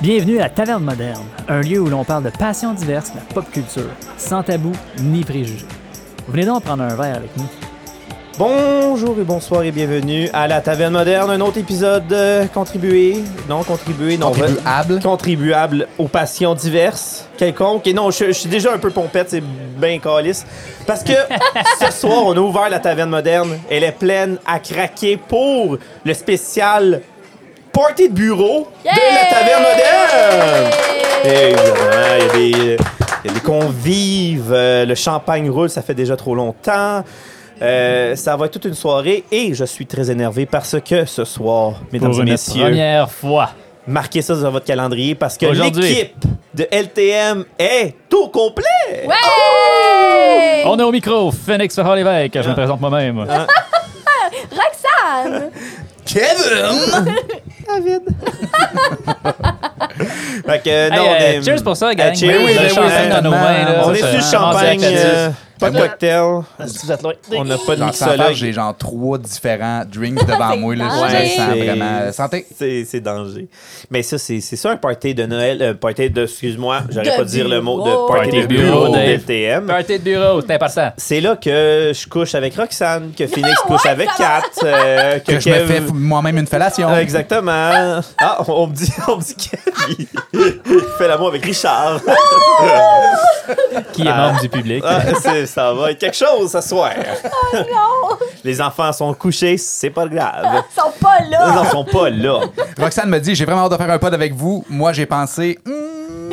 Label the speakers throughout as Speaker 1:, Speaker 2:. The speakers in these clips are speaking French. Speaker 1: Bienvenue à Taverne Moderne, un lieu où l'on parle de passions diverses, de la pop culture, sans tabou ni préjugés. Venez donc prendre un verre avec nous.
Speaker 2: Bonjour et bonsoir et bienvenue à la Taverne Moderne, un autre épisode euh, contribué, non contribué, non
Speaker 3: Contribuable.
Speaker 2: re- contribuable aux passions diverses, quelconques. Et non, je, je suis déjà un peu pompette, c'est bien calice. Parce que ce soir, on a ouvert la Taverne Moderne, elle est pleine à craquer pour le spécial party de bureau de la Taverne Moderne. Exactement, il y a des... il y a des convives, euh, le champagne roule, ça fait déjà trop longtemps. Euh, ça va être toute une soirée et je suis très énervé parce que ce soir, mesdames
Speaker 4: pour
Speaker 2: et
Speaker 4: une
Speaker 2: messieurs,
Speaker 4: première fois.
Speaker 2: marquez ça dans votre calendrier parce que
Speaker 4: Aujourd'hui.
Speaker 2: l'équipe de LTM est tout complet.
Speaker 5: Ouais!
Speaker 2: Oh.
Speaker 4: On est au micro, Phoenix Farrar-Lévesque, je me présente moi-même.
Speaker 5: Roxane!
Speaker 3: Kevin!
Speaker 2: Fait que, euh, non,
Speaker 4: Hey,
Speaker 2: on
Speaker 4: euh,
Speaker 2: est-
Speaker 4: cheers pour ça, gang.
Speaker 2: Ah, cheers,
Speaker 4: Oui,
Speaker 2: oui,
Speaker 4: le
Speaker 2: ben oui,
Speaker 4: champagne dans nos mains, là,
Speaker 2: on
Speaker 4: ça,
Speaker 2: est sur
Speaker 4: ça,
Speaker 2: le
Speaker 4: ça,
Speaker 2: champagne,
Speaker 4: ça, ça, ça,
Speaker 2: euh, pas de cocktail, on n'a pas de
Speaker 3: Dans sa
Speaker 2: mixologue.
Speaker 3: page, j'ai genre trois différents drinks devant moi. Là,
Speaker 5: dingue.
Speaker 3: je
Speaker 5: Ouais,
Speaker 3: sens
Speaker 2: c'est-
Speaker 3: vraiment. euh, Santé!
Speaker 2: C'est c'est danger. Mais ça, c'est c'est ça un party de Noël. Un party de, excuse-moi, j'aurais
Speaker 5: De
Speaker 2: pas dire le mot, de
Speaker 5: bureau.
Speaker 2: party,
Speaker 4: Party
Speaker 2: de
Speaker 4: de bureau,
Speaker 2: bureau de
Speaker 4: Dave.
Speaker 2: LTM.
Speaker 4: Party de bureau, c'est important.
Speaker 2: C'est là que je couche avec Roxane, que Phoenix
Speaker 5: Ah ouais,
Speaker 2: couche avec
Speaker 5: ça
Speaker 2: Kat, euh, que,
Speaker 3: Que je me
Speaker 2: Kev-
Speaker 3: fais f- moi-même une fellation.
Speaker 2: Ah, exactement. Ah, on me dit, on me dit qu'il il fait l'amour avec Richard.
Speaker 4: Qui est membre du public?
Speaker 2: Ah, c'est- ça va être quelque chose ce soir. Les enfants sont couchés, c'est pas grave.
Speaker 5: Ils sont pas
Speaker 2: Ils
Speaker 5: là!
Speaker 2: n'en sont pas là.
Speaker 3: Roxane me dit J'ai vraiment hâte de faire un pod avec vous. Moi, j'ai pensé hmm,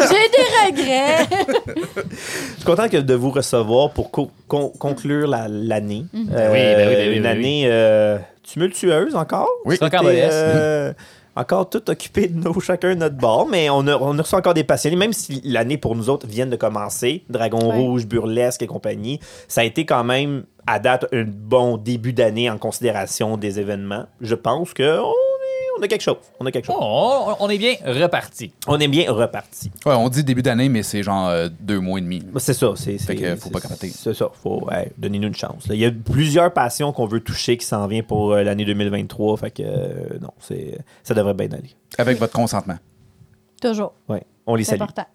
Speaker 5: J'ai des regrets!
Speaker 2: Je suis content que de vous recevoir pour co- con- conclure la- l'année. Euh,
Speaker 4: oui, ben oui, ben oui,
Speaker 2: une
Speaker 4: ben oui.
Speaker 2: année euh, tumultueuse encore.
Speaker 3: Oui.
Speaker 2: C'était,
Speaker 4: Rocambolesque.
Speaker 2: euh, encore tout occupé de nos chacun notre bord, mais on a, on a reçu encore des passionnés, même si l'année pour nous autres vient de commencer, Dragon
Speaker 5: Ouais.
Speaker 2: Rouge, Burlesque et compagnie, ça a été quand même à date un bon début d'année en considération des événements. Je pense que on, est- on a quelque chose, on a quelque chose.
Speaker 4: Oh, on on est bien reparti.
Speaker 2: On est bien reparti.
Speaker 3: Ouais, on dit début d'année, mais c'est genre euh, deux mois et demi.
Speaker 2: Bah, C'est ça, c'est. c'est-
Speaker 3: que faut
Speaker 2: c'est-
Speaker 3: pas capoter.
Speaker 2: C'est ça, faut ouais, donnez-nous une chance. là. Il y a plusieurs passions qu'on veut toucher qui s'en vient pour euh, l'année 2023, fait que euh, non, c'est ça devrait bien aller.
Speaker 3: Avec votre consentement.
Speaker 5: Toujours.
Speaker 2: Ouais, on les
Speaker 5: C'est
Speaker 2: salue.
Speaker 5: important.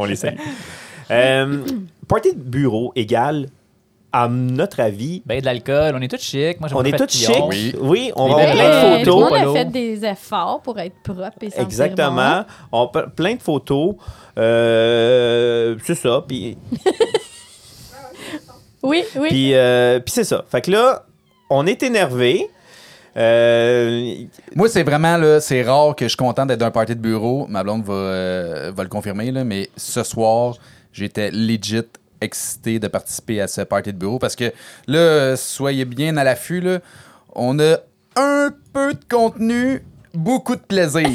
Speaker 2: on les salue. Euh, party de bureau égale, à notre avis,
Speaker 4: Ben, de l'alcool, on est tous chics. Moi, j'aime
Speaker 2: on
Speaker 4: pas
Speaker 2: est
Speaker 4: faire
Speaker 2: tous
Speaker 4: de pillon.
Speaker 2: chics.
Speaker 3: Oui.
Speaker 2: Oui, on
Speaker 4: Les
Speaker 2: va avoir
Speaker 4: belles
Speaker 2: plein de
Speaker 5: tout
Speaker 2: photos.
Speaker 5: le monde a
Speaker 4: Polo.
Speaker 5: fait des efforts pour être propre et sentir
Speaker 2: Exactement. On pe- plein de photos. Euh, c'est ça. Puis
Speaker 5: bon. Oui, oui.
Speaker 2: puis, euh, puis c'est ça. Fait que là, on est énervé. Euh,
Speaker 3: Moi, c'est vraiment, là, c'est rare que je suis content d'être d'un party de bureau. Ma blonde va, euh, va le confirmer, là, mais ce soir, j'étais legit excité de participer à ce party de bureau parce que là, euh, soyez bien à l'affût, là, on a un peu de contenu, beaucoup de plaisir.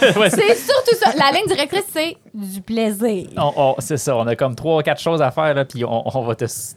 Speaker 5: C'est surtout ça. La ligne directrice, c'est du plaisir.
Speaker 2: Oh,
Speaker 4: On- on- c'est ça, on a comme trois ou quatre choses à faire, là, puis on, on va te s-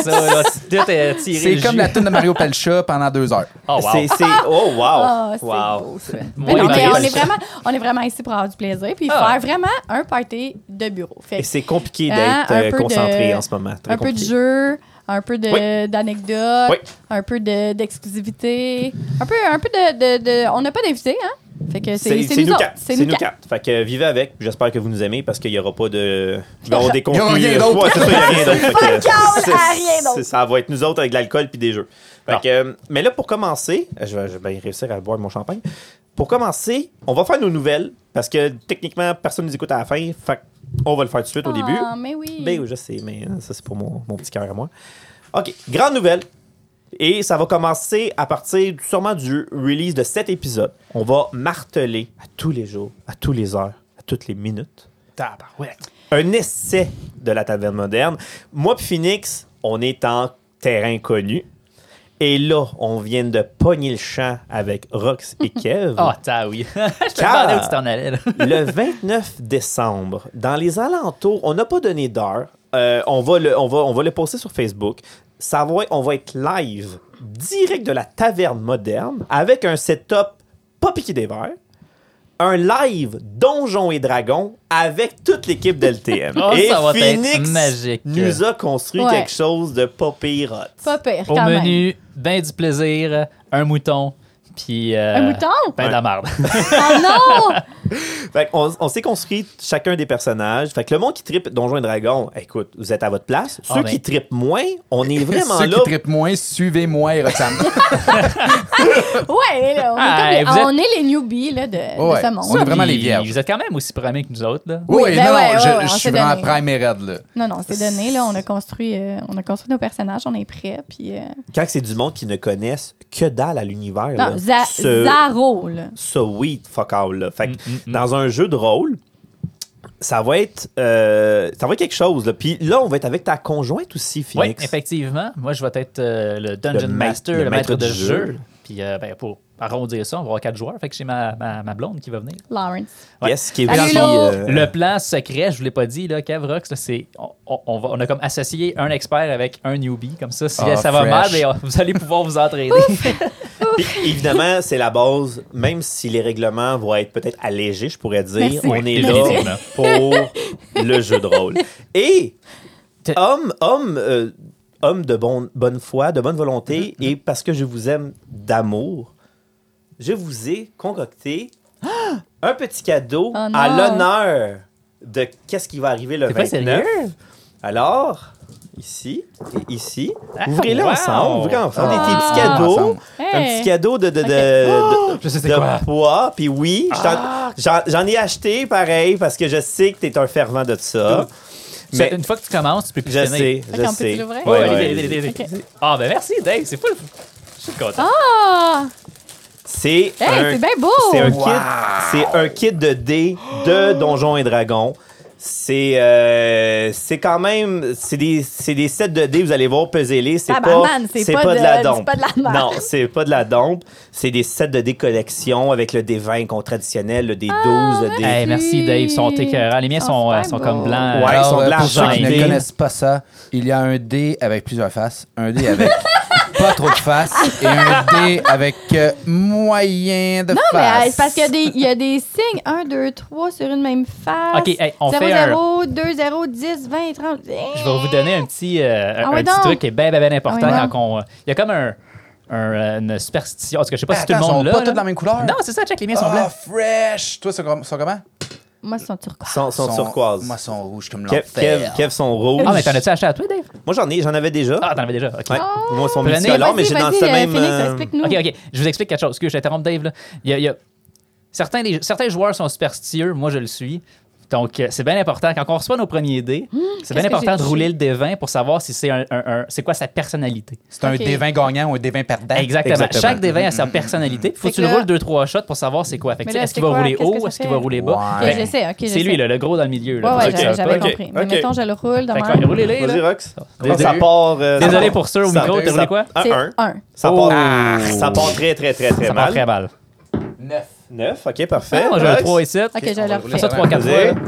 Speaker 4: ça. Là. Tout est tiré.
Speaker 3: c'est
Speaker 4: le
Speaker 3: comme
Speaker 4: jus.
Speaker 3: la tune de Mario Pelcha pendant deux heures.
Speaker 4: Oh, wow.
Speaker 2: C'est, c'est- oh,
Speaker 5: Ah,
Speaker 2: wow!
Speaker 5: c'est
Speaker 2: wow.
Speaker 5: beau, ça.
Speaker 4: Moi,
Speaker 5: Mais non,
Speaker 4: il
Speaker 5: mais
Speaker 4: m'arrive.
Speaker 5: on est, vraiment, on est vraiment ici pour avoir du plaisir puis
Speaker 4: Ah.
Speaker 5: faire vraiment un party de bureau. Fait
Speaker 2: Et
Speaker 5: que
Speaker 2: c'est compliqué
Speaker 5: Hein,
Speaker 2: d'être
Speaker 5: un
Speaker 2: euh,
Speaker 5: peu
Speaker 2: concentré
Speaker 5: de-
Speaker 2: en ce moment. Très
Speaker 5: un peu de
Speaker 2: compliqué.
Speaker 5: jeu, un peu de-
Speaker 2: Oui.
Speaker 5: d'anecdotes,
Speaker 2: Oui.
Speaker 5: un peu de- d'exclusivité, un peu, un peu de, de- de- On n'a pas d'invité, hein? Fait que c'est c'est nous, autres.
Speaker 2: quatre. C'est nous quatre. Fait que euh, vivez avec. J'espère que vous nous aimez parce qu'il n'y aura pas de. Il va y avoir des contenus.
Speaker 3: rien d'autre.
Speaker 2: Ouais, c'est ça, il y a rien d'autre. Fait que,
Speaker 5: Fuck all,
Speaker 2: c'est-
Speaker 5: à rien d'autre.
Speaker 2: c'est- Ça va être nous autres avec de l'alcool puis des jeux. Fait
Speaker 4: Non.
Speaker 2: que, euh, mais là, pour commencer, euh, je vais, je vais bien réussir à boire mon champagne. Pour commencer, on va faire nos nouvelles parce que techniquement, personne ne nous écoute à la fin. Fait on va le faire tout de suite au début.
Speaker 5: Ah, mais oui.
Speaker 2: Ben oui, je sais, mais hein, ça, c'est pour mon, mon petit cœur à moi. OK, grande nouvelle. Et ça va commencer à partir du- sûrement du release de cet épisode. On va marteler à tous les jours, à tous les heures, à toutes les minutes, un essai de la taverne moderne. Moi puis Phoenix, on est en terrain connu. Et là, on vient de pogner le champ avec Rox et Kev.
Speaker 4: Ah, t'as oui. je me
Speaker 2: Car-
Speaker 4: demandais où tu t'en allais. là.
Speaker 2: le 29 décembre, dans les alentours, on n'a pas donné d'heure. Euh, on, va le, on, va, on va le poster sur Facebook. Ça va, on va être live, direct de la taverne moderne, avec un setup pas piqué des verres. Un live Donjons et Dragons avec toute l'équipe d'LTM.
Speaker 4: Oh,
Speaker 2: et
Speaker 4: ça va être
Speaker 2: Phoenix
Speaker 4: magique.
Speaker 2: nous a construit
Speaker 5: Ouais.
Speaker 2: quelque chose de pas pire hot.
Speaker 5: Pas pire,
Speaker 4: Au
Speaker 5: quand même.
Speaker 4: menu, ben du plaisir, un mouton, Puis. euh,
Speaker 6: Un mouton?
Speaker 4: Ben de la merde.
Speaker 6: Ah non!
Speaker 2: Fait qu'on- on, s'est construit chacun des personnages. Fait que le monde qui tripe Donjons et Dragons, écoute, vous êtes à votre place.
Speaker 4: Ah
Speaker 2: Ceux
Speaker 4: ben.
Speaker 2: qui tripent moins, on est vraiment
Speaker 3: Ceux
Speaker 2: là.
Speaker 3: qui trippent moins, suivez-moi et Roxane.
Speaker 6: Ouais, là, on, est
Speaker 4: Ah,
Speaker 6: comme les-
Speaker 4: et vous êtes-
Speaker 6: on est les newbies là, de, de
Speaker 3: Ouais.
Speaker 6: ce
Speaker 3: On
Speaker 6: monde.
Speaker 3: est vraiment
Speaker 4: Puis
Speaker 3: les vierges.
Speaker 4: Vous êtes quand même aussi primés que nous autres, là.
Speaker 3: Oui,
Speaker 6: Oui,
Speaker 3: oui,
Speaker 6: ben
Speaker 3: non,
Speaker 6: ouais,
Speaker 3: non,
Speaker 6: ouais,
Speaker 3: je-
Speaker 6: ouais,
Speaker 3: je
Speaker 6: on
Speaker 3: suis
Speaker 6: s'est
Speaker 3: vraiment
Speaker 6: donné.
Speaker 3: prime et raide, là.
Speaker 6: Non, non, c'est donné. Là, on a construit, euh, on a construit nos personnages, on est prêts. Puis, euh,
Speaker 2: Quand c'est du monde qui ne connaissent que dalle à l'univers. Ben là,
Speaker 6: Non, za-
Speaker 2: ce-
Speaker 6: Zaro, là.
Speaker 2: ça oui, fuck all. Là.
Speaker 4: Mm,
Speaker 2: Fait que dans un jeu de rôle, ça va être, euh, ça va être quelque chose. Là. Puis là, on va être avec ta conjointe aussi,
Speaker 4: Oui,
Speaker 2: Phoenix.
Speaker 4: effectivement. Moi, je vais être euh, le Dungeon
Speaker 2: Le ma-
Speaker 4: Master,
Speaker 2: le
Speaker 4: le, maître,
Speaker 2: maître
Speaker 4: de
Speaker 2: du
Speaker 4: jeu.
Speaker 2: jeu.
Speaker 4: Puis, euh, ben, pour arrondir ça, on va avoir quatre joueurs. Fait que j'ai ma, ma, ma blonde qui va venir.
Speaker 6: Lawrence.
Speaker 4: Ouais.
Speaker 2: Yes, qui est
Speaker 6: Salut,
Speaker 2: aussi,
Speaker 6: Lo.
Speaker 2: euh,
Speaker 4: Le plan secret, je vous l'ai pas dit, là, Cavrox, là, c'est on, on va, on a comme associé un expert avec un newbie, comme ça, si
Speaker 3: Ah,
Speaker 4: ça va
Speaker 3: fresh.
Speaker 4: mal, ben, on- vous allez pouvoir vous entraîner.
Speaker 2: Puis, évidemment, c'est la base. Même si les règlements vont être peut-être allégés, je pourrais dire,
Speaker 6: Merci.
Speaker 2: on est
Speaker 4: Définitivement.
Speaker 2: là pour le jeu de rôle. Et homme, homme, euh, homme de bon- bonne foi, de bonne volonté,
Speaker 4: Mm-hmm.
Speaker 2: et parce que je vous aime d'amour, je vous ai concocté
Speaker 4: Ah!
Speaker 2: un petit cadeau
Speaker 6: Oh
Speaker 2: à
Speaker 6: non.
Speaker 2: l'honneur de qu'est-ce qui va arriver le
Speaker 4: T'es pas
Speaker 2: 29.
Speaker 4: sérieux?
Speaker 2: Alors, ici et ici,
Speaker 4: Ah,
Speaker 2: ouvrez-le
Speaker 4: wow.
Speaker 2: ensemble, ouvrez ensemble des
Speaker 6: Ah.
Speaker 2: petits cadeaux.
Speaker 3: Ensemble.
Speaker 2: Un
Speaker 6: Hey. Oh!
Speaker 2: petit cadeau de, de, de, de-
Speaker 4: je sais c'est
Speaker 2: de
Speaker 4: quoi.
Speaker 2: poids. Puis oui, je t'en-
Speaker 6: Ah!
Speaker 2: j'en j'en ai acheté pareil parce que je sais que t'es un fervent de ça.
Speaker 4: Mais
Speaker 2: Mais
Speaker 4: une fois que tu commences, tu peux plus
Speaker 2: je
Speaker 4: finir.
Speaker 2: sais,
Speaker 6: Fait
Speaker 2: je
Speaker 6: qu'on peut-tu
Speaker 2: sais.
Speaker 6: l'ouvrir?
Speaker 2: Ouais,
Speaker 4: Ouais,
Speaker 2: ouais,
Speaker 4: allez,
Speaker 2: ouais.
Speaker 4: allez, allez, allez, allez.
Speaker 6: Ok.
Speaker 4: Ah, ben merci, Dave, c'est fou. Je suis content.
Speaker 6: Ah!
Speaker 2: C'est
Speaker 6: Hey,
Speaker 2: un-
Speaker 6: c'est bien beau!
Speaker 2: C'est un, kit, c'est un kit de dés de
Speaker 6: Oh!
Speaker 2: Donjons et Dragons. C'est euh, c'est quand même. C'est des, c'est des sets de dés, vous allez voir, pesez-les. C'est pas,
Speaker 6: Tabarnane, c'est
Speaker 2: c'est
Speaker 6: pas
Speaker 2: pas,
Speaker 6: de-
Speaker 2: de la
Speaker 6: c'est
Speaker 2: dompe.
Speaker 6: pas de la merde.
Speaker 2: Non, c'est pas de la dompe. C'est des sets de dés collection avec le dé 20 qu'on traditionnel, le dé 12,
Speaker 6: Ah,
Speaker 2: le dé.
Speaker 4: Hey, merci, Dave, ils sont écœurants. Les miens
Speaker 6: Ils sont
Speaker 4: sont, euh,
Speaker 6: super
Speaker 4: sont
Speaker 6: beaux.
Speaker 4: comme blancs.
Speaker 2: Ouais, ils sont de
Speaker 3: euh,
Speaker 2: l'argent
Speaker 3: Pour ceux qui ne
Speaker 2: aidé.
Speaker 3: connaissent pas ça, il y a un dé avec plusieurs faces, un dé avec pas trop de faces et un dé avec euh, moyen de
Speaker 6: Non,
Speaker 3: faces.
Speaker 6: mais euh, c'est parce qu'il y a des- il y, a des signes 1, 2, 3 sur une même face.
Speaker 4: Ok, hey, on
Speaker 6: 0,
Speaker 4: fait un-
Speaker 6: 0, 2, 0, 10, 20, 30.
Speaker 4: Je vais vous donner un petit, euh, un-
Speaker 6: Ah ouais
Speaker 4: un petit
Speaker 6: donc.
Speaker 4: truc qui est bien, bien, important
Speaker 6: Ah ouais
Speaker 4: quand qu'on- Il y a comme un, un, euh, une superstition. En tout cas, je sais pas
Speaker 3: Hey,
Speaker 4: si tout le
Speaker 3: Ben, attends,
Speaker 4: monde
Speaker 3: ils
Speaker 4: l'a.
Speaker 3: sont pas
Speaker 4: là.
Speaker 3: tous de la même couleur?
Speaker 4: Non, c'est ça, check, les miens sont
Speaker 3: Ah,
Speaker 4: blancs.
Speaker 3: fresh! Toi, c'est com- sont comment?
Speaker 6: Moi, c'est un turquoise.
Speaker 2: Sont, sont turquoises.
Speaker 3: Moi, sont rouges comme
Speaker 2: Kev, Kev,
Speaker 3: l'enfer.
Speaker 2: Kev sont rouges.
Speaker 4: Ah, mais t'en as-tu acheté à toi, Dave?
Speaker 2: Moi, j'en ai, j'en avais déjà.
Speaker 4: Ah, t'en avais déjà. OK.
Speaker 2: Ouais. Moi, ils sont
Speaker 4: Prenez-
Speaker 2: multicolores, mais
Speaker 6: Vas-y,
Speaker 2: j'ai dans
Speaker 6: vas-y,
Speaker 2: ce
Speaker 6: euh,
Speaker 2: même.
Speaker 6: Phoenix,
Speaker 2: euh,
Speaker 6: explique-nous.
Speaker 4: OK, OK. Je vous explique quelque chose. Excuse, je t'interromps, Dave. Là. Il y a- il y a- Certains, des- certains joueurs sont superstitieux. Moi, je le suis. Donc, euh, c'est bien important. Quand on reçoit nos premiers dés, c'est bien
Speaker 6: Mmh, qu'est-ce que
Speaker 4: important
Speaker 6: j'ai
Speaker 4: de rouler
Speaker 6: touché?
Speaker 4: le dé 20 pour savoir si c'est un, un- un- c'est quoi sa personnalité.
Speaker 3: C'est un
Speaker 6: Ok.
Speaker 3: dé 20 gagnant ou un dé 20 perdant.
Speaker 4: Exactement.
Speaker 2: Exactement.
Speaker 4: Chaque des 20 a
Speaker 3: Mm-hmm.
Speaker 4: sa personnalité. Faut
Speaker 6: Fait
Speaker 4: que tu
Speaker 6: que
Speaker 4: le
Speaker 6: là-
Speaker 4: roules deux, trois shots pour savoir c'est quoi. Fait que,
Speaker 6: Mais
Speaker 4: tu sais,
Speaker 6: là,
Speaker 4: est-ce qu'il
Speaker 6: c'est
Speaker 4: va
Speaker 6: quoi?
Speaker 4: rouler
Speaker 6: Qu'est-ce que
Speaker 4: haut?
Speaker 6: ça
Speaker 4: Est-ce qu'il va
Speaker 6: fait?
Speaker 4: rouler bas?
Speaker 3: Ouais.
Speaker 6: Ok,
Speaker 3: Ben,
Speaker 6: je sais, ok, je
Speaker 4: C'est lui,
Speaker 6: sais.
Speaker 4: là, le gros dans le milieu. là,
Speaker 6: Ouais,
Speaker 4: pour ceux
Speaker 6: ouais,
Speaker 4: qui
Speaker 6: j'a-
Speaker 4: savent
Speaker 6: j'avais
Speaker 4: pas, là.
Speaker 6: compris. Mais
Speaker 2: ok.
Speaker 6: mettons, je le roule dans
Speaker 4: Fait que,
Speaker 6: mon.
Speaker 4: roulez-les,
Speaker 2: Vas-y,
Speaker 4: là.
Speaker 2: Rox.
Speaker 4: Désolé.
Speaker 2: Ça part. euh, ça
Speaker 4: Désolé
Speaker 2: part-
Speaker 4: pour ceux au
Speaker 2: ça-
Speaker 4: micro, t'as
Speaker 2: ça-
Speaker 4: roulé quoi? Ah.
Speaker 6: C'est
Speaker 2: Un 1.
Speaker 6: 1.
Speaker 2: Ça,
Speaker 3: Oh.
Speaker 2: part, ça part très, très, très, très
Speaker 4: Ça part
Speaker 2: mal.
Speaker 4: très mal. Ah,
Speaker 3: 9.
Speaker 2: 9, ok, parfait.
Speaker 4: moi, j'ai un
Speaker 2: Rox.
Speaker 4: 3 et 7.
Speaker 6: Ok,
Speaker 3: on
Speaker 6: je le
Speaker 3: va rouler
Speaker 6: refais.
Speaker 4: Ça,
Speaker 3: ça.
Speaker 4: 3, 4
Speaker 2: Vas-y.
Speaker 4: fois.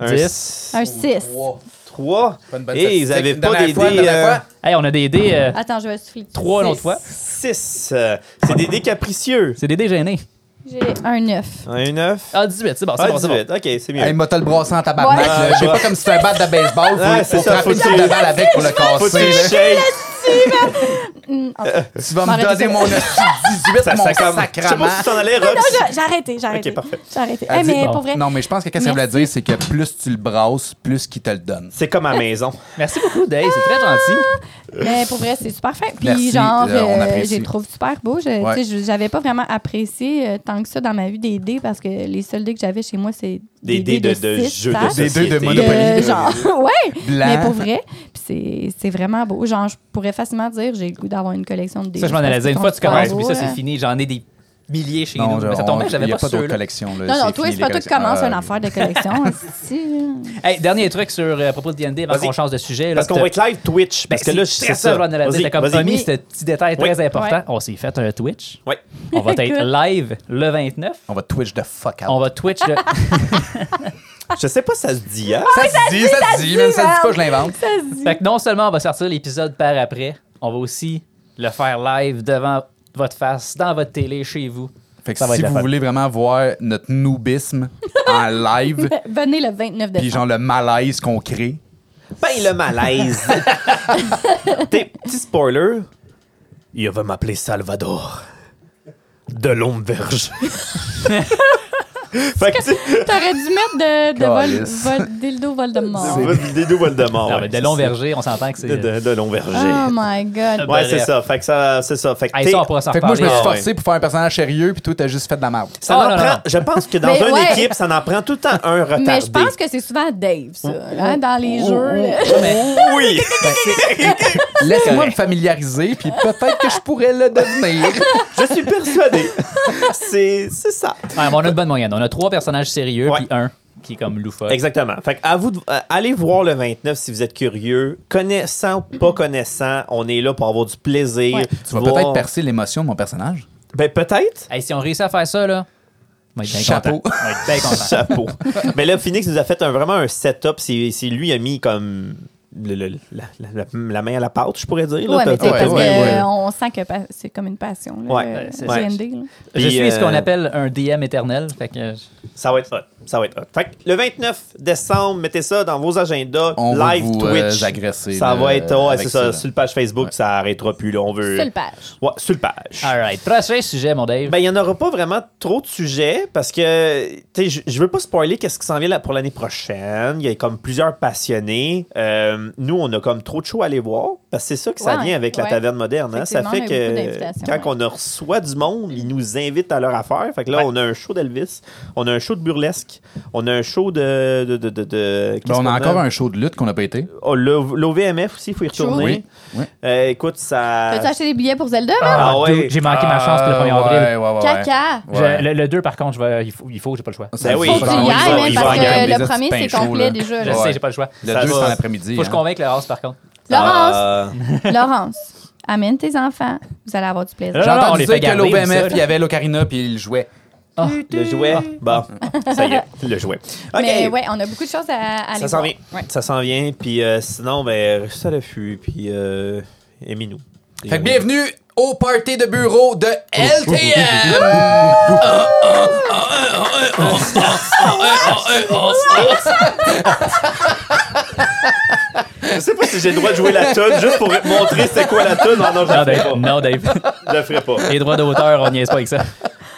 Speaker 2: Un
Speaker 4: Dix.
Speaker 2: 10.
Speaker 6: Un 6.
Speaker 2: 3.
Speaker 3: Pas une bonne
Speaker 2: Et Eh, ils
Speaker 3: statistique.
Speaker 2: n'avaient
Speaker 3: Une
Speaker 2: pas
Speaker 3: dernière
Speaker 2: des
Speaker 3: fois, une dernière
Speaker 2: dés.
Speaker 3: fois.
Speaker 4: Hey, on a des dés. euh,
Speaker 6: Attends, je vais souffler.
Speaker 4: Trois l'autre fois.
Speaker 2: 6. C'est des dés capricieux.
Speaker 4: C'est des dés gênés.
Speaker 6: J'ai un 9.
Speaker 2: Un 9.
Speaker 4: Ah, 18, c'est bon, c'est
Speaker 2: Ah,
Speaker 4: bon, c'est bon.
Speaker 2: 18. Ok, c'est
Speaker 3: Hey,
Speaker 2: mieux.
Speaker 3: m'a le brassé en tabarnak.
Speaker 6: Ouais.
Speaker 3: là. Je sais pas comme si c'était un bat de baseball. Faut,
Speaker 2: Ouais, c'est
Speaker 3: faut
Speaker 2: ça,
Speaker 3: frapper
Speaker 2: faut
Speaker 3: une coupe
Speaker 2: tirer.
Speaker 3: de balle avec pour le
Speaker 2: Faut que tu
Speaker 3: casser. là.
Speaker 2: shakes.
Speaker 6: Hum, ok.
Speaker 3: Tu vas me
Speaker 6: M'arrêter
Speaker 3: donner
Speaker 6: ça.
Speaker 3: mon hostie 18,
Speaker 2: Ça,
Speaker 3: mon
Speaker 2: ça comme. Je sais
Speaker 3: sacrament.
Speaker 2: pas si tu t'en allais, Rox.
Speaker 6: J'ai arrêté, j'ai arrêté.
Speaker 2: parfait.
Speaker 6: J'ai arrêté.
Speaker 3: Elle
Speaker 6: Hey,
Speaker 3: dit-
Speaker 6: mais
Speaker 3: bon.
Speaker 6: pour vrai.
Speaker 3: Non, mais je pense que qu'est-ce qu'elle voulait dire, c'est que plus tu le brasses, plus qu'il te le donne.
Speaker 2: C'est comme à la maison.
Speaker 4: Merci beaucoup, Dave, c'est très
Speaker 6: Ah,
Speaker 4: gentil.
Speaker 6: Mais pour vrai, c'est super fin. Puis
Speaker 3: Merci,
Speaker 6: genre,
Speaker 3: euh, on
Speaker 6: euh,
Speaker 3: apprécie.
Speaker 6: je les trouve super beaux. Je
Speaker 3: Ouais.
Speaker 6: tu sais, je- j'avais pas vraiment apprécié euh, tant que ça dans ma vie des dés parce que les seuls dés que j'avais chez moi, c'est
Speaker 2: Des dés de, de
Speaker 6: six
Speaker 2: jeux de
Speaker 6: faces.
Speaker 3: Des dés de
Speaker 2: société.
Speaker 6: Euh,
Speaker 3: Monopoly. là,
Speaker 6: genre, ouais,
Speaker 3: Blanc.
Speaker 6: mais pour vrai, puis c'est- c'est vraiment beau. Genre, je pourrais facilement dire j'ai le goût d'avoir une collection de dés.
Speaker 4: Ça, je m'en allais
Speaker 6: Parce
Speaker 4: dire. Une
Speaker 6: qu'ils
Speaker 4: fois
Speaker 6: sont
Speaker 4: tu commences,
Speaker 6: super
Speaker 4: puis
Speaker 6: beaux,
Speaker 4: ça, c'est
Speaker 6: là.
Speaker 4: fini. J'en ai des milliers chez
Speaker 3: Non,
Speaker 4: nous. Mais ça
Speaker 3: on-
Speaker 4: tombait que
Speaker 3: il
Speaker 4: j'avais
Speaker 3: n'y a
Speaker 4: pas
Speaker 3: pas d'autres
Speaker 4: ceux-là.
Speaker 3: collections. là.
Speaker 6: Non, non,
Speaker 3: C'est
Speaker 6: toi,
Speaker 3: fini,
Speaker 6: c'est
Speaker 3: les
Speaker 6: pas toi qui
Speaker 3: collections.
Speaker 6: commence une
Speaker 3: Ah,
Speaker 6: affaire de collection. si. euh,
Speaker 4: Hey, dernier truc sur, euh, à propos de D&D, avant
Speaker 2: Vas-y.
Speaker 4: qu'on change de sujet. là,
Speaker 2: Parce qu'on
Speaker 4: t'as-
Speaker 2: va être live Twitch. Parce que
Speaker 4: Ben,
Speaker 2: là,
Speaker 4: c'est
Speaker 2: c'est
Speaker 4: ça,
Speaker 2: ça.
Speaker 4: je vais en aller
Speaker 2: Vas-y,
Speaker 4: dire, comme
Speaker 2: vas-y.
Speaker 4: t'as mis ce petit détail
Speaker 2: Oui.
Speaker 4: très important.
Speaker 6: Ouais.
Speaker 4: On s'est fait un Twitch.
Speaker 2: Ouais.
Speaker 4: On va être
Speaker 6: Écoute.
Speaker 4: live le 29.
Speaker 3: On va Twitch de fuck out.
Speaker 4: On va Twitch le...
Speaker 2: Je sais pas si ça se dit, hein?
Speaker 3: Ça se dit, ça se dit, même ça se dit pas, je l'invente.
Speaker 6: Ça se dit.
Speaker 4: Fait que non seulement on va sortir l'épisode par après, on va aussi le faire live devant votre face, dans votre télé, chez vous.
Speaker 3: Fait que
Speaker 4: Ça va
Speaker 3: si
Speaker 4: être la
Speaker 3: vous
Speaker 4: fête.
Speaker 3: voulez vraiment voir notre noobisme en live,
Speaker 6: Venez le 29
Speaker 3: puis
Speaker 6: décembre.
Speaker 3: genre le malaise qu'on crée,
Speaker 2: Ben le malaise. T'es- Petit spoiler. Il va m'appeler Salvador. de l'omberge. fait que tu
Speaker 6: T'aurais dû mettre de, de vol,
Speaker 3: Calice.
Speaker 6: vol- dildo Voldemort.
Speaker 2: des deux Voldemort.
Speaker 4: Non,
Speaker 2: ouais.
Speaker 4: mais de Ah, long verger, on s'entend que c'est. euh,
Speaker 2: De, de- de l'omberger.
Speaker 6: Oh my god.
Speaker 2: ouais,
Speaker 4: bref.
Speaker 2: c'est ça. Fait que ça, c'est ça. Fait que
Speaker 4: Hey,
Speaker 2: t'es-
Speaker 4: ça, on pourra s'en
Speaker 3: Fait que moi, je me
Speaker 4: reparler.
Speaker 3: suis
Speaker 2: Ah, ouais.
Speaker 3: forcé pour faire un personnage sérieux, puis toi, t'as juste fait de la merde.
Speaker 2: ça
Speaker 4: Ah,
Speaker 2: en
Speaker 4: non,
Speaker 2: prend-
Speaker 4: non.
Speaker 2: Je pense que dans
Speaker 6: Mais
Speaker 2: une
Speaker 6: ouais.
Speaker 2: équipe, ça en prend tout le temps un retardé.
Speaker 6: Mais je pense que c'est souvent Dave, ça, hein, dans les jeux. là.
Speaker 2: Oui.
Speaker 3: Laisse-moi me familiariser, puis peut-être que je pourrais le devenir.
Speaker 2: je suis persuadé. c'est c'est ça.
Speaker 4: Ouais, Ah, mais on a une bonne moyenne. On a trois personnages sérieux,
Speaker 2: Ouais.
Speaker 4: puis un qui est comme loufoque.
Speaker 2: Exactement. Fait que à vous de- euh, allez voir le 29 si vous êtes curieux. Connaissant ou pas connaissant, on est là pour avoir du plaisir.
Speaker 6: Ouais.
Speaker 3: Tu vas
Speaker 2: voir-
Speaker 3: peut-être percer l'émotion de mon personnage.
Speaker 2: Ben peut-être.
Speaker 4: Hey, si on réussit à faire ça, là, on va être bien
Speaker 3: Chapeau.
Speaker 4: content. On va être bien content.
Speaker 2: Chapeau. Mais là, Phoenix nous a fait un, vraiment un setup. C'est c'est lui qui a mis comme le- le- la, la- la- la main à la pâte, je pourrais dire. là.
Speaker 6: Ouais, mais tu sais,
Speaker 3: Ouais,
Speaker 6: parce
Speaker 3: ouais,
Speaker 6: que
Speaker 3: ouais.
Speaker 6: on sent que pa- c'est comme une passion, là,
Speaker 2: Ouais,
Speaker 6: le-
Speaker 2: ouais, c'est
Speaker 6: le
Speaker 2: ça.
Speaker 6: GND, là.
Speaker 2: Puis,
Speaker 4: je suis ce qu'on
Speaker 2: euh,
Speaker 4: appelle un DM éternel. Fait que,
Speaker 2: Ça va être hot. Ça va être hot. Fait que le 29 décembre, mettez ça dans vos agendas.
Speaker 3: On va
Speaker 2: live
Speaker 3: vous, euh,
Speaker 2: Twitch.
Speaker 3: agresser,
Speaker 2: ça
Speaker 3: là,
Speaker 2: va être ouais,
Speaker 3: avec
Speaker 2: c'est
Speaker 3: ça,
Speaker 2: ça,
Speaker 3: là.
Speaker 2: sur le page Facebook,
Speaker 3: Ouais.
Speaker 2: ça arrêtera plus là, on veut
Speaker 6: Sur le page.
Speaker 2: Ouais, sur le page.
Speaker 4: all right. Prochain sujet, mon Dave.
Speaker 2: Ben, il n'y en aura pas vraiment trop de sujets parce que tu sais, je- je veux pas spoiler qu'est-ce qui s'en vient là pour l'année prochaine. Il y a comme plusieurs passionnés. Euh, nous, on a comme trop de shows à aller voir parce que c'est ça que ça
Speaker 6: Ouais,
Speaker 2: vient avec la
Speaker 6: ouais.
Speaker 2: taverne moderne. hein. Ça fait
Speaker 6: Effectivement, on a eu beaucoup
Speaker 2: que
Speaker 6: d'invitations,
Speaker 2: quand
Speaker 6: ouais.
Speaker 2: on reçoit du monde, ils nous invitent à leur affaire. Fait que là, on a un show d'Elvis, on a un show de burlesque, on a un show de. de, de, de- de-
Speaker 3: Ben,
Speaker 2: qu'est-ce
Speaker 3: on
Speaker 2: qu'on
Speaker 3: a encore un show de lutte qu'on n'a pas été.
Speaker 2: Oh, le- L'OVMF aussi, il faut y retourner.
Speaker 3: Oui. oui.
Speaker 2: Euh, écoute, ça.
Speaker 6: Peux-tu acheter des billets pour Zelda, man?
Speaker 2: Euh, Ah ouais.
Speaker 4: dude, J'ai manqué ma chance pour le 1er
Speaker 3: Ah,
Speaker 4: avril.
Speaker 3: ouais, ouais, ouais, ouais.
Speaker 6: Caca!
Speaker 4: Je-
Speaker 3: Ouais.
Speaker 4: le, 2, par contre, je vais- il faut, il faut j'ai pas le choix.
Speaker 3: Ça,
Speaker 2: Ah oui,
Speaker 3: c'est
Speaker 2: faut
Speaker 3: pas
Speaker 2: qu'il y
Speaker 3: grave.
Speaker 2: aille,
Speaker 3: Ils vont-
Speaker 2: même,
Speaker 3: ils
Speaker 2: parce
Speaker 3: vont
Speaker 2: que
Speaker 3: organiser
Speaker 6: le
Speaker 3: des
Speaker 6: premier,
Speaker 3: petits
Speaker 6: c'est
Speaker 3: pains chauds,
Speaker 6: complet
Speaker 3: là.
Speaker 6: déjà,
Speaker 4: Je
Speaker 6: là.
Speaker 3: Ouais.
Speaker 4: sais, j'ai pas le choix.
Speaker 3: Le
Speaker 2: Ça
Speaker 3: 2,
Speaker 2: va.
Speaker 3: c'est en après-midi.
Speaker 4: Faut que je
Speaker 3: hein.
Speaker 4: convainque le House, par contre.
Speaker 6: Laurence!
Speaker 2: Ah.
Speaker 6: Laurence, amène tes enfants. Vous allez avoir du plaisir.
Speaker 4: Là,
Speaker 3: J'ai
Speaker 4: Non, non, on les
Speaker 3: entendu
Speaker 4: fait
Speaker 3: dire que
Speaker 4: garder, ça,
Speaker 3: l'OBMF,
Speaker 4: là.
Speaker 3: il y avait l'ocarina, puis il jouait.
Speaker 2: Le jouet. Bon, ça y est, le jouet. OK.
Speaker 6: Ah, Mais ouais, on a beaucoup de choses à, à aller
Speaker 2: ça s'en
Speaker 6: voir.
Speaker 2: vient.
Speaker 6: Ouais.
Speaker 2: Ça s'en vient. Puis euh, sinon, ben, ça le fut. Puis euh, aimez-nous.
Speaker 3: Fait que bienvenue au party de bureau de LTM!
Speaker 2: Je sais pas si j'ai le droit de jouer la tonne juste pour montrer c'est quoi la tonne. Non, non, je
Speaker 4: Non,
Speaker 2: la
Speaker 3: Ah,
Speaker 2: ferai
Speaker 3: ben,
Speaker 4: Dave.
Speaker 2: pas.
Speaker 4: Non, Dave.
Speaker 2: Je la ferai pas.
Speaker 4: Les droits d'auteur, on niaise pas avec ça.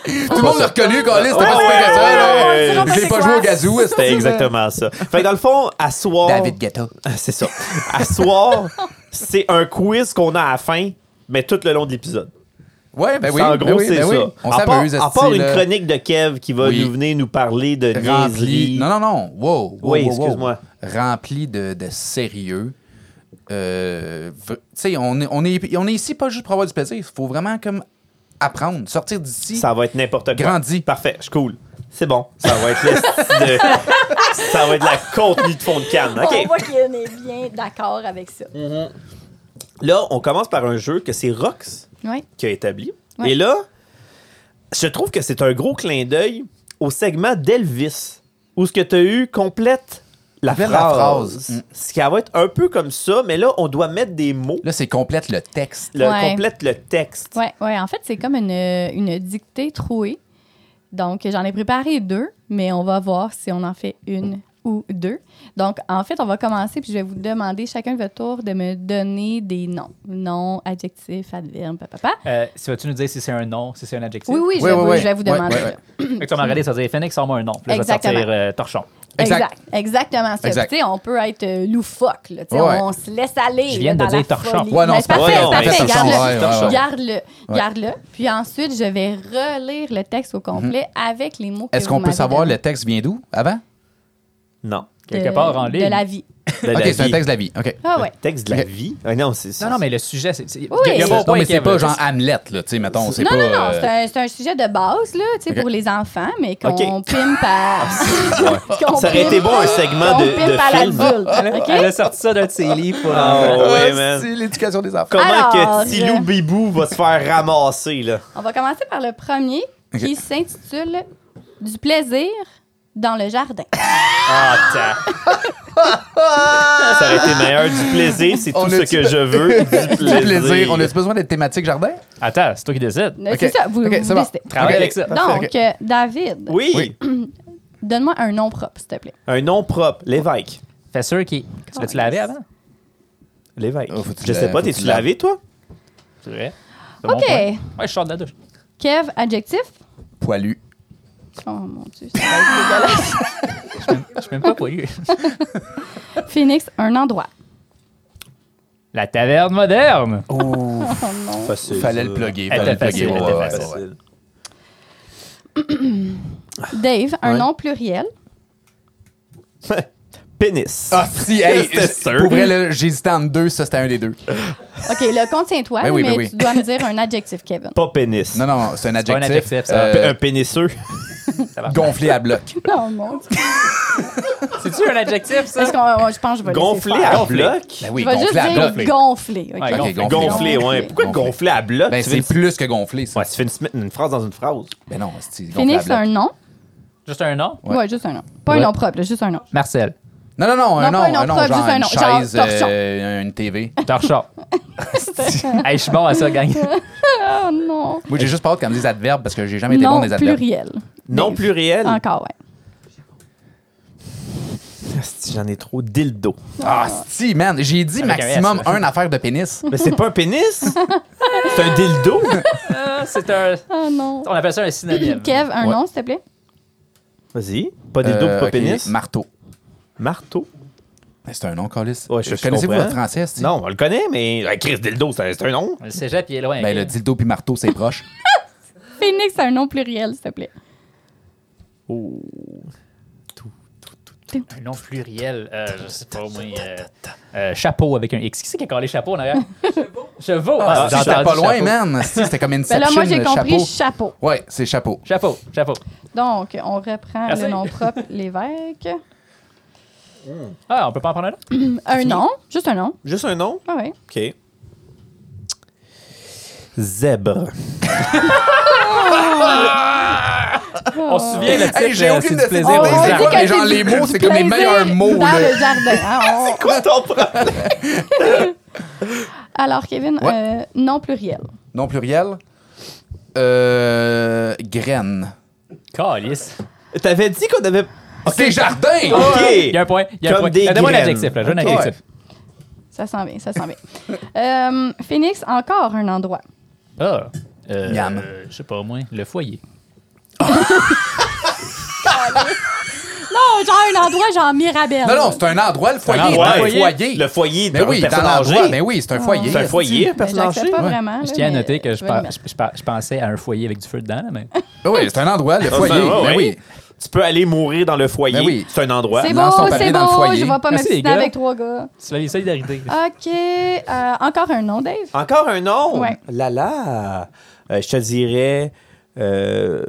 Speaker 3: Tout le monde l'a reconnu, Calis, c'était pas
Speaker 2: Ouais,
Speaker 3: super que ça, là.
Speaker 2: ouais, ouais.
Speaker 6: dira pas
Speaker 3: Je l'ai
Speaker 6: c'est
Speaker 3: pas
Speaker 6: quoi.
Speaker 3: joué au gazou. est-ce que-
Speaker 2: C'était exactement ça. Fait que dans le fond, à soir.
Speaker 3: David Guetta.
Speaker 2: Ah, C'est ça. À soir, c'est un quiz qu'on a à la fin, mais tout le long de l'épisode.
Speaker 3: Ouais, ben oui.
Speaker 2: en
Speaker 3: ben
Speaker 2: gros,
Speaker 3: oui,
Speaker 2: c'est
Speaker 3: ben
Speaker 2: ça.
Speaker 3: oui. On
Speaker 2: à part,
Speaker 3: s'amuse,
Speaker 2: à part
Speaker 3: esti,
Speaker 2: une
Speaker 3: là.
Speaker 2: chronique de Kev qui va
Speaker 3: Oui.
Speaker 2: nous venir nous parler de
Speaker 3: rempli.
Speaker 2: niaiseries.
Speaker 3: Non, non, non. Wow. wow,
Speaker 2: Oui,
Speaker 3: wow, wow.
Speaker 2: excuse-moi.
Speaker 3: Rempli de, de sérieux. Euh, v- tu sais, on est, on, est, on est ici pas juste pour avoir du plaisir. Il faut vraiment comme apprendre, sortir d'ici.
Speaker 2: Ça va être n'importe quoi.
Speaker 3: Grandi.
Speaker 2: Parfait, je suis cool. C'est bon. Ça va être le style de... Ça va être la contenu de fond de canne. OK.
Speaker 6: qu'on est bien d'accord avec ça.
Speaker 2: Là, on commence par un jeu que c'est Rox
Speaker 6: Oui.
Speaker 2: qui a établi.
Speaker 6: Ouais.
Speaker 2: Et là, je trouve que c'est un gros clin d'œil au segment d'Elvis, où ce que tu as eu complète la
Speaker 3: Complète
Speaker 2: phrase.
Speaker 3: la phrase. Mm.
Speaker 2: Ce qui va être un peu comme ça, mais là, on doit mettre des mots.
Speaker 3: Là, c'est complète le texte.
Speaker 2: Le,
Speaker 6: Ouais.
Speaker 2: Complète le texte.
Speaker 6: Ouais, ouais. En fait, c'est comme une, une dictée trouée. Donc, j'en ai préparé deux, mais on va voir si on en fait une ou deux. Donc, en fait, on va commencer, puis je vais vous demander chacun de votre tour de me donner des noms. Noms, adjectifs, adverbes, papa.
Speaker 4: Euh, si vas-tu nous dire si c'est un nom, si c'est un adjectif?
Speaker 6: Oui, oui, je,
Speaker 3: Ouais,
Speaker 6: vais,
Speaker 3: ouais,
Speaker 6: vous-
Speaker 3: ouais.
Speaker 6: je vais vous
Speaker 3: Ouais,
Speaker 6: demander.
Speaker 3: ouais, ouais.
Speaker 6: là.
Speaker 4: Fait que tu vas m'arrêter, ça va dire Phoenix, sors-moi un nom. Puis là, je vais
Speaker 6: Exactement.
Speaker 4: sortir euh, Torchon.
Speaker 3: Exact.
Speaker 6: Exact. Exactement ça.
Speaker 3: Exact.
Speaker 6: Puis, tu sais, on peut être euh, loufoque. là. Tu sais,
Speaker 3: Ouais.
Speaker 6: On se laisse aller.
Speaker 4: Je viens
Speaker 6: là, dans
Speaker 4: de dire
Speaker 6: la
Speaker 4: torchon.
Speaker 6: folie.
Speaker 3: Ouais, non,
Speaker 6: Mais
Speaker 3: c'est
Speaker 6: c'est parfait.
Speaker 2: pas- ouais,
Speaker 6: c'est
Speaker 2: non,
Speaker 6: parfait.
Speaker 2: mais torchon,
Speaker 6: Garde-le.
Speaker 2: ouais, ouais,
Speaker 6: Garde-le. Garde-le. Puis ensuite, je vais relire le texte au complet avec les mots que
Speaker 3: Mm-hmm. Est-ce qu'on peut savoir le texte vient d'où avant?
Speaker 2: Non.
Speaker 4: Quelque part en
Speaker 6: De
Speaker 4: ligne.
Speaker 6: la vie.
Speaker 2: De la
Speaker 3: ok, c'est un
Speaker 2: vie.
Speaker 3: texte de la vie. OK.
Speaker 6: Ah ouais.
Speaker 2: Le texte de la
Speaker 3: Ok.
Speaker 2: vie. Ah non, c'est ça.
Speaker 4: Non, non, mais le sujet, c'est. c'est-
Speaker 6: Oui.
Speaker 4: il y a un bon
Speaker 3: non,
Speaker 4: point,
Speaker 3: mais c'est
Speaker 4: Kev.
Speaker 3: pas genre Hamlet, là. Tu sais, mettons, c'est
Speaker 6: Non,
Speaker 3: pas.
Speaker 6: non, non,
Speaker 3: euh,
Speaker 6: c'est un, c'est un sujet de base, là, tu sais,
Speaker 3: Ok.
Speaker 6: pour les enfants, mais qu'on
Speaker 2: Ok.
Speaker 6: pimpe à... qu'on
Speaker 2: Ça aurait
Speaker 6: pimpe-
Speaker 2: été bon un segment
Speaker 6: qu'on
Speaker 2: de,
Speaker 6: pimpe
Speaker 2: de
Speaker 6: à
Speaker 2: film.
Speaker 6: l'adulte, ok?
Speaker 4: Elle a sorti ça d'un de ses livres pour.
Speaker 2: Ah, ouais,
Speaker 3: Ah,
Speaker 2: man.
Speaker 3: c'est l'éducation des enfants.
Speaker 2: Comment
Speaker 6: Alors, euh,
Speaker 2: que Tilou
Speaker 6: je-
Speaker 2: Bibou va se faire ramasser, là?
Speaker 6: On va commencer par le premier, qui s'intitule « Du plaisir dans le jardin
Speaker 2: Ah, t'as. Ça aurait été meilleur. Du plaisir, c'est
Speaker 3: On
Speaker 2: tout
Speaker 3: a
Speaker 2: ce
Speaker 3: dit-
Speaker 2: que je veux. Du
Speaker 3: C'est
Speaker 2: plaisir.
Speaker 3: plaisir. On a besoin d'être thématique jardin?
Speaker 4: Attends, c'est toi qui décides. ».
Speaker 6: Euh, C'est ça, vous,
Speaker 3: Ok,
Speaker 6: vous
Speaker 3: c'est bon.
Speaker 6: décidez.
Speaker 4: Travaille
Speaker 3: Ok.
Speaker 4: avec ça.
Speaker 6: Donc,
Speaker 3: Ok.
Speaker 6: euh, David,
Speaker 2: Oui.
Speaker 3: Oui.
Speaker 6: donne-moi un nom propre, s'il te plaît.
Speaker 2: Un nom propre. L'évêque.
Speaker 4: Fais sûr qu'il. Tu l'as-tu lavé avant?
Speaker 2: L'évêque.
Speaker 3: Oh, faut que tu
Speaker 2: je
Speaker 3: la-
Speaker 2: sais pas,
Speaker 3: faut que
Speaker 2: t'es-tu
Speaker 3: tu la-
Speaker 2: lavé, toi?
Speaker 4: C'est vrai. C'est mon
Speaker 6: OK.
Speaker 4: point. Ouais, je sors de la douche.
Speaker 6: Kev, adjectif?
Speaker 3: Poilu.
Speaker 6: Oh mon Dieu, ça va être dégueulasse.
Speaker 4: Je suis même pas poilu.
Speaker 6: Phoenix, un endroit.
Speaker 4: La taverne moderne.
Speaker 6: Oh non.
Speaker 2: Facile.
Speaker 3: Fallait
Speaker 2: ça.
Speaker 3: le plugger.
Speaker 4: Elle
Speaker 3: Fallait le
Speaker 4: était
Speaker 3: plugger.
Speaker 4: facile,
Speaker 3: ouais,
Speaker 4: elle était
Speaker 3: ouais,
Speaker 4: facile.
Speaker 3: ouais, ouais.
Speaker 2: Facile.
Speaker 6: Dave, un
Speaker 3: Ouais.
Speaker 6: nom pluriel.
Speaker 2: Pénis.
Speaker 3: Ah, si, hey,
Speaker 2: C'était sûr.
Speaker 3: pour vrai, là, j'hésitais entre deux, ça c'était un des deux.
Speaker 6: OK, le compte tient toi,
Speaker 3: Ben oui,
Speaker 6: mais
Speaker 3: ben oui.
Speaker 6: tu dois me dire un adjectif, Kevin.
Speaker 2: Pas pénis.
Speaker 3: Non, non, c'est un
Speaker 4: pas un
Speaker 3: adjectif.
Speaker 4: adjectif, ça.
Speaker 2: Un
Speaker 3: euh,
Speaker 2: p- Un pénisseux.
Speaker 3: gonflé à bloc.
Speaker 6: Oh mon Dieu.
Speaker 4: C'est-tu un adjectif, ça?
Speaker 6: Est-ce qu'on- ouais, je pense que je vais
Speaker 2: Gonflé
Speaker 6: laisser faire.
Speaker 2: à
Speaker 4: Gonflé.
Speaker 2: bloc.
Speaker 3: Ben oui,
Speaker 6: Je vais juste
Speaker 3: gonflé à bloc.
Speaker 6: dire gonflé. OK.
Speaker 4: Ouais,
Speaker 3: Ok, gonflé.
Speaker 2: Gonflé, ouais. Pourquoi
Speaker 3: Gonflé.
Speaker 2: gonflé à bloc?
Speaker 3: Ben,
Speaker 2: Tu
Speaker 3: c'est
Speaker 2: fais-
Speaker 3: plus que gonflé, ça.
Speaker 2: Ouais, tu fais une, semaine- une phrase dans une phrase.
Speaker 3: Ben non, c'est gonflé à
Speaker 6: Phoenix,
Speaker 3: bloc.
Speaker 6: un nom.
Speaker 4: Juste un nom?
Speaker 6: Ouais.
Speaker 3: Ouais.
Speaker 6: juste un nom. Pas un
Speaker 4: Ouais.
Speaker 6: nom propre, là, juste un nom.
Speaker 4: Marcel.
Speaker 3: Non, non, non, un
Speaker 6: Non,
Speaker 3: nom,
Speaker 6: pas un
Speaker 3: un
Speaker 6: nom
Speaker 3: nom,
Speaker 6: propre,
Speaker 3: genre
Speaker 6: juste un
Speaker 3: une
Speaker 6: nom,
Speaker 3: chaise,
Speaker 6: genre torchon.
Speaker 3: euh, une TV.
Speaker 4: Torchon. hey, je suis bon à ça, gang.
Speaker 6: Oh non.
Speaker 3: Moi, j'ai juste pas hâte qu'on me dise adverbe parce que j'ai jamais été bon
Speaker 6: Non
Speaker 3: dans les adverbes.
Speaker 6: pluriel.
Speaker 2: Non
Speaker 6: Dave.
Speaker 2: pluriel.
Speaker 6: Encore, ouais.
Speaker 2: Asti, J'en ai trop. Dildo.
Speaker 3: Ah, si, man, j'ai dit
Speaker 4: Avec un
Speaker 3: maximum
Speaker 4: S, là.
Speaker 3: un affaire de pénis.
Speaker 2: Mais c'est pas un pénis? c'est un dildo?
Speaker 4: Ah, c'est un.
Speaker 6: Oh non.
Speaker 4: On appelle ça un synonyme.
Speaker 6: Kev, un
Speaker 3: Ouais.
Speaker 6: nom, s'il te plaît.
Speaker 2: Vas-y. Pas dildo,
Speaker 3: Euh,
Speaker 2: pas
Speaker 3: ok,
Speaker 2: pénis.
Speaker 3: Marteau.
Speaker 2: Marteau.
Speaker 3: Ben, C'est un nom, Calis.
Speaker 2: Ouais, je- je
Speaker 3: Connaissez-vous
Speaker 2: comprends.
Speaker 3: votre français, si?
Speaker 2: Non, on le connaît, mais la crise dildo, c'est un c'est un nom.
Speaker 4: Le cégep, il est loin.
Speaker 3: Ben, le dildo puis marteau, c'est proche.
Speaker 6: Phoenix, un nom pluriel, s'il te plaît.
Speaker 2: Oh.
Speaker 4: Un nom pluriel. euh, je sais pas, moi. euh, euh, chapeau avec un X. Qui c'est qui a collé chapeau en arrière? Chevaux.
Speaker 3: Ah,
Speaker 4: j'ai
Speaker 3: J'étais
Speaker 4: entendu
Speaker 3: pas loin,
Speaker 4: chapeau.
Speaker 3: man. Si, C'était comme une
Speaker 6: Ben là, moi, j'ai compris
Speaker 3: chapeau.
Speaker 6: chapeau.
Speaker 3: Ouais, c'est chapeau.
Speaker 4: Chapeau, chapeau.
Speaker 6: Donc, on reprend
Speaker 4: Merci.
Speaker 6: le nom propre, l'évêque.
Speaker 4: Ah, on peut pas en prendre un autre?
Speaker 6: Un nom, juste un nom.
Speaker 2: Juste un nom?
Speaker 6: Ah ouais.
Speaker 2: OK. Zèbre.
Speaker 4: On se souvient, le titre,
Speaker 3: Hey, j'ai
Speaker 4: euh,
Speaker 3: aucune
Speaker 4: c'est
Speaker 3: de ces
Speaker 4: du plaisir
Speaker 3: mots.
Speaker 4: aux
Speaker 3: Oh,
Speaker 4: arbres.
Speaker 3: c'est quoi, mais genre, les mots, c'est comme les meilleurs mots,
Speaker 6: Dans
Speaker 3: là.
Speaker 6: le jardin. hein, on-
Speaker 2: Quoi ton problème?
Speaker 6: Alors, Kevin,
Speaker 3: Ouais.
Speaker 6: euh, nom pluriel.
Speaker 3: Non pluriel. Euh. Graine.
Speaker 4: Calisse.
Speaker 2: T'avais dit qu'on avait.
Speaker 3: C'est jardin!
Speaker 4: Oh! Il y a un point. Il y a un
Speaker 2: Comme
Speaker 4: point.
Speaker 2: des
Speaker 4: Donne-moi un
Speaker 2: graines.
Speaker 4: adjectif, là. Je veux un
Speaker 3: Ok.
Speaker 4: adjectif.
Speaker 6: Ça sent bien, ça sent bien. Euh, Phoenix, encore un endroit.
Speaker 4: Ah. Euh,
Speaker 3: Miam.
Speaker 4: euh, Je sais pas, moi. Le foyer.
Speaker 6: Ah, Non, genre un endroit genre Mirabelle.
Speaker 3: Non, non, c'est un endroit, le foyer.
Speaker 4: un
Speaker 3: dans
Speaker 4: endroit.
Speaker 3: Ah, le
Speaker 4: Foyer.
Speaker 3: foyer.
Speaker 2: Le foyer
Speaker 3: Mais
Speaker 2: d'un
Speaker 3: oui, dans
Speaker 2: personne
Speaker 3: l'endroit.
Speaker 2: âgée.
Speaker 3: Mais oui, c'est un foyer.
Speaker 2: C'est un foyer,
Speaker 6: Mais je
Speaker 2: personne âgée.
Speaker 6: l'accepte pas
Speaker 3: Ouais.
Speaker 6: vraiment.
Speaker 4: Je
Speaker 6: là,
Speaker 4: tiens à
Speaker 6: mais
Speaker 4: noter que je,
Speaker 6: vais le
Speaker 4: pen-
Speaker 6: mettre.
Speaker 4: je- je pen- je pensais à un foyer avec du feu dedans, là, mais.
Speaker 3: Ah Oui, c'est un endroit, le foyer.
Speaker 2: ouais,
Speaker 3: Mais
Speaker 2: ouais.
Speaker 3: oui.
Speaker 2: Tu peux aller mourir dans le foyer.
Speaker 3: Ben oui.
Speaker 2: C'est un endroit.
Speaker 6: C'est
Speaker 3: Non,
Speaker 6: beau,
Speaker 3: son papier
Speaker 6: c'est
Speaker 3: dans le
Speaker 6: beau,
Speaker 3: foyer.
Speaker 6: je vais pas
Speaker 4: Merci, les
Speaker 6: m'obstiner
Speaker 4: gars.
Speaker 6: avec trois gars.
Speaker 4: C'est la solidarité.
Speaker 3: Ah.
Speaker 6: OK, euh, encore un nom, Dave.
Speaker 2: Encore un nom?
Speaker 6: Ouais.
Speaker 2: La la. Euh, je te dirais. euh,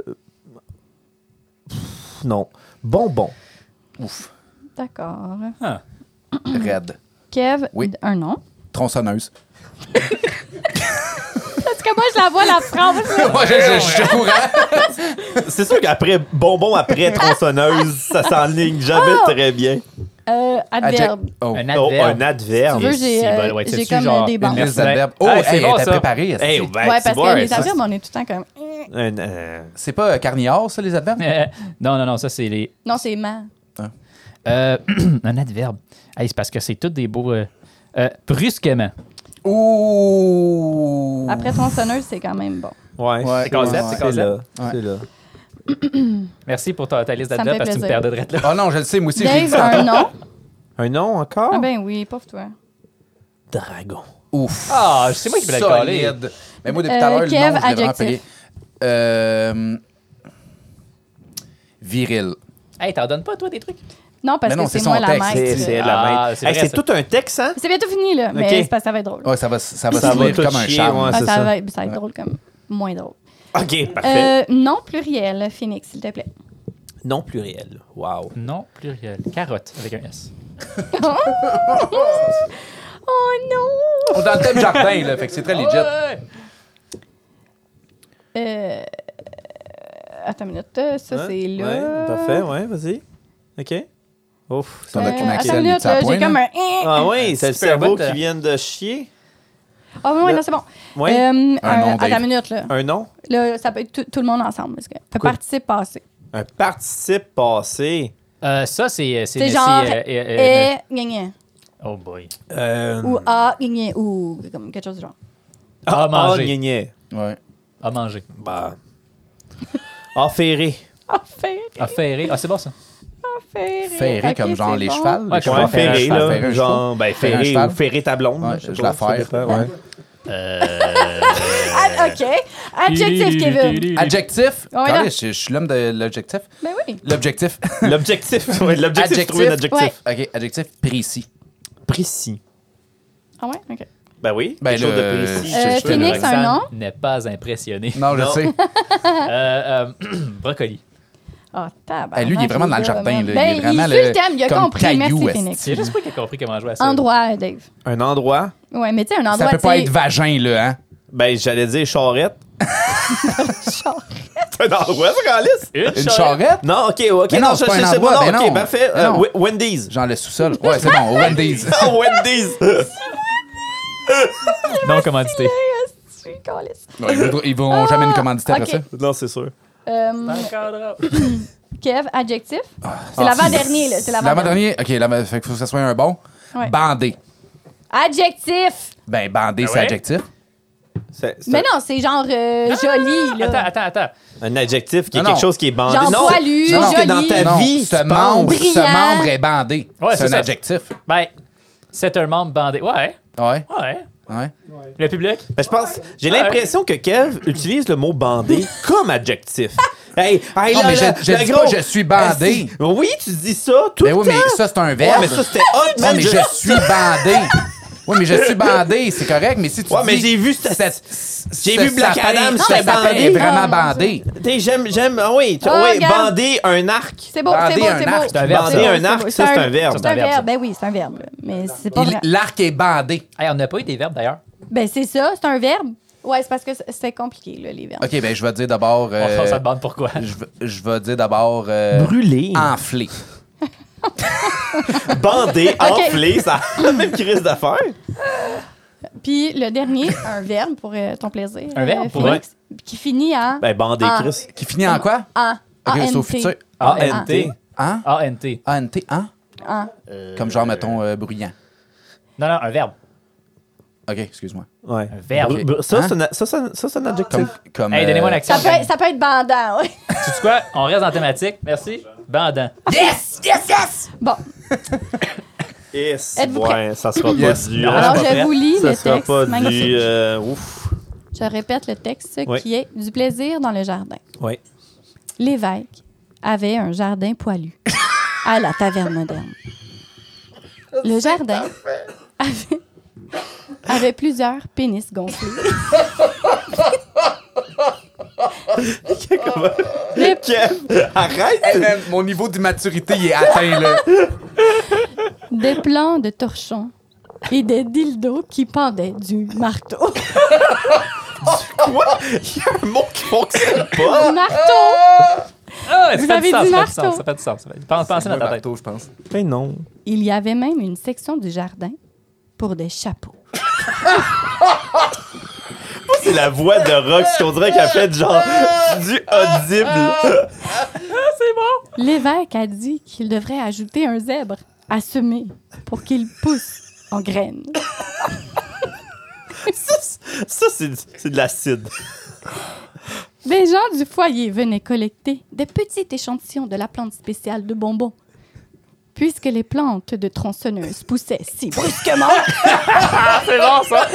Speaker 2: pff, non. Bonbon.
Speaker 3: Ouf.
Speaker 6: D'accord.
Speaker 4: Ah.
Speaker 3: Raide.
Speaker 6: Kev,
Speaker 3: Oui.
Speaker 6: d- un nom.
Speaker 3: Tronçonneuse.
Speaker 6: Parce que moi, je la vois, la France.
Speaker 3: Moi, je, je- je suis au courant.
Speaker 2: C'est sûr qu'après bonbon, après tronçonneuse, ça s'enligne jamais
Speaker 6: Oh!
Speaker 2: très bien.
Speaker 6: Euh, adverbe.
Speaker 3: Adjectif. Oh.
Speaker 4: Un
Speaker 2: Oh, un
Speaker 4: adverbe.
Speaker 2: adverbe.
Speaker 6: Tu veux, j'ai,
Speaker 4: Si,
Speaker 6: euh,
Speaker 4: ben, ouais,
Speaker 6: j'ai
Speaker 4: c'est-tu
Speaker 6: comme,
Speaker 4: genre
Speaker 6: euh, des
Speaker 4: une
Speaker 6: bandes.
Speaker 3: Liste
Speaker 4: Merci.
Speaker 3: d'adverbes. Oh,
Speaker 4: Ah,
Speaker 3: hey,
Speaker 4: c'est
Speaker 3: elle
Speaker 4: bon,
Speaker 3: était
Speaker 4: ça.
Speaker 3: préparée. est-ce
Speaker 2: Hey,
Speaker 3: que-
Speaker 2: ben,
Speaker 6: Ouais,
Speaker 2: tu
Speaker 6: parce
Speaker 2: vois,
Speaker 6: que les
Speaker 2: ça,
Speaker 6: adverbes, on est tout le temps comme.
Speaker 2: c'est un, euh,
Speaker 3: C'est pas euh, carnivore, ça, les adverbes?
Speaker 4: Euh, non, non, non, ça, c'est les.
Speaker 6: Non, c'est man.
Speaker 4: Euh, un adverbe. Hey, c'est parce que c'est tous des beaux. euh, euh, brusquement.
Speaker 3: Ouh.
Speaker 6: Après tronçonneuse, c'est quand même bon.
Speaker 2: Ouais,
Speaker 3: Ouais,
Speaker 2: c'est
Speaker 4: concept,
Speaker 2: ouais,
Speaker 4: c'est concept.
Speaker 2: là,
Speaker 3: Ouais.
Speaker 2: c'est là.
Speaker 4: Merci pour ta, ta liste
Speaker 6: Ça me fait
Speaker 4: d'adverbes parce que tu me
Speaker 6: plaisir.
Speaker 4: perdais de rette là.
Speaker 3: Oh non, je le sais, moi aussi, j'ai dit
Speaker 6: Dave,
Speaker 3: ça.
Speaker 6: un nom.
Speaker 2: Un nom encore?
Speaker 6: Ah ben oui, pauvre toi.
Speaker 2: Dragon.
Speaker 3: Ouf.
Speaker 4: Ah, c'est moi qui voulais le coller.
Speaker 3: Solide. Mais moi, depuis
Speaker 6: Euh,
Speaker 3: tout à l'heure, le
Speaker 6: Kev,
Speaker 3: nom, je l'ai vraiment
Speaker 6: adjectif.
Speaker 3: payé. Euh, Viril.
Speaker 4: Hey, t'en donnes pas, toi, des trucs?
Speaker 6: Non, parce
Speaker 3: Mais non,
Speaker 6: que
Speaker 3: c'est
Speaker 6: c'est
Speaker 3: son
Speaker 6: moi la
Speaker 3: texte.
Speaker 6: maître.
Speaker 2: C'est
Speaker 6: là.
Speaker 2: c'est elle
Speaker 4: Ah,
Speaker 2: la maître.
Speaker 4: c'est
Speaker 2: Hey,
Speaker 4: vrai,
Speaker 2: C'est
Speaker 4: ça.
Speaker 2: tout un texte, hein?
Speaker 6: C'est bientôt fini, là. Mais
Speaker 2: Ok.
Speaker 6: c'est parce que ça va être drôle.
Speaker 3: Ouais, ça va, ça va
Speaker 2: Ça
Speaker 3: se
Speaker 2: va
Speaker 3: lire
Speaker 2: tout
Speaker 3: comme un
Speaker 2: chier,
Speaker 3: charme.
Speaker 2: ouais.
Speaker 6: Ah,
Speaker 2: c'est
Speaker 6: ça,
Speaker 2: ça.
Speaker 6: va être, ça va être drôle comme moins drôle.
Speaker 2: OK, parfait.
Speaker 6: Euh, nom pluriel, Phoenix, s'il te plaît.
Speaker 2: Non pluriel. Wow.
Speaker 4: Non, pluriel. Carotte avec un S.
Speaker 6: Oh non!
Speaker 3: On est dans le thème jardin, là, fait que c'est
Speaker 6: Oh,
Speaker 3: très legit.
Speaker 6: Euh, attends une minute, euh, ça
Speaker 2: Hein?
Speaker 6: c'est là.
Speaker 2: Ouais, parfait, ouais, vas-y. OK. Ouf.
Speaker 3: Ton
Speaker 6: Euh,
Speaker 3: Ton
Speaker 6: attends
Speaker 3: accent, il
Speaker 6: une
Speaker 3: est
Speaker 6: minute,
Speaker 3: à
Speaker 6: là,
Speaker 3: point,
Speaker 6: j'ai
Speaker 3: là.
Speaker 6: comme un.
Speaker 2: Ah oui, c'est le
Speaker 4: petit peu
Speaker 2: cerveau
Speaker 4: avant de-
Speaker 2: qui vient de chier.
Speaker 6: Ah oui, ouais, là c'est bon.
Speaker 2: Ouais.
Speaker 6: Euh,
Speaker 3: Un
Speaker 6: un-
Speaker 3: nom,
Speaker 6: attends
Speaker 3: Dave.
Speaker 6: une minute, là.
Speaker 2: Un nom?
Speaker 6: Là, ça peut être tout, tout le monde ensemble. Parce que un participe passé.
Speaker 2: Un participe passé.
Speaker 4: Euh, ça, c'est.
Speaker 6: C'est
Speaker 4: le-
Speaker 6: genre.
Speaker 4: euh, euh, euh,
Speaker 6: et, gagné.
Speaker 3: Hmm.
Speaker 4: Oh boy.
Speaker 2: Euh,
Speaker 6: Ou a, gagné. Ou comme quelque chose du genre.
Speaker 4: À
Speaker 2: ah,
Speaker 4: manger.
Speaker 2: gna, gna.
Speaker 3: Ouais.
Speaker 4: À manger.
Speaker 2: Bah, Ah, Affairé.
Speaker 6: Affairé,
Speaker 4: Ah, ferré. Ah, c'est bon, ça.
Speaker 6: affairé.
Speaker 3: Ferré
Speaker 6: Ok,
Speaker 3: comme genre
Speaker 6: c'est
Speaker 3: les
Speaker 6: bon.
Speaker 3: chevals.
Speaker 4: Ouais,
Speaker 3: les
Speaker 4: comme
Speaker 2: Ouais,
Speaker 3: chevals.
Speaker 4: faire un
Speaker 2: ferré,
Speaker 4: cheval,
Speaker 2: là.
Speaker 3: Faire un
Speaker 2: genre, ben,
Speaker 3: Faire un
Speaker 2: ferré
Speaker 3: cheval.
Speaker 2: ou ferré ta blonde.
Speaker 3: Ouais,
Speaker 2: je sais
Speaker 3: je
Speaker 2: pas,
Speaker 3: la
Speaker 2: ça
Speaker 3: faire.
Speaker 2: dépend,
Speaker 3: Ouais.
Speaker 2: ouais.
Speaker 6: Ah, OK. Adjectif, Kevin.
Speaker 3: Adjectif.
Speaker 6: Ouais,
Speaker 3: Calais, je,
Speaker 6: là.
Speaker 3: je suis l'homme de l'objectif.
Speaker 6: Ben oui.
Speaker 3: L'objectif.
Speaker 2: L'objectif, ouais, l'objectif, c'est trouver un
Speaker 3: Adjectif.
Speaker 2: adjectif
Speaker 6: Ouais.
Speaker 3: OK, adjectif précis.
Speaker 2: précis.
Speaker 6: Ah ouais? OK.
Speaker 2: Ben oui,
Speaker 3: Ben,
Speaker 2: quelque chose
Speaker 3: le-
Speaker 2: de précis.
Speaker 3: Euh,
Speaker 2: Je- je te le
Speaker 6: Phoenix,
Speaker 2: rends.
Speaker 6: un nom?
Speaker 4: Roxane n'est pas impressionné.
Speaker 3: Non, je
Speaker 2: Non.
Speaker 3: sais.
Speaker 4: Euh, euh, brocoli.
Speaker 6: Ah,
Speaker 3: Eh,
Speaker 6: tabarnak,
Speaker 3: lui, il est vraiment dans le
Speaker 6: là,
Speaker 3: jardin,
Speaker 6: man.
Speaker 3: là.
Speaker 6: Ben,
Speaker 3: Il est vraiment
Speaker 6: suit
Speaker 3: le-
Speaker 6: le thème, il a
Speaker 3: comme
Speaker 6: compris.
Speaker 3: caillou,
Speaker 6: Merci,
Speaker 3: est-ce
Speaker 6: Phoenix.
Speaker 4: C'est juste moi qui ai compris comment jouer à ça.
Speaker 6: Endroit, Dave.
Speaker 2: Un endroit,
Speaker 6: Ouais, mais tu sais, un
Speaker 3: Ça
Speaker 6: endroit,
Speaker 3: peut pas
Speaker 6: tu
Speaker 3: être
Speaker 6: sais,
Speaker 3: vagin, là, hein?
Speaker 2: ben j'allais dire charrette. un endroit, ça, Calice?
Speaker 3: Une charrette?
Speaker 2: Non, ok, ok,
Speaker 3: Mais non,
Speaker 2: non, je
Speaker 3: c'est pas un
Speaker 2: je sais
Speaker 3: endroit,
Speaker 2: pas,
Speaker 3: ben
Speaker 2: non,
Speaker 3: non.
Speaker 2: ok, parfait.
Speaker 3: Ben
Speaker 2: Euh,
Speaker 3: non.
Speaker 2: Wen- Wendy's.
Speaker 3: Genre le sous-sol. Ouais, c'est bon, au Wendy's.
Speaker 2: Ah, Wendy's!
Speaker 4: Non commandité.
Speaker 6: Je suis calisse.
Speaker 3: Ouais, ils vont- ils vont jamais nous commanditer après
Speaker 6: Ah, ok.
Speaker 3: ça.
Speaker 2: non, c'est sûr.
Speaker 6: Euh, Kev, adjectif. C'est l'avant-dernier, là. C'est
Speaker 3: Ah, L'avant-dernier,
Speaker 6: l'avant-dernier.
Speaker 3: OK, l'avant- fait qu'il faut que ça soit un bon.
Speaker 6: Ouais.
Speaker 3: Bandé.
Speaker 6: Adjectif!
Speaker 3: Ben, bandé, c'est
Speaker 4: ouais?
Speaker 3: adjectif.
Speaker 2: C'est c'est
Speaker 6: Mais non, c'est genre euh, joli, là.
Speaker 4: Attends, attends, attends.
Speaker 2: un adjectif qui est
Speaker 3: Non,
Speaker 2: quelque
Speaker 3: non.
Speaker 2: chose qui est bandé.
Speaker 6: Genre
Speaker 2: Non,
Speaker 6: poilu,
Speaker 2: je pense que dans
Speaker 6: joli.
Speaker 2: ta
Speaker 3: Non,
Speaker 2: vie,
Speaker 3: ce
Speaker 2: tu
Speaker 3: membre,
Speaker 2: penses-
Speaker 6: penses.
Speaker 3: ce
Speaker 6: Brillant.
Speaker 3: membre est bandé.
Speaker 4: Ouais,
Speaker 3: c'est
Speaker 4: c'est
Speaker 3: un
Speaker 4: ça.
Speaker 3: adjectif.
Speaker 4: Ben, c'est un membre bandé. Ouais,
Speaker 3: Ouais,
Speaker 4: ouais.
Speaker 3: ouais.
Speaker 4: Le public?
Speaker 2: Ben, je pense, j'ai l'impression que Kev utilise le mot bandé comme adjectif. Hey, hey,
Speaker 3: Non,
Speaker 2: là,
Speaker 3: mais
Speaker 2: là,
Speaker 3: je- je
Speaker 2: le
Speaker 3: dis
Speaker 2: gros-
Speaker 3: pas je suis bandé.
Speaker 2: Ah, si. Oui, tu dis ça tout
Speaker 3: Ben
Speaker 2: le
Speaker 3: oui,
Speaker 2: temps.
Speaker 3: mais ça, c'est un
Speaker 2: Ouais,
Speaker 3: verbe.
Speaker 2: mais ça, c'était hot,
Speaker 3: Non,
Speaker 2: man.
Speaker 3: mais
Speaker 2: Je-
Speaker 3: je suis bandé. Oui, mais je suis bandé, c'est correct, mais si tu
Speaker 2: Ouais, mais
Speaker 3: dis
Speaker 2: j'ai vu cette- j'ai
Speaker 3: ce
Speaker 2: vu Black
Speaker 3: sapin-
Speaker 2: Adam,
Speaker 3: ce
Speaker 2: j'étais
Speaker 3: sapin
Speaker 2: bandé.
Speaker 3: est vraiment
Speaker 6: Ah,
Speaker 3: bandé.
Speaker 2: T'sais, J'aime, j'aime. Ah oui, tu-
Speaker 6: Oh,
Speaker 2: oui,
Speaker 6: regarde.
Speaker 2: bander un arc.
Speaker 6: C'est beau,
Speaker 3: Bander
Speaker 6: c'est beau,
Speaker 3: un
Speaker 6: c'est
Speaker 3: arc,
Speaker 6: beau.
Speaker 3: c'est un
Speaker 6: C'est
Speaker 4: verbe.
Speaker 6: beau,
Speaker 4: Bander
Speaker 2: un
Speaker 6: c'est beau,
Speaker 2: arc,
Speaker 6: c'est beau.
Speaker 2: ça, c'est un verbe.
Speaker 6: C'est un
Speaker 4: Ça.
Speaker 6: verbe, ben oui, c'est un verbe. là. Mais c'est pas
Speaker 3: Il-
Speaker 6: vrai.
Speaker 3: L'arc est bandé.
Speaker 4: Hey, on n'a pas eu des verbes d'ailleurs.
Speaker 6: Ben c'est ça, c'est un verbe. Ouais, c'est parce que c'est- c'est compliqué, là, les verbes.
Speaker 3: OK, ben je vais dire d'abord... euh,
Speaker 4: On se demande pourquoi.
Speaker 3: je, vais- je vais dire d'abord... euh,
Speaker 2: Brûlé.
Speaker 3: enflé.
Speaker 2: Bandé,
Speaker 6: Ok.
Speaker 2: enflé, ça a la même crise d'affaires.
Speaker 6: Puis le dernier, un verbe pour euh, ton plaisir.
Speaker 4: Un verbe, pour
Speaker 6: Félix, Qui finit en.
Speaker 2: Ben, bandé,
Speaker 6: Ah.
Speaker 2: Chris.
Speaker 3: Qui finit en quoi?
Speaker 6: en.
Speaker 3: OK,
Speaker 6: en
Speaker 3: c'est au futur.
Speaker 2: A-N-T.
Speaker 3: Hein?
Speaker 4: A-N-T.
Speaker 3: A-N-T, hein?
Speaker 6: En.
Speaker 3: Comme genre, mettons, euh, bruyant.
Speaker 4: Non, non, un verbe.
Speaker 3: OK, excuse-moi.
Speaker 2: Ouais.
Speaker 4: verbe.
Speaker 2: Br- br- Ça,
Speaker 3: Hein?
Speaker 2: c'est un- ça, c'est un- ça, c'est un adjectif.
Speaker 3: Comme... comme
Speaker 4: Hey, donnez-moi
Speaker 3: euh,
Speaker 4: un accent.
Speaker 6: Ça, peut être, ça peut être bandant, oui.
Speaker 4: Tu sais quoi? On reste dans la thématique. Merci. Bandant.
Speaker 3: Yes! Yes, yes!
Speaker 6: Bon,
Speaker 2: Et c'est-
Speaker 6: Êtes-vous
Speaker 2: ouais, ça sera pas
Speaker 3: Yes.
Speaker 2: du.
Speaker 4: Non,
Speaker 2: hein,
Speaker 6: alors
Speaker 2: c'est pas
Speaker 6: je
Speaker 2: vrai.
Speaker 6: vous lis
Speaker 2: Ça
Speaker 6: le
Speaker 2: sera
Speaker 6: texte.
Speaker 2: pas
Speaker 6: magnifique.
Speaker 2: du. euh, Ouf.
Speaker 6: Je répète le texte
Speaker 2: Oui.
Speaker 6: qui est du plaisir dans le jardin.
Speaker 2: Ouais.
Speaker 6: L'évêque avait un jardin poilu à la taverne moderne. Le jardin avait, avait plusieurs pénis gonflés. Les-
Speaker 2: Kev, arrête!
Speaker 3: Hey, man, Eh, mon niveau d'immaturité, il est atteint, là.
Speaker 6: des plans de torchons et des dildos qui pendaient du marteau.
Speaker 2: Quoi? Il y a un mot qui fonctionne pas!
Speaker 6: Du marteau!
Speaker 4: Ah,
Speaker 6: Vous
Speaker 4: ça fait
Speaker 6: avez
Speaker 4: du sens.
Speaker 6: dit
Speaker 4: Ça fait du sens.
Speaker 6: marteau.
Speaker 4: Ça fait du sens. ça fait du sens. Pense- Pensez dans ta tête.
Speaker 3: Marteau, je pense.
Speaker 2: Ben non.
Speaker 6: Il y avait même une section du jardin pour des chapeaux.
Speaker 2: C'est la voix de Rox qu'on dirait qu'elle fait genre du audible.
Speaker 6: L'évêque a dit qu'il devrait ajouter un zèbre à semer pour qu'il pousse en graines.
Speaker 2: Ça, c'est c'est de l'acide.
Speaker 6: Des gens du foyer venaient collecter des petits échantillons de la plante spéciale de bonbons. Puisque les plantes de tronçonneuse poussaient si brusquement,
Speaker 4: C'est bon, ça.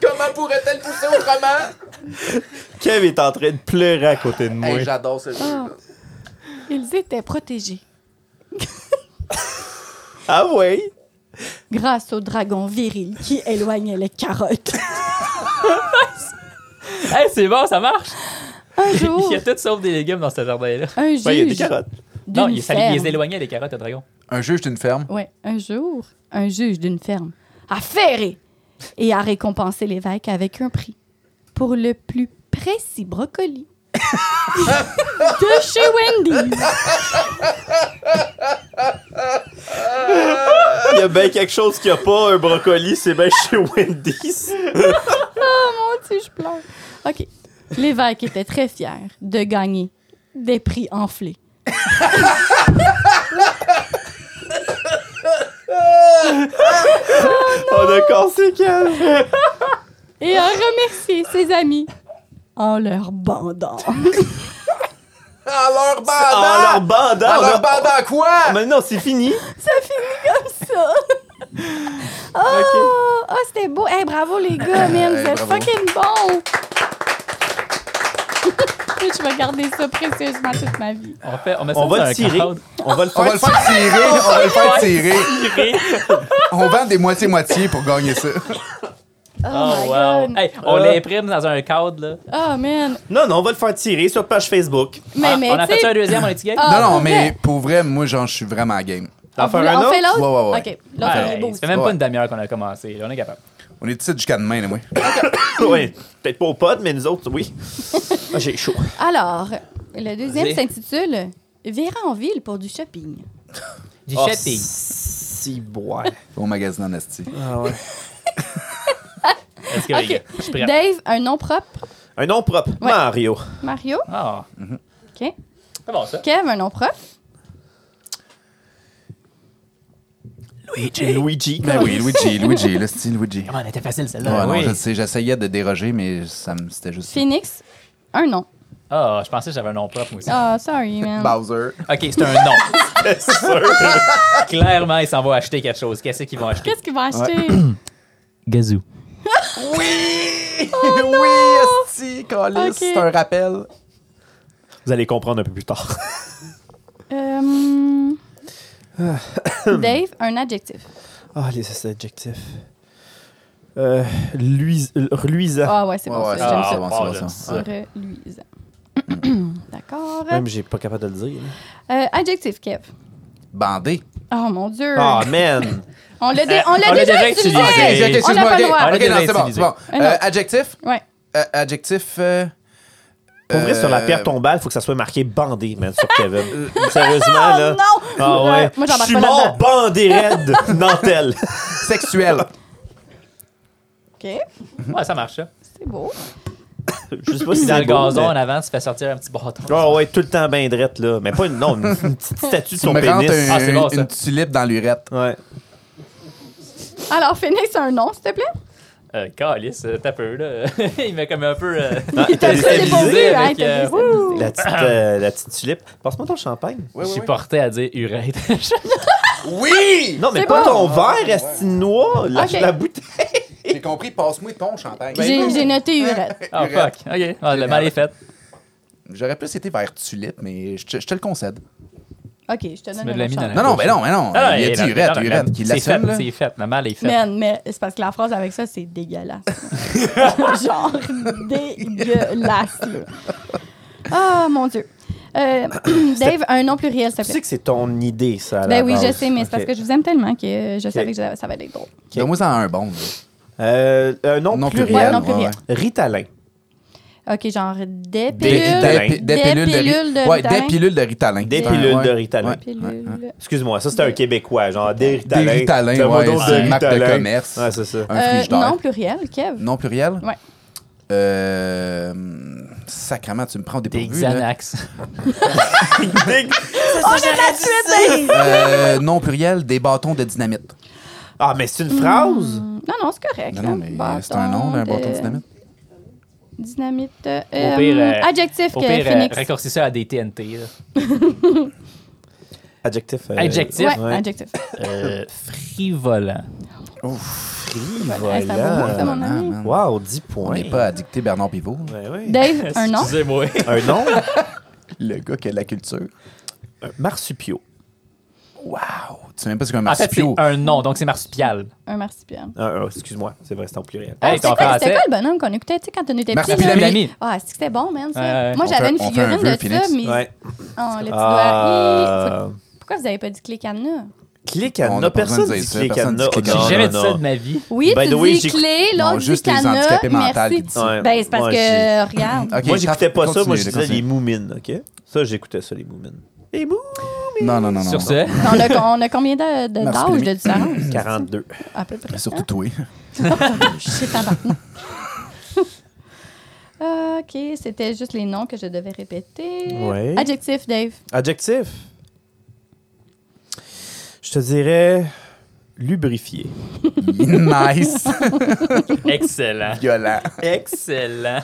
Speaker 3: Comment pourrait-elle pousser autrement?
Speaker 2: Kev est en train de pleurer à côté de moi.
Speaker 3: J'adore ce jeu.
Speaker 6: Ah. ils étaient protégés
Speaker 2: ah ouais?
Speaker 6: grâce au dragon viril qui éloignait les carottes.
Speaker 4: Hey, c'est bon, ça marche.
Speaker 6: Un
Speaker 4: Il
Speaker 6: jour,
Speaker 4: y a tout sauf des légumes dans ce jardin-là.
Speaker 6: un
Speaker 2: Ouais, Ben, il y a des
Speaker 6: juge
Speaker 2: carottes.
Speaker 4: Non,
Speaker 6: d'une
Speaker 4: il fallait les
Speaker 6: ferme...
Speaker 4: éloigner, les carottes à dragon.
Speaker 3: Un juge d'une ferme.
Speaker 6: Ouais, un jour, un juge d'une ferme a ferré et a récompensé l'évêque avec un prix pour le plus précis brocoli de chez Wendy's.
Speaker 2: Il y a bien quelque chose qui a pas un brocoli, c'est bien chez Wendy's.
Speaker 6: Si je pleure. OK. L'évêque était très fier de gagner des prix enflés.
Speaker 2: On a cassé Kev.
Speaker 6: Et a remercié ses amis en leur bandant.
Speaker 3: en leur bandant!
Speaker 2: En leur bandant!
Speaker 3: En
Speaker 2: on
Speaker 3: leur
Speaker 2: a-
Speaker 3: bandant Ah, quoi?
Speaker 2: Ah, mais non, c'est fini.
Speaker 6: ça. Oh, oh, c'était beau. Hey, bravo les gars, man,
Speaker 3: Euh,
Speaker 6: vous
Speaker 3: Hey,
Speaker 6: êtes
Speaker 3: bravo.
Speaker 6: fucking bons. Je vais garder ça précieusement toute ma vie.
Speaker 4: On, fait, on met ça
Speaker 2: On
Speaker 4: dans
Speaker 2: va
Speaker 4: un
Speaker 2: le tirer.
Speaker 4: cadre.
Speaker 2: On va le faire.
Speaker 3: On va le faire tirer, on va le faire tirer. On vend des moitiés-moitiés pour gagner ça.
Speaker 6: Oh,
Speaker 4: Oh,
Speaker 6: my
Speaker 4: wow.
Speaker 6: god.
Speaker 4: Hey, on
Speaker 2: Ah.
Speaker 4: l'imprime dans un cadre, là.
Speaker 6: Oh man.
Speaker 2: Non, non, on va le faire tirer sur page Facebook.
Speaker 6: Mais,
Speaker 4: Ah,
Speaker 6: mais
Speaker 4: on a
Speaker 6: tu
Speaker 4: fait
Speaker 6: sais,
Speaker 4: ça un deuxième, on est gay?
Speaker 6: Ah,
Speaker 3: Non, non,
Speaker 6: pour
Speaker 3: mais
Speaker 6: vrai?
Speaker 3: pour vrai, moi, genre, je suis vraiment game.
Speaker 2: T'en faire un
Speaker 6: on fait
Speaker 2: autre?
Speaker 6: l'autre?
Speaker 3: Ouais, ouais, ouais.
Speaker 6: OK, l'autre, il est beau.
Speaker 4: ça fait même pas
Speaker 3: Ouais.
Speaker 4: une demi-heure qu'on a commencé. là, on est capable.
Speaker 3: On est ici jusqu'à demain, là, moi.
Speaker 2: Oui. Peut-être pas au pod, mais nous autres, oui. Ah, j'ai chaud.
Speaker 6: Alors, le deuxième
Speaker 4: Vas-y.
Speaker 6: s'intitule « Virer en ville pour du shopping
Speaker 4: Du
Speaker 2: Oh,
Speaker 4: shopping.
Speaker 2: Si, bois.
Speaker 3: Au magasin Nasty.
Speaker 2: Ah, ouais.
Speaker 4: Est-ce que ». les
Speaker 6: OK.
Speaker 4: gars, je suis prêt.
Speaker 6: Dave, un nom propre.
Speaker 2: Un nom propre.
Speaker 6: Ouais.
Speaker 2: Mario.
Speaker 6: Mario.
Speaker 4: Ah,
Speaker 6: OK.
Speaker 4: c'est bon ça.
Speaker 6: Kev, un nom propre.
Speaker 4: Luigi.
Speaker 2: Luigi.
Speaker 6: Ah
Speaker 3: Ben oui, Luigi, Luigi, le style Luigi.
Speaker 4: Comment elle était facile
Speaker 3: Ouais,
Speaker 4: celle-là?
Speaker 3: non,
Speaker 2: oui.
Speaker 3: je sais, j'essayais de déroger, mais ça me- c'était juste.
Speaker 6: Phoenix, un nom.
Speaker 4: Ah, je pensais que j'avais un nom propre, moi aussi.
Speaker 6: Oh, sorry, man.
Speaker 3: Bowser.
Speaker 4: Ok, c'est un nom.
Speaker 2: C'est sûr.
Speaker 4: Clairement, ils s'en vont acheter quelque chose. Qu'est-ce qu'ils vont acheter?
Speaker 6: Qu'est-ce qu'il va acheter?
Speaker 4: Gazou.
Speaker 3: oui, Esti, Calis,
Speaker 6: Oh Ok.
Speaker 3: c'est un rappel.
Speaker 2: Vous allez comprendre un peu plus tard.
Speaker 6: Euh, Dave, un adjectif.
Speaker 2: Ah, les adjectifs. Euh, luis- euh, luisant.
Speaker 6: Ah ouais, c'est
Speaker 3: Ouais,
Speaker 6: bon
Speaker 3: ouais,
Speaker 6: ça, j'aime
Speaker 4: Ah,
Speaker 6: ça.
Speaker 3: bon,
Speaker 4: Ah,
Speaker 3: c'est bon,
Speaker 4: j'aime
Speaker 3: c'est bon. ouais.
Speaker 6: Sur, euh, Louise. D'accord.
Speaker 2: Même, j'ai pas capable de le dire. là.
Speaker 6: Euh, adjectif, Kev.
Speaker 3: Bandé.
Speaker 6: Oh mon Dieu.
Speaker 2: Ah, man.
Speaker 6: on l'a dé- on l'a
Speaker 4: on l'a
Speaker 6: déjà
Speaker 4: déjà
Speaker 6: utilisé.
Speaker 4: utilisé.
Speaker 3: Ok, ok,
Speaker 4: On
Speaker 6: On n'a
Speaker 3: excuse-moi,
Speaker 6: pas le
Speaker 3: ok.
Speaker 6: droit.
Speaker 4: On
Speaker 3: Ok,
Speaker 4: l'a
Speaker 3: non, c'est bon,
Speaker 4: utilisé.
Speaker 3: c'est bon.
Speaker 6: Ah, non.
Speaker 3: Euh, adjectif?
Speaker 6: Ouais.
Speaker 3: Euh, adjectif. euh,
Speaker 2: Pour vrai, sur la
Speaker 3: Euh,
Speaker 2: pierre tombale, faut que ça soit marqué bandé, man, sur Kevin. Sérieusement, là.
Speaker 6: Oh non!
Speaker 2: Ah
Speaker 6: Euh,
Speaker 2: ouais.
Speaker 6: moi, j'en
Speaker 2: Je suis
Speaker 6: parle pas
Speaker 2: mort
Speaker 6: là-dedans.
Speaker 2: bandé raide, Nantel.
Speaker 3: Sexuel.
Speaker 6: OK,
Speaker 4: Ouais, ça marche. ça.
Speaker 6: c'est beau.
Speaker 2: Je sais pas si
Speaker 4: Dans le
Speaker 2: beau,
Speaker 4: gazon hein.
Speaker 2: mais-
Speaker 4: en avant, tu fais sortir un petit bâton.
Speaker 2: Ah ouais, tout le temps ben drette, là. Mais pas une, non, une, une petite statue de
Speaker 3: Tu
Speaker 2: son
Speaker 3: me rentres
Speaker 2: pénis.
Speaker 4: Ah, c'est
Speaker 3: un-
Speaker 4: bon, ça.
Speaker 3: une tulipe dans l'urette.
Speaker 2: Ouais.
Speaker 6: Alors, Phoenix, un nom, s'il te plaît.
Speaker 4: Euh, calice, euh, t'as peu, là. Il m'a comme un peu. euh,
Speaker 2: Ah,
Speaker 6: T'as
Speaker 2: t'as
Speaker 6: déstabilisé,
Speaker 2: déstabilisé
Speaker 6: hein,
Speaker 4: avec,
Speaker 6: t'as
Speaker 4: euh,
Speaker 6: déstabilisé.
Speaker 2: La petite, euh, la petite tulipe. Passe-moi ton champagne.
Speaker 4: Je suis porté à dire urètre.
Speaker 3: Oui!
Speaker 2: Non, mais
Speaker 6: C'est
Speaker 2: pas
Speaker 6: bon.
Speaker 2: ton verre, astinois. Lâche
Speaker 6: Ok.
Speaker 2: la bouteille.
Speaker 3: J'ai compris, passe-moi ton champagne.
Speaker 6: J'ai j'ai noté Urette.
Speaker 4: Ah, fuck. Ok. Ah, le mal est fait.
Speaker 3: Ben, J'aurais plus été vers tulipe, mais je te, je te le concède.
Speaker 6: OK, je te donne
Speaker 4: me
Speaker 6: un
Speaker 4: l'as
Speaker 6: autre
Speaker 4: mis dans
Speaker 6: chance.
Speaker 4: la-
Speaker 3: Non, non, mais non, mais non.
Speaker 4: Ah,
Speaker 3: Il
Speaker 4: et
Speaker 3: a
Speaker 4: là,
Speaker 3: dit urette,
Speaker 4: non, non,
Speaker 3: urette,
Speaker 4: non.
Speaker 3: qu'il
Speaker 4: C'est fait,
Speaker 3: l'assume, là.
Speaker 4: C'est fait, le mal est fait.
Speaker 6: Man, mais c'est parce que la phrase avec ça, c'est dégueulasse. Genre dégueulasse. là. Ah, mon Dieu. Euh, Dave, un nom pluriel, s'il te
Speaker 2: Tu sais
Speaker 6: plaît.
Speaker 2: que c'est ton idée, ça. à la
Speaker 6: Ben oui,
Speaker 2: base.
Speaker 6: je sais, mais c'est parce
Speaker 2: Ok.
Speaker 6: que je vous aime tellement que euh, je savais que ça ça allait être drôle.
Speaker 3: Donne-moi ça en un bon. là.
Speaker 2: Euh, un nom
Speaker 3: Non
Speaker 2: pluriel.
Speaker 6: Ouais,
Speaker 3: pluriel.
Speaker 6: non pluriel.
Speaker 2: Ritalin.
Speaker 6: OK, genre des
Speaker 2: Des
Speaker 6: pilules.
Speaker 2: Ritalin.
Speaker 3: pi- Des pilules de Ritalin. Ouais, des pilules de Ritalin.
Speaker 2: Des
Speaker 3: Ouais,
Speaker 2: pilules
Speaker 3: ouais.
Speaker 2: de Ritalin.
Speaker 3: Ouais.
Speaker 6: Pilules.
Speaker 2: Excuse-moi, ça c'était un Québécois, genre des Ritalin.
Speaker 3: Des Ritalin,
Speaker 2: Donne-moi
Speaker 3: ouais,
Speaker 2: donc
Speaker 3: c'est
Speaker 2: des
Speaker 3: une marque de
Speaker 2: Ritalin.
Speaker 3: commerce. Ah.
Speaker 2: Ouais, c'est ça.
Speaker 3: Un
Speaker 6: Euh,
Speaker 3: frigidaire.
Speaker 6: non pluriel, Kev.
Speaker 3: Non pluriel?
Speaker 6: Ouais.
Speaker 3: Euh. Sacrement, tu me prends des
Speaker 4: Des
Speaker 3: pourvus, là.
Speaker 4: Xanax.
Speaker 2: Des-
Speaker 3: Euh, non pluriel, des bâtons de dynamite.
Speaker 2: Ah, mais c'est une phrase?
Speaker 6: Non, non, c'est correct.
Speaker 3: Non,
Speaker 6: là.
Speaker 3: non, mais euh,
Speaker 6: Bâton
Speaker 3: c'est un nom, un
Speaker 6: de-
Speaker 3: bâton de dynamite.
Speaker 6: Dynamite. euh,
Speaker 4: Au pire, euh,
Speaker 6: adjectif,
Speaker 4: Au
Speaker 6: que
Speaker 4: pire, euh,
Speaker 6: Phoenix.
Speaker 4: raccourcis ça à des TNT. là.
Speaker 2: Adjectif. euh,
Speaker 4: Adjectif.
Speaker 6: ouais,
Speaker 2: ouais.
Speaker 6: adjectif.
Speaker 4: Euh, frivolant.
Speaker 6: Ouais, ça va
Speaker 2: Voilà.
Speaker 6: voir, ça, mon ami.
Speaker 3: Ah, man.
Speaker 2: Wow, 10
Speaker 3: On
Speaker 2: points.
Speaker 3: n'est pas addicté Bernard Pivot.
Speaker 2: Ouais, ouais.
Speaker 6: Dave, un nom.
Speaker 4: Excusez-moi.
Speaker 2: Un nom?
Speaker 3: Le gars qui a de la culture.
Speaker 2: Un Marsupio.
Speaker 3: Wow! Tu sais même pas ce qu'un
Speaker 4: En fait, c'est
Speaker 3: marsupio.
Speaker 4: un nom, donc c'est marsupial.
Speaker 6: Un marsupial.
Speaker 2: Ah, ah, excuse-moi, c'est vrai, c'est en pluriel.
Speaker 4: Hey,
Speaker 6: C'était
Speaker 4: t'en
Speaker 6: quoi, c'était
Speaker 4: pensais?
Speaker 6: quoi le bonhomme qu'on écoutait, tu sais, quand on était petit?
Speaker 3: Marsupilami.
Speaker 6: Ah, c'est que c'était bon, man, ça.
Speaker 4: Ouais, ouais.
Speaker 6: Moi,
Speaker 3: On
Speaker 6: j'avais
Speaker 3: fait-
Speaker 6: une
Speaker 3: on fait un
Speaker 6: figurine
Speaker 3: vœu,
Speaker 6: de
Speaker 3: Phoenix.
Speaker 6: ça, mais...
Speaker 2: Ouais.
Speaker 6: Oh, le petit doigt.
Speaker 2: Ah,
Speaker 6: Hi. Faut- Pourquoi vous avez pas dit clé cadenas?
Speaker 2: Clic
Speaker 3: On
Speaker 2: cadenas.
Speaker 3: a pas besoin de
Speaker 2: Personne
Speaker 3: dire
Speaker 2: dit
Speaker 3: ça,
Speaker 2: clic
Speaker 3: personne dit
Speaker 2: cadenas. Ah,
Speaker 3: clic
Speaker 2: Non,
Speaker 4: J'ai jamais
Speaker 2: non,
Speaker 4: dit ça
Speaker 2: non.
Speaker 4: de ma vie.
Speaker 6: Oui,
Speaker 2: By
Speaker 6: tu
Speaker 2: the way,
Speaker 6: dis
Speaker 2: j'ai-
Speaker 6: clé,
Speaker 3: Non,
Speaker 6: l'autre dit
Speaker 3: juste les
Speaker 6: cadenas.
Speaker 3: handicapés mentaux qui
Speaker 6: Merci.
Speaker 3: disent ça.
Speaker 2: Ouais.
Speaker 6: Ben, c'est parce
Speaker 2: Moi,
Speaker 6: que,
Speaker 2: j'ai-
Speaker 6: euh, regarde.
Speaker 3: Ok,
Speaker 2: moi, j'écoutais pas ça, moi,
Speaker 3: continue,
Speaker 2: j'écoutais
Speaker 3: continue.
Speaker 2: les moumines, OK? Ça, j'écoutais ça, les moumines. Les moumines?
Speaker 3: Non, non, non, non.
Speaker 4: Sur
Speaker 3: non.
Speaker 4: ce,
Speaker 6: on, a, on a combien de- de- d'âge de,
Speaker 3: Marsupilami.
Speaker 6: différence?
Speaker 2: 42.
Speaker 6: À peu près.
Speaker 3: Surtout toi.
Speaker 6: Je sais pas maintenant. OK, c'était juste les noms que je devais répéter.
Speaker 2: Ouais.
Speaker 6: Adjectif, Dave.
Speaker 2: Adjectif? Je te dirais lubrifié.
Speaker 3: nice.
Speaker 4: excellent.
Speaker 3: Violent.
Speaker 4: Excellent.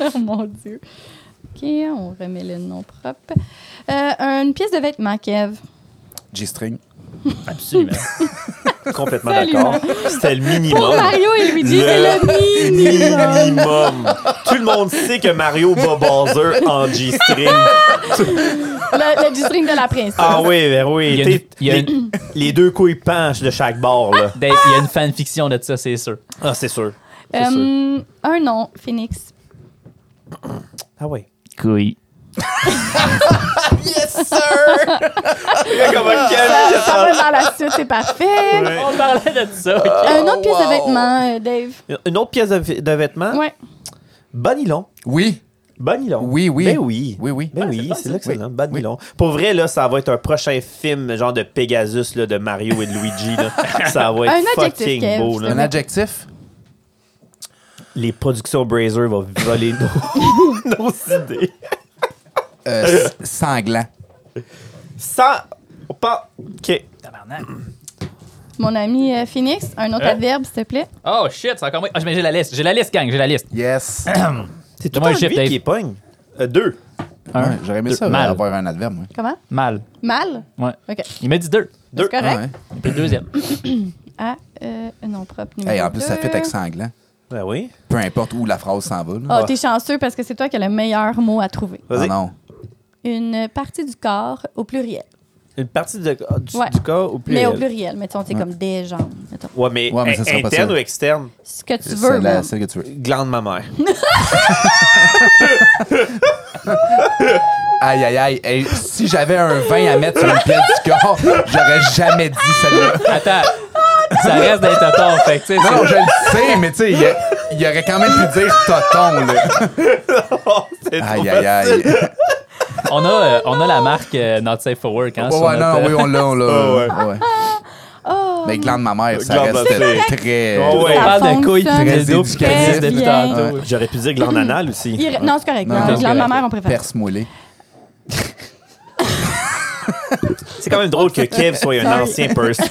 Speaker 6: Oh mon Dieu. OK, on remet le nom propre. Euh, une pièce de vêtement, Kev.
Speaker 3: G-string.
Speaker 4: Absolument.
Speaker 2: Complètement
Speaker 6: Absolument.
Speaker 2: d'accord. C'était le
Speaker 6: Pour
Speaker 2: minimum.
Speaker 6: Mario et Luigi, c'est le minimum.
Speaker 2: Minimum. Tout le monde sait que Mario bat Bowser en G-string.
Speaker 6: Le, le string de la princesse.
Speaker 2: Ah oui, ben oui.
Speaker 4: Il y a
Speaker 2: T'es-
Speaker 4: une- il y a
Speaker 2: les, les deux couilles penchent de chaque bord, là.
Speaker 4: Dave, Il y a une fanfiction de ça, c'est sûr.
Speaker 2: Ah, c'est sûr. C'est sûr.
Speaker 6: Euh, un nom, Phoenix.
Speaker 2: Ah oui.
Speaker 4: Couille.
Speaker 3: Yes, sir!
Speaker 2: Comme un
Speaker 6: Ça
Speaker 4: Ah!
Speaker 2: camion,
Speaker 6: va vers la suite, c'est parfait.
Speaker 2: Ouais.
Speaker 4: On parlait de ça. ok.
Speaker 6: Un autre pièce
Speaker 3: Oh, wow.
Speaker 6: de
Speaker 3: Hein?
Speaker 6: vêtement, euh, Dave.
Speaker 2: Une autre pièce de, v- de vêtement.
Speaker 6: Ouais.
Speaker 2: Banilon.
Speaker 3: Oui,
Speaker 2: Banilon.
Speaker 3: Oui, oui.
Speaker 2: Ben oui.
Speaker 3: oui, oui.
Speaker 2: Ben
Speaker 4: Ouais, c'est
Speaker 2: oui,
Speaker 4: fun,
Speaker 2: c'est
Speaker 4: ça.
Speaker 2: l'excellent.
Speaker 3: Oui.
Speaker 2: Banilon. Pour vrai, là, ça va être un prochain film, genre de Pegasus, là, de Mario et de Luigi. là. Ça va
Speaker 6: Un
Speaker 2: être
Speaker 6: adjectif,
Speaker 2: fucking
Speaker 6: Kev,
Speaker 2: beau.
Speaker 6: je
Speaker 2: Là.
Speaker 3: Un adjectif?
Speaker 2: Les productions Brazer vont voler nos, nos idées.
Speaker 3: Euh, s- sanglant.
Speaker 2: Sans. Pas. Ok. Ah.
Speaker 4: Tabarnak.
Speaker 6: Mon ami euh, Phoenix, un autre
Speaker 4: Hein?
Speaker 6: adverbe, s'il te plaît.
Speaker 4: Oh shit, c'est encore moi. Ah, mais j'ai la liste. J'ai la liste, gang. J'ai la liste.
Speaker 3: Yes.
Speaker 4: C'est
Speaker 2: Tout un lui qui pogne. Euh, deux.
Speaker 3: Ouais, J'aurais aimé ça, euh,
Speaker 4: Mal.
Speaker 3: avoir un adverbe. moi.
Speaker 6: Comment?
Speaker 4: Mal.
Speaker 6: Mal?
Speaker 4: Ouais.
Speaker 6: OK.
Speaker 4: Il m'a dit deux.
Speaker 2: Deux.
Speaker 6: C'est correct.
Speaker 3: Ouais. hein.
Speaker 4: Il pris le deuxième.
Speaker 6: Ah, euh, non propre. numéro
Speaker 3: Hey, en plus, ça
Speaker 6: deux.
Speaker 3: fait avec sanglant.
Speaker 2: Ben oui.
Speaker 3: Peu importe où la phrase s'en va. là.
Speaker 6: Oh, t'es chanceux parce que c'est toi qui as le meilleur mot à trouver.
Speaker 3: Ah
Speaker 2: Vas-y.
Speaker 3: non.
Speaker 6: Une partie du corps au pluriel.
Speaker 2: Une partie de, du,
Speaker 6: Ouais.
Speaker 2: du corps au
Speaker 6: Mais
Speaker 2: pluriel.
Speaker 6: au pluriel, mettons, c'est comme des jambes. mettons.
Speaker 2: Ouais, mais,
Speaker 3: Ouais, mais ça
Speaker 2: in-
Speaker 3: sera pas
Speaker 2: interne
Speaker 3: ça.
Speaker 2: ou externe?
Speaker 6: Ce que tu veux,
Speaker 3: C'est la-
Speaker 6: là.
Speaker 3: celle que tu veux.
Speaker 2: Glande mammaire.
Speaker 3: Aïe, aïe, aïe. Hey, si j'avais un vin à mettre sur une plaie du corps, j'aurais jamais dit celle-là.
Speaker 4: Attends. ça reste des tontons. Fait que, tu sais,
Speaker 3: Non,
Speaker 4: c'est-
Speaker 3: non, je le sais, mais tu sais, il y a- il y aurait quand même pu dire toton, là.
Speaker 2: C'est trop
Speaker 3: Aïe, aïe, aïe.
Speaker 4: on, a, euh, on a la marque euh, Not Safe for Work. Hein,
Speaker 3: Ouais,
Speaker 4: sur
Speaker 3: ouais,
Speaker 4: notre,
Speaker 3: non,
Speaker 4: euh,
Speaker 3: oui, on l'a, on l'a.
Speaker 2: Ah
Speaker 3: ouais. ouais. Mais gland de ma mère, ça
Speaker 2: Glande de
Speaker 3: reste
Speaker 2: ma mère.
Speaker 3: très.
Speaker 2: Ah ouais.
Speaker 4: On
Speaker 6: Ça
Speaker 4: parle de couilles
Speaker 6: fonctionne
Speaker 4: de dildo
Speaker 3: très
Speaker 4: puis pénis depuis
Speaker 6: bien.
Speaker 4: tantôt.
Speaker 2: J'aurais pu dire glande anale aussi.
Speaker 6: Il- Non, c'est correct.
Speaker 3: Non,
Speaker 6: Non,
Speaker 3: non,
Speaker 6: non,
Speaker 3: c'est
Speaker 6: de ma
Speaker 4: correct.
Speaker 6: mère, on préfère.
Speaker 3: Perce moelleux.
Speaker 2: C'est quand même drôle que Kev soit un
Speaker 6: Sorry.
Speaker 2: ancien purser.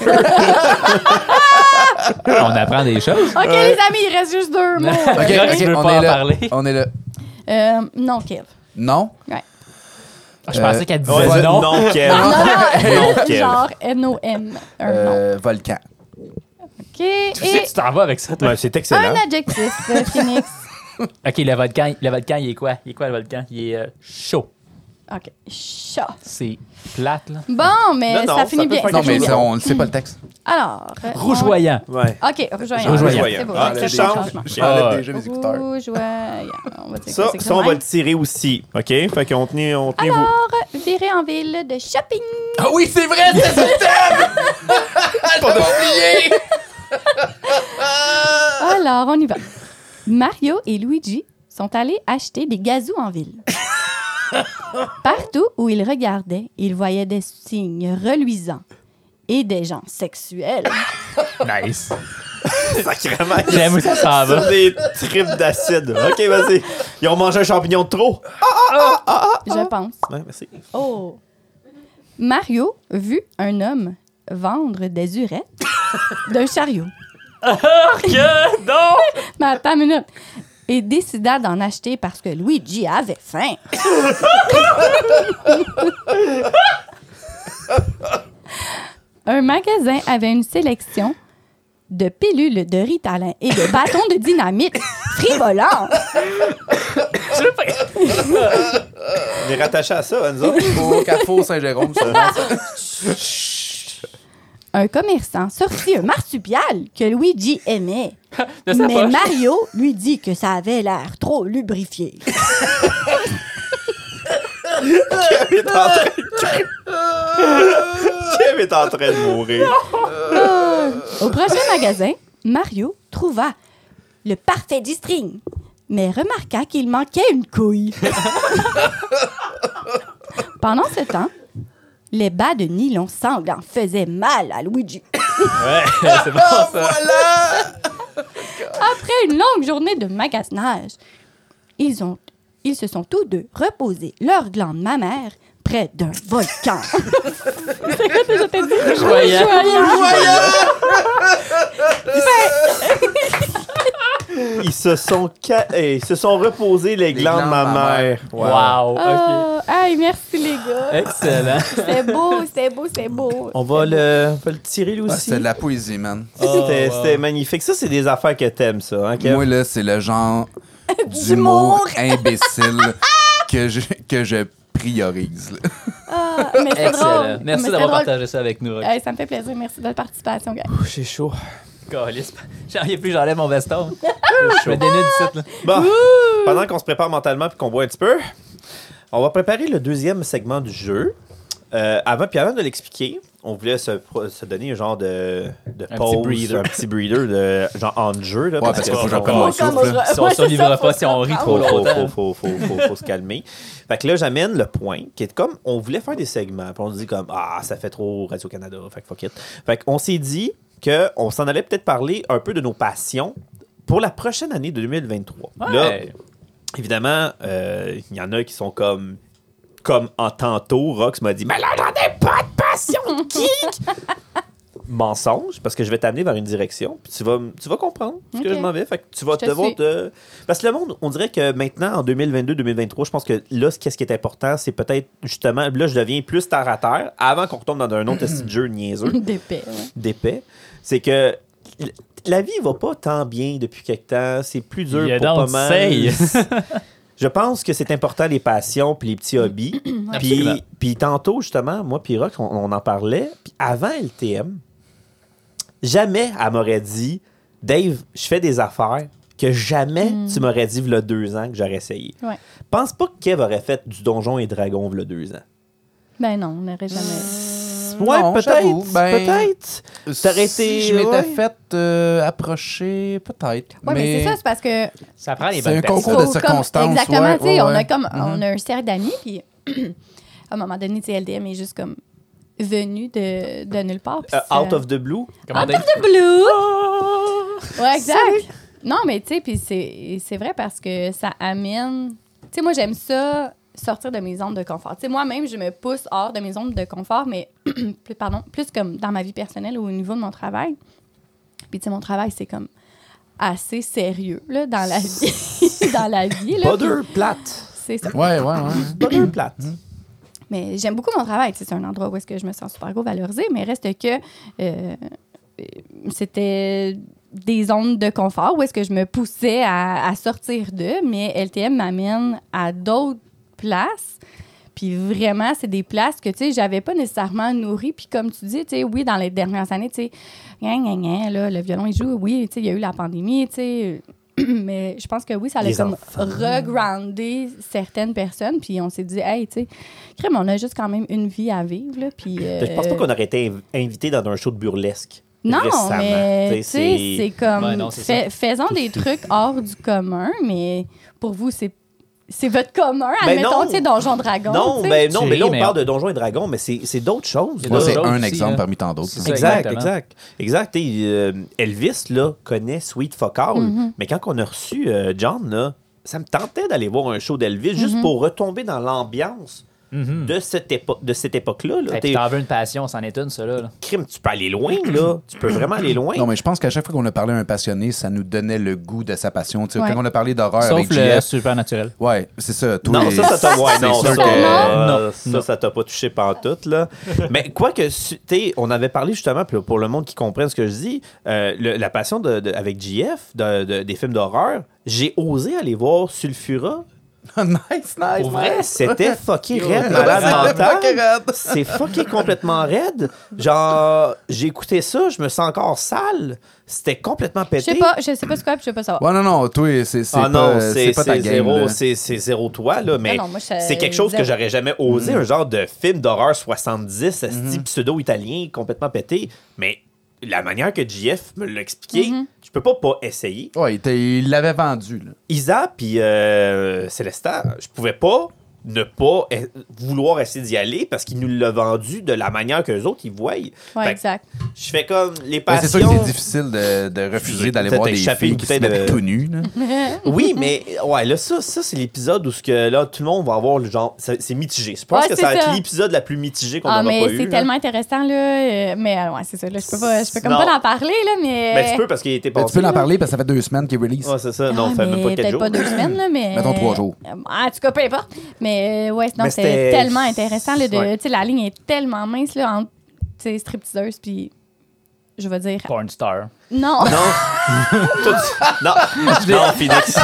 Speaker 4: On apprend des choses.
Speaker 6: OK, les amis, il reste juste deux mots.
Speaker 3: Ok,
Speaker 4: Je
Speaker 3: ok,
Speaker 4: veux
Speaker 3: on
Speaker 4: pas
Speaker 3: est
Speaker 4: en
Speaker 3: là.
Speaker 4: parler.
Speaker 3: On est là.
Speaker 6: Euh, non, Kev.
Speaker 3: Non?
Speaker 6: Ouais.
Speaker 4: Je
Speaker 3: Euh,
Speaker 4: pensais qu'elle disait
Speaker 2: Ouais,
Speaker 4: non.
Speaker 2: non, Kev. Non, Kev.
Speaker 6: euh, Genre N-O-M. Un nom.
Speaker 3: Euh, volcan.
Speaker 6: OK. Et
Speaker 4: Tu sais que tu t'en vas avec ça, toi.
Speaker 2: Ouais, c'est excellent.
Speaker 6: un adjectif, euh, Phoenix.
Speaker 4: Ok, le volcan, le volcan, il est quoi? Il est quoi le volcan? Il est euh, chaud.
Speaker 6: OK. Chat.
Speaker 4: C'est plate, là.
Speaker 6: Bon, mais
Speaker 2: Non, non,
Speaker 6: ça
Speaker 2: ça
Speaker 6: finit
Speaker 2: peut
Speaker 6: bien.
Speaker 2: faire
Speaker 3: Non,
Speaker 2: quelque
Speaker 3: mais
Speaker 2: chose.
Speaker 3: ça, on ne sait pas le texte.
Speaker 6: Alors. euh,
Speaker 4: Rougeoyant.
Speaker 2: Ouais.
Speaker 6: on- OK, rougeoyant.
Speaker 4: Rougeoyant.
Speaker 6: C'est beau,
Speaker 2: Ah,
Speaker 6: c'est
Speaker 2: tu
Speaker 6: bon
Speaker 2: changes.
Speaker 6: changement.
Speaker 3: J'enlève
Speaker 4: Ah.
Speaker 3: déjà mes écouteurs.
Speaker 6: Rougeoyant. On va dire
Speaker 2: Ça,
Speaker 6: que c'est
Speaker 2: ça,
Speaker 6: comme
Speaker 2: on va
Speaker 6: même.
Speaker 2: le tirer aussi. OK? Fait qu'on tenait, on tenait vous.
Speaker 6: Alors, virer en ville de shopping.
Speaker 3: Ah oui, c'est vrai, c'est sur le thème! Pas oublié!
Speaker 6: Alors, on y va. Mario et Luigi sont allés acheter des gazous en ville. Partout où ils regardaient, ils voyaient des signes reluisants et des gens sexuels.
Speaker 4: Nice.
Speaker 2: Sacrément.
Speaker 4: J'aime où ça s'en va.
Speaker 2: Sur des tripes d'acide. OK, vas-y. Ils ont mangé un champignon de trop.
Speaker 6: Je pense.
Speaker 2: Ouais, merci.
Speaker 6: Oh. Mario vit un homme vendre des urettes d'un chariot.
Speaker 4: Que non!
Speaker 6: Mais attends une minute. Et décida d'en acheter parce que Luigi avait faim. Un magasin avait une sélection de pilules de ritalin et de bâtons de dynamite frivolants.
Speaker 2: On est rattaché à ça, hein, nous autres.
Speaker 3: Au Carrefour Saint-Jérôme, ça.
Speaker 6: Un commerçant sortit un marsupial que Luigi aimait.
Speaker 4: De sa
Speaker 6: Mais
Speaker 4: poche.
Speaker 6: Mario lui dit que ça avait l'air trop lubrifié.
Speaker 2: Kev est en train de... Kev est en train de mourir.
Speaker 6: Au prochain magasin, Mario trouva le parfait D-string, mais remarqua qu'il manquait une couille. Pendant ce temps, les bas de nylon sanglant faisaient mal à Luigi.
Speaker 4: Ouais, c'est bon ça.
Speaker 6: Après une longue journée de magasinage, ils, ont, ils se sont tous deux reposés leur glande mammaire près d'un volcan. C'est quoi que je t'ai dit?
Speaker 4: Joyeux.
Speaker 6: Joyeux.
Speaker 2: Ils se sont, ca- eh, ils se sont reposés les, glandes de ma mère.
Speaker 4: Wow. OK.
Speaker 5: Ah, hey, merci les gars.
Speaker 4: Excellent.
Speaker 5: C'était beau, c'était beau, c'était beau.
Speaker 2: On va le, on va le tirer lui
Speaker 3: Ah,
Speaker 2: aussi.
Speaker 3: C'était de la poésie, man.
Speaker 2: C'était
Speaker 4: Oh, wow.
Speaker 2: c'était magnifique. Ça, c'est des affaires que t'aimes, ça. Hein, Kev?
Speaker 3: Moi, là, c'est le genre
Speaker 5: D'humour.
Speaker 3: d'humour imbécile que je, que je priorise. là.
Speaker 5: Ah, mais c'est drôle.
Speaker 4: Excellent.
Speaker 5: Mais
Speaker 4: Merci d'avoir
Speaker 5: c'était drôle. Ah,
Speaker 4: partagé ça avec nous, Roxane.
Speaker 5: Hey, ça me fait plaisir. Merci de votre participation, gars.
Speaker 2: Ouh, J'ai chaud.
Speaker 4: Câlisse. J'en ai plus, j'enlève mon veston. Je me dénude du site, là.
Speaker 2: Bon, pendant qu'on se prépare mentalement puis qu'on boit un petit peu, on va préparer le deuxième segment du jeu. Euh, avant, puis avant de l'expliquer, on voulait se, pro- se donner un genre de, de
Speaker 4: petit
Speaker 2: pause,
Speaker 4: breather.
Speaker 2: un petit breather, de, genre en jeu. Là,
Speaker 3: Ouais, parce que faut que je
Speaker 2: on-
Speaker 3: reprenne mon souffle. là.
Speaker 4: Si on survivra pas, si on
Speaker 5: Ah,
Speaker 4: rit trop
Speaker 2: faut, faut,
Speaker 4: longtemps.
Speaker 2: faut, faut, faut, faut, faut se calmer. Fait que là, j'amène le point, qui est comme, on voulait faire des segments, puis on se dit comme, ah, ça fait trop Radio-Canada, fait que fuck it. Fait qu'on s'est dit qu'on s'en allait peut-être parler un peu de nos passions pour la prochaine année de 2023. Là,
Speaker 4: Ouais.
Speaker 2: évidemment, euh, il y en a qui sont comme, comme en tantôt, Rox m'a dit, mais là, j'en ai pas de passion de geek! mensonge parce que je vais t'amener vers une direction puis tu vas m- tu vas comprendre ce que
Speaker 5: Ok.
Speaker 2: je m'en vais fait que tu vas
Speaker 5: Je te
Speaker 2: devoir
Speaker 5: suis.
Speaker 2: te- euh, parce que le monde on dirait que maintenant en 2022 2023 je pense que là ce qu'est-ce qui est important c'est peut-être justement là je deviens plus terre à terre avant qu'on retombe dans un autre style de jeu niaiseux
Speaker 5: D'épais, ouais.
Speaker 2: d'épais, c'est que l- la vie va pas tant bien depuis quelque temps. C'est plus dur
Speaker 4: Il y a
Speaker 2: pour pas
Speaker 4: donc
Speaker 2: mal.
Speaker 4: say.
Speaker 2: Je pense que c'est important les passions puis les petits hobbies. puis,
Speaker 4: Absolument.
Speaker 2: puis tantôt, justement, moi puis Rox, on, on en parlait. Puis avant LTM, jamais elle m'aurait dit « Dave, je fais des affaires que jamais tu m'aurais dit v'là deux ans que j'aurais essayé.
Speaker 5: Mm. Ouais.
Speaker 2: Pense pas que Kev aurait fait du Donjon et Dragon v'là deux ans.
Speaker 5: Ben non, on n'aurait jamais.
Speaker 2: Ouais,
Speaker 3: non, j'avoue,
Speaker 2: peut-être.
Speaker 3: ben-
Speaker 2: Peut-être. T'aurais été-
Speaker 3: Si je m'étais
Speaker 2: ouais.
Speaker 3: fait euh, approcher, peut-être.
Speaker 5: Ouais, mais, c'est ça, c'est parce que
Speaker 4: Ça prend les
Speaker 3: C'est un
Speaker 4: bonnes
Speaker 3: concours
Speaker 4: personnes.
Speaker 3: de
Speaker 5: faut comme-
Speaker 3: circonstances,
Speaker 5: Exactement,
Speaker 3: ouais,
Speaker 5: tu sais,
Speaker 3: ouais,
Speaker 5: on
Speaker 3: ouais.
Speaker 5: a comme on a un cercle d'amis, puis à un moment donné, tu sais, LDM est juste comme venu de, de nulle part. puis
Speaker 2: Euh,
Speaker 5: ça-
Speaker 2: out of the blue.
Speaker 4: Comment
Speaker 5: Out
Speaker 4: dire?
Speaker 5: of the blue. ouais, exact. Non, mais tu sais, puis c'est c'est vrai parce que ça amène. Tu sais, moi j'aime ça sortir de mes zones de confort. Tu sais, moi-même je me pousse hors de mes zones de confort, mais plus pardon, plus comme dans ma vie personnelle ou au niveau de mon travail. Puis tu sais, mon travail c'est comme assez sérieux là dans la vie, dans la vie là.
Speaker 2: Pas deux plates.
Speaker 5: C'est ça.
Speaker 3: Ouais, ouais, ouais.
Speaker 2: Pas deux plates.
Speaker 5: Mm. Mais j'aime beaucoup mon travail. Tu sais, C'est un endroit où est-ce que je me sens super gros valorisée, mais reste que euh, euh, c'était des zones de confort où est-ce que je me poussais à, à sortir d'eux, mais LTM m'amène à d'autres places. Puis vraiment, c'est des places que, tu sais, j'avais pas nécessairement nourri. Puis comme tu dis, tu sais, oui, dans les dernières années, tu sais, gna, gna, gna, là, le violon, il joue. Oui, tu sais, il y a eu la pandémie, tu sais. Mais je pense que oui, ça allait
Speaker 2: Les
Speaker 5: comme
Speaker 2: enfants.
Speaker 5: regrounder certaines personnes. Puis on s'est dit, hey, tu sais, crème, on a juste quand même une vie à vivre, là. Puis.
Speaker 2: Je pense pas
Speaker 5: euh,
Speaker 2: qu'on aurait été inv- invité dans un show de burlesque.
Speaker 5: non,
Speaker 2: récemment.
Speaker 5: mais tu
Speaker 2: T'sais, c'est-
Speaker 5: sais, c'est comme
Speaker 4: Ouais, non, c'est
Speaker 5: fais- faisons des trucs hors du commun, mais pour vous c'est c'est votre commun,
Speaker 2: Ben non.
Speaker 5: admettons, tu sais, Donjon Dragon.
Speaker 2: Non,
Speaker 5: tu sais.
Speaker 2: ben non, mais là, on
Speaker 4: Mais-
Speaker 2: parle de Donjons et Dragons, mais c'est c'est d'autres choses.
Speaker 4: C'est
Speaker 2: là.
Speaker 3: Moi, c'est
Speaker 4: D'autres
Speaker 3: un
Speaker 4: aussi,
Speaker 3: exemple
Speaker 4: là.
Speaker 3: parmi tant d'autres.
Speaker 4: C'est
Speaker 3: là.
Speaker 2: Exact,
Speaker 4: Exactement.
Speaker 2: exact. Exact. T'sais, euh, Elvis, là, connaît Sweet Fuck All,
Speaker 5: Mm-hmm.
Speaker 2: mais quand on a reçu euh, John, là, ça me tentait d'aller voir un show d'Elvis
Speaker 5: Mm-hmm.
Speaker 2: juste pour retomber dans l'ambiance de cette, épo- de cette époque-là. là. T'es-
Speaker 4: Hey, Mm-hmm. Ben, puis T'en veux une passion, c'en est une, ça, là.
Speaker 2: crime, tu peux aller loin, là. tu peux vraiment aller loin.
Speaker 3: Non, mais je pense qu'à chaque fois qu'on a parlé à un passionné, ça nous donnait le goût de sa passion. Tu sais,
Speaker 5: Ouais.
Speaker 3: Quand on a parlé d'horreur
Speaker 4: Sauf
Speaker 3: avec
Speaker 4: le
Speaker 3: JF,
Speaker 4: super naturel.
Speaker 3: ouais, c'est ça. tous
Speaker 2: Non,
Speaker 3: les-
Speaker 2: ça, ça t'a ouais,
Speaker 3: c'est
Speaker 2: non, ça,
Speaker 3: sûr
Speaker 2: ça,
Speaker 3: que-
Speaker 2: euh, ça, ça t'a pas touché pantoute, là. Mais quoi que, su- t'sais, on avait parlé justement, puis pour le monde qui comprenne ce que je dis, euh, le- la passion de, de- avec JF, de- de- des films d'horreur, j'ai osé aller voir Sulfura.
Speaker 3: nice, nice.
Speaker 2: Pour vrai, c'était fucking raide,
Speaker 3: Ouais,
Speaker 2: malade
Speaker 3: c'était
Speaker 2: mental.
Speaker 3: fucking raide.
Speaker 2: C'est fucking complètement raide. Genre, j'ai écouté ça, je me sens encore sale. C'était complètement
Speaker 5: Je
Speaker 2: pété.
Speaker 5: sais pas, je sais pas ce quoi, puis je sais pas savoir.
Speaker 3: Ouais, non, non, toi, c'est c'est
Speaker 2: Ah non,
Speaker 3: pas,
Speaker 2: c'est
Speaker 3: c'est pas ta
Speaker 2: c'est
Speaker 3: game.
Speaker 2: zéro,
Speaker 3: là.
Speaker 2: c'est c'est zéro toi, là, mais
Speaker 5: non, moi, je-
Speaker 2: c'est quelque chose que
Speaker 5: zéro.
Speaker 2: j'aurais jamais osé,
Speaker 3: Mm.
Speaker 2: un genre de film d'horreur 70,
Speaker 3: Mm-hmm.
Speaker 2: style pseudo-italien, complètement pété, mais la manière que JF me l'a expliqué,
Speaker 5: Mm-hmm.
Speaker 2: je peux pas pas essayer.
Speaker 3: Ouais, il t'a- il l'avait vendu. Là.
Speaker 2: Isa puis euh, Célestin, je pouvais pas ne pas eh, vouloir essayer d'y aller parce qu'ils nous l'ont vendu de la manière qu'eux autres, ils voient.
Speaker 5: Ouais,
Speaker 2: Fait que
Speaker 5: exact.
Speaker 2: Je fais comme les
Speaker 3: Mais c'est sûr que
Speaker 2: passions.
Speaker 3: c'est difficile de, de refuser d'aller
Speaker 2: Peut-être
Speaker 3: voir des
Speaker 2: échapper
Speaker 3: filles
Speaker 2: une
Speaker 3: qui se
Speaker 2: bouteille de-
Speaker 3: mettent tout nus. là.
Speaker 2: oui, mais ouais, là, ça, ça c'est l'épisode où ce que, là, tout le monde va avoir le genre. ça- C'est mitigé. Je pense
Speaker 5: Ouais,
Speaker 2: que
Speaker 5: c'est
Speaker 2: ça va
Speaker 5: ça.
Speaker 2: être l'épisode la plus mitigée qu'on en
Speaker 5: Ah,
Speaker 2: a pas
Speaker 5: mais
Speaker 2: eu.
Speaker 5: c'est
Speaker 2: là.
Speaker 5: tellement intéressant, là. euh, mais euh, ouais, c'est ça. Là, je peux pas, je peux comme
Speaker 2: Non.
Speaker 5: pas en parler, là, mais.
Speaker 2: Ben, tu peux parce qu'il était
Speaker 3: Ben,
Speaker 2: passé.
Speaker 3: tu peux l'en parler parce que ça fait deux semaines qu'il release.
Speaker 2: Ouais, c'est ça. Non,
Speaker 5: Ah,
Speaker 2: ça fait
Speaker 5: mais
Speaker 2: même pas quatre
Speaker 5: Peut-être
Speaker 2: jours.
Speaker 5: pas deux semaines, là, mais.
Speaker 3: Mettons trois jours.
Speaker 5: Euh, Ah, en tout cas, peu importe. Mais euh, ouais, non,
Speaker 2: Mais
Speaker 5: c'était
Speaker 2: c'était-
Speaker 5: tellement intéressant. Là, de,
Speaker 2: Ouais.
Speaker 5: tu sais, La ligne est tellement mince là, entre tu sais, stripteaseuse puis. Je vais dire.
Speaker 4: Porn star.
Speaker 5: Non!
Speaker 2: Non. Tout- Non. Non, Phoenix.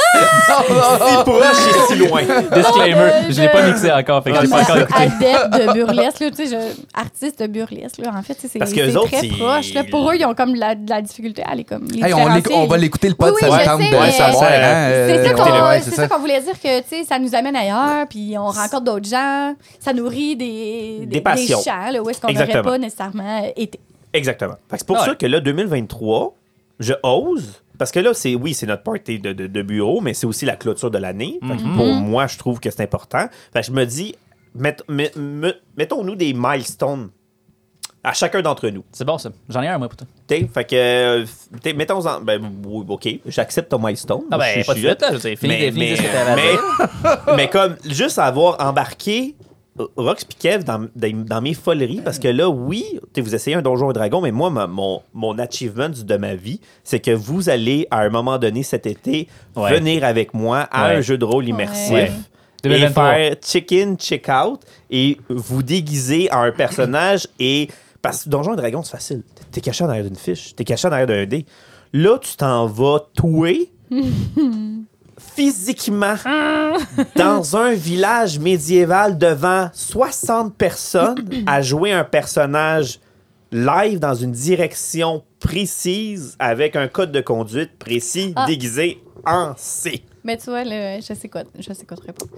Speaker 2: oh, si proche et si loin.
Speaker 4: Disclaimer,
Speaker 5: le-
Speaker 4: je l'ai
Speaker 5: le-
Speaker 4: pas mixé encore, fait que
Speaker 2: Ah,
Speaker 4: j'ai pas
Speaker 2: mais-
Speaker 4: encore écouté.
Speaker 5: adepte de burlesque, là, tu sais, je- artiste de burlesque, là, en fait, tu sais, c'est
Speaker 2: Parce que
Speaker 5: c'est
Speaker 2: eux autres,
Speaker 5: très
Speaker 2: ils-
Speaker 5: proche. Là. Pour eux, ils ont comme de la, de la difficulté à aller comme. les
Speaker 3: Hey, on, l'éc-
Speaker 5: différencier.
Speaker 3: on va l'écouter le pod,
Speaker 5: Oui,
Speaker 3: ça
Speaker 5: oui,
Speaker 3: nous
Speaker 5: je
Speaker 3: tente
Speaker 5: sais,
Speaker 3: de.
Speaker 5: mais-
Speaker 3: ça sert, hein,
Speaker 5: C'est ça
Speaker 3: euh,
Speaker 5: qu'on
Speaker 3: ouais,
Speaker 5: c'est ça qu'on voulait dire que tu sais, ça nous amène ailleurs, puis on rencontre d'autres gens, ça nourrit des,
Speaker 2: Des passions.
Speaker 5: champs là, où est-ce qu'on n'aurait
Speaker 2: Exactement.
Speaker 5: pas nécessairement été.
Speaker 2: Exactement. Fait que c'est pour
Speaker 4: Ouais.
Speaker 2: ça que là, 2023, je ose. Parce que là, c'est oui, c'est notre party de, de- de bureau, mais c'est aussi la clôture de l'année. Fait que Pour moi, je trouve que c'est important. Fait que je me dis, mett- me- me- mettons-nous des milestones à chacun d'entre nous.
Speaker 4: C'est bon, ça. J'en ai un, moi, pour toi.
Speaker 2: T'sais, fait que, euh, t'sais, mettons en. Ben, oui, OK, j'accepte ton milestone.
Speaker 4: Ah, ben,
Speaker 2: Je suis-
Speaker 4: pas de
Speaker 2: je suis là.
Speaker 4: suite, là. Je veux dire, Fini,
Speaker 2: mais,
Speaker 4: fini, dis ce que
Speaker 2: mais-
Speaker 4: t'avais à dire.
Speaker 2: mais- mais comme juste avoir embarqué euh, Rox puis Kev dans, dans- dans mes foleries, parce que là, oui, t'sais, vous essayez un donjon et dragon, mais moi, ma- mon, mon achievement de ma vie, c'est que vous allez, à un moment donné cet été,
Speaker 4: Ouais.
Speaker 2: venir avec moi à
Speaker 4: Ouais.
Speaker 2: un jeu de rôle immersif.
Speaker 4: Ouais.
Speaker 2: Et
Speaker 4: 2023.
Speaker 2: faire check-in, check-out et vous déguiser en un personnage et. Parce que Donjon et Dragon, c'est facile. T'es caché en arrière d'une fiche, t'es caché en arrière d'un dé. Là, tu t'en vas touer physiquement dans un village médiéval devant 60 personnes à jouer un personnage live dans une direction précise avec un code de conduite précis
Speaker 5: Ah.
Speaker 2: déguisé en C.
Speaker 5: Mais tu vois, là, je sais quoi, je sais quoi te répondre.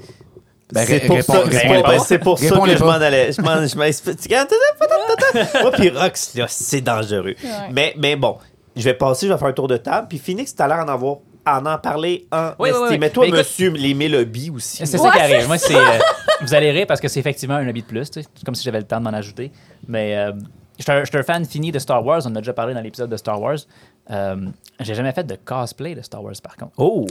Speaker 3: Ben,
Speaker 2: c'est
Speaker 3: ré-
Speaker 2: pour
Speaker 3: réponds-
Speaker 2: ça,
Speaker 3: réponds-
Speaker 2: c'est pour- ben, c'est pour ça
Speaker 3: réponds les
Speaker 2: que je
Speaker 3: pas.
Speaker 2: m'en allais. Je m'en je m'en- Moi, puis Rox, là, c'est dangereux.
Speaker 5: Ouais.
Speaker 2: Mais, mais bon, je vais passer, je vais faire un tour de table. Puis Phoenix, t'as l'air en avoir à en parler en
Speaker 4: Oui, oui,
Speaker 2: esti.
Speaker 4: oui.
Speaker 2: Mais toi,
Speaker 4: Mais écoute-
Speaker 2: monsieur, les mets lobbies aussi.
Speaker 4: C'est
Speaker 2: là.
Speaker 4: ça qui
Speaker 5: Ouais,
Speaker 4: arrive.
Speaker 5: c'est
Speaker 4: Moi, c'est. euh, vous allez rire parce que c'est effectivement un hobby de plus. tu sais. C'est comme si j'avais le temps de m'en ajouter. Mais euh, je suis un- je suis un fan fini de Star Wars. On en a déjà parlé dans l'épisode de Star Wars. Euh, J'ai jamais fait de cosplay de Star Wars, par contre.
Speaker 2: Oh!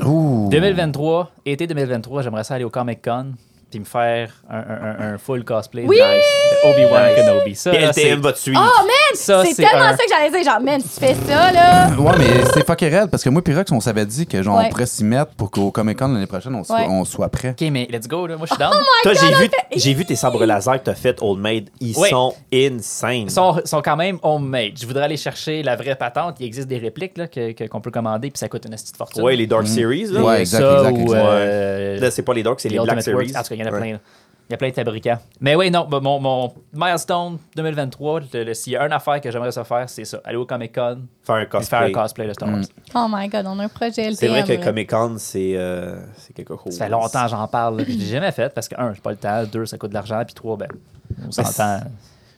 Speaker 4: 2023, été 2023, j'aimerais ça aller au Comic Con puis me faire un, un- un- un full cosplay
Speaker 5: Oui!
Speaker 4: de Obi-Wan Kenobi. Ça,
Speaker 2: Puis
Speaker 4: là, c'est-
Speaker 2: LTM va te suivre.
Speaker 5: Oh, man!
Speaker 4: Ça,
Speaker 5: c'est
Speaker 4: c'est
Speaker 5: tellement
Speaker 4: un-
Speaker 5: ça que j'allais dire. Genre, man, tu fais ça, là.
Speaker 3: Ouais, mais c'est fucking raide parce que moi, Pyrox, on s'avait dit que genre,
Speaker 5: Ouais.
Speaker 3: on pourrait s'y mettre pour qu'au Comic Con l'année prochaine, on soit,
Speaker 5: Ouais.
Speaker 3: on soit prêt.
Speaker 4: Ok, mais let's go, là. Moi, je suis down.
Speaker 2: Toi, j'ai vu, j'ai vu tes sabres laser que t'as fait, Old Maid. Ils
Speaker 4: Oui.
Speaker 2: sont insane.
Speaker 4: Ils sont, sont quand même homemade. Je voudrais aller chercher la vraie patente. Il existe des répliques là, que- que- qu'on peut commander, puis ça coûte une petite fortune.
Speaker 2: Ouais, les Dark Series, là.
Speaker 3: Ouais, exact,
Speaker 4: ça,
Speaker 3: exact,
Speaker 4: ou,
Speaker 3: exact.
Speaker 4: euh,
Speaker 2: Là, c'est pas les Dark, c'est les,
Speaker 4: les
Speaker 2: Black
Speaker 4: Ultimate Works.
Speaker 2: Series.
Speaker 4: En tout cas, il y en a
Speaker 2: Ouais.
Speaker 4: plein. là. Il y a plein de fabricants. Mais oui, non, bah, mon, mon milestone 2023, le- le- s'il y a une affaire que j'aimerais se faire, c'est ça. Aller au Comic Con,
Speaker 2: Faire un
Speaker 4: puis faire un
Speaker 2: cosplay.
Speaker 4: cosplay de Star Wars.
Speaker 3: Mm.
Speaker 5: Oh my god, on a un projet LTM.
Speaker 2: C'est vrai que
Speaker 5: là.
Speaker 2: Comic Con, c'est euh, c'est quelque chose.
Speaker 4: Ça fait longtemps que j'en parle, là, puis je l'ai jamais fait parce que, un, j'ai pas le temps, deux, ça coûte de l'argent, puis trois, ben, on s'entend.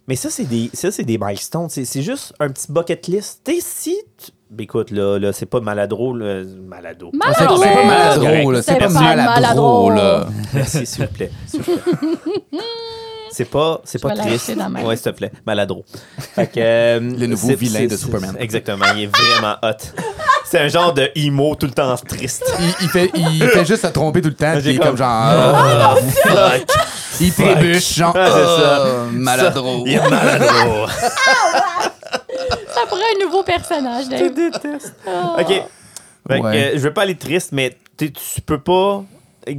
Speaker 2: Mais ça, c'est des, ça, c'est des milestones. C'est, c'est juste un petit bucket list. T'es si. tu- Ben, Écoute, là, là c'est pas maladro. Là, malado.
Speaker 3: Ah,
Speaker 5: Malade,
Speaker 3: C'est
Speaker 5: Ah, ouais.
Speaker 3: c'est pas maladro,
Speaker 4: correct.
Speaker 3: là.
Speaker 5: C'est
Speaker 3: C'est pas
Speaker 5: pas
Speaker 3: maladro,
Speaker 5: maladro.
Speaker 3: là.
Speaker 2: Merci, s'il vous plaît. S'il vous plaît. C'est pas, c'est pas
Speaker 5: vais la
Speaker 2: triste.
Speaker 5: lâcher dans ma
Speaker 2: Ouais, s'il te plaît. Maladro. Fait que, euh,
Speaker 3: Le nouveau
Speaker 2: c'est-
Speaker 3: vilain
Speaker 2: c'est-
Speaker 3: de
Speaker 2: c'est-
Speaker 3: Superman.
Speaker 2: Exactement. Il est vraiment hot. C'est un genre de emo tout le temps triste.
Speaker 3: Il, il fait, il fait juste se tromper tout le temps, puis
Speaker 2: J'ai
Speaker 3: il est comme
Speaker 2: comme- Ah,
Speaker 3: genre. euh,
Speaker 2: Fuck.
Speaker 3: il trébuche, genre.
Speaker 2: Ah, c'est ça.
Speaker 3: euh, maladro.
Speaker 2: Il est maladro.
Speaker 5: Ça pourrait un nouveau personnage,
Speaker 2: Je
Speaker 5: Dave.
Speaker 2: déteste. Ah. OK. Fait que,
Speaker 3: Ouais.
Speaker 2: euh, je veux pas aller triste, mais t'es- tu peux pas.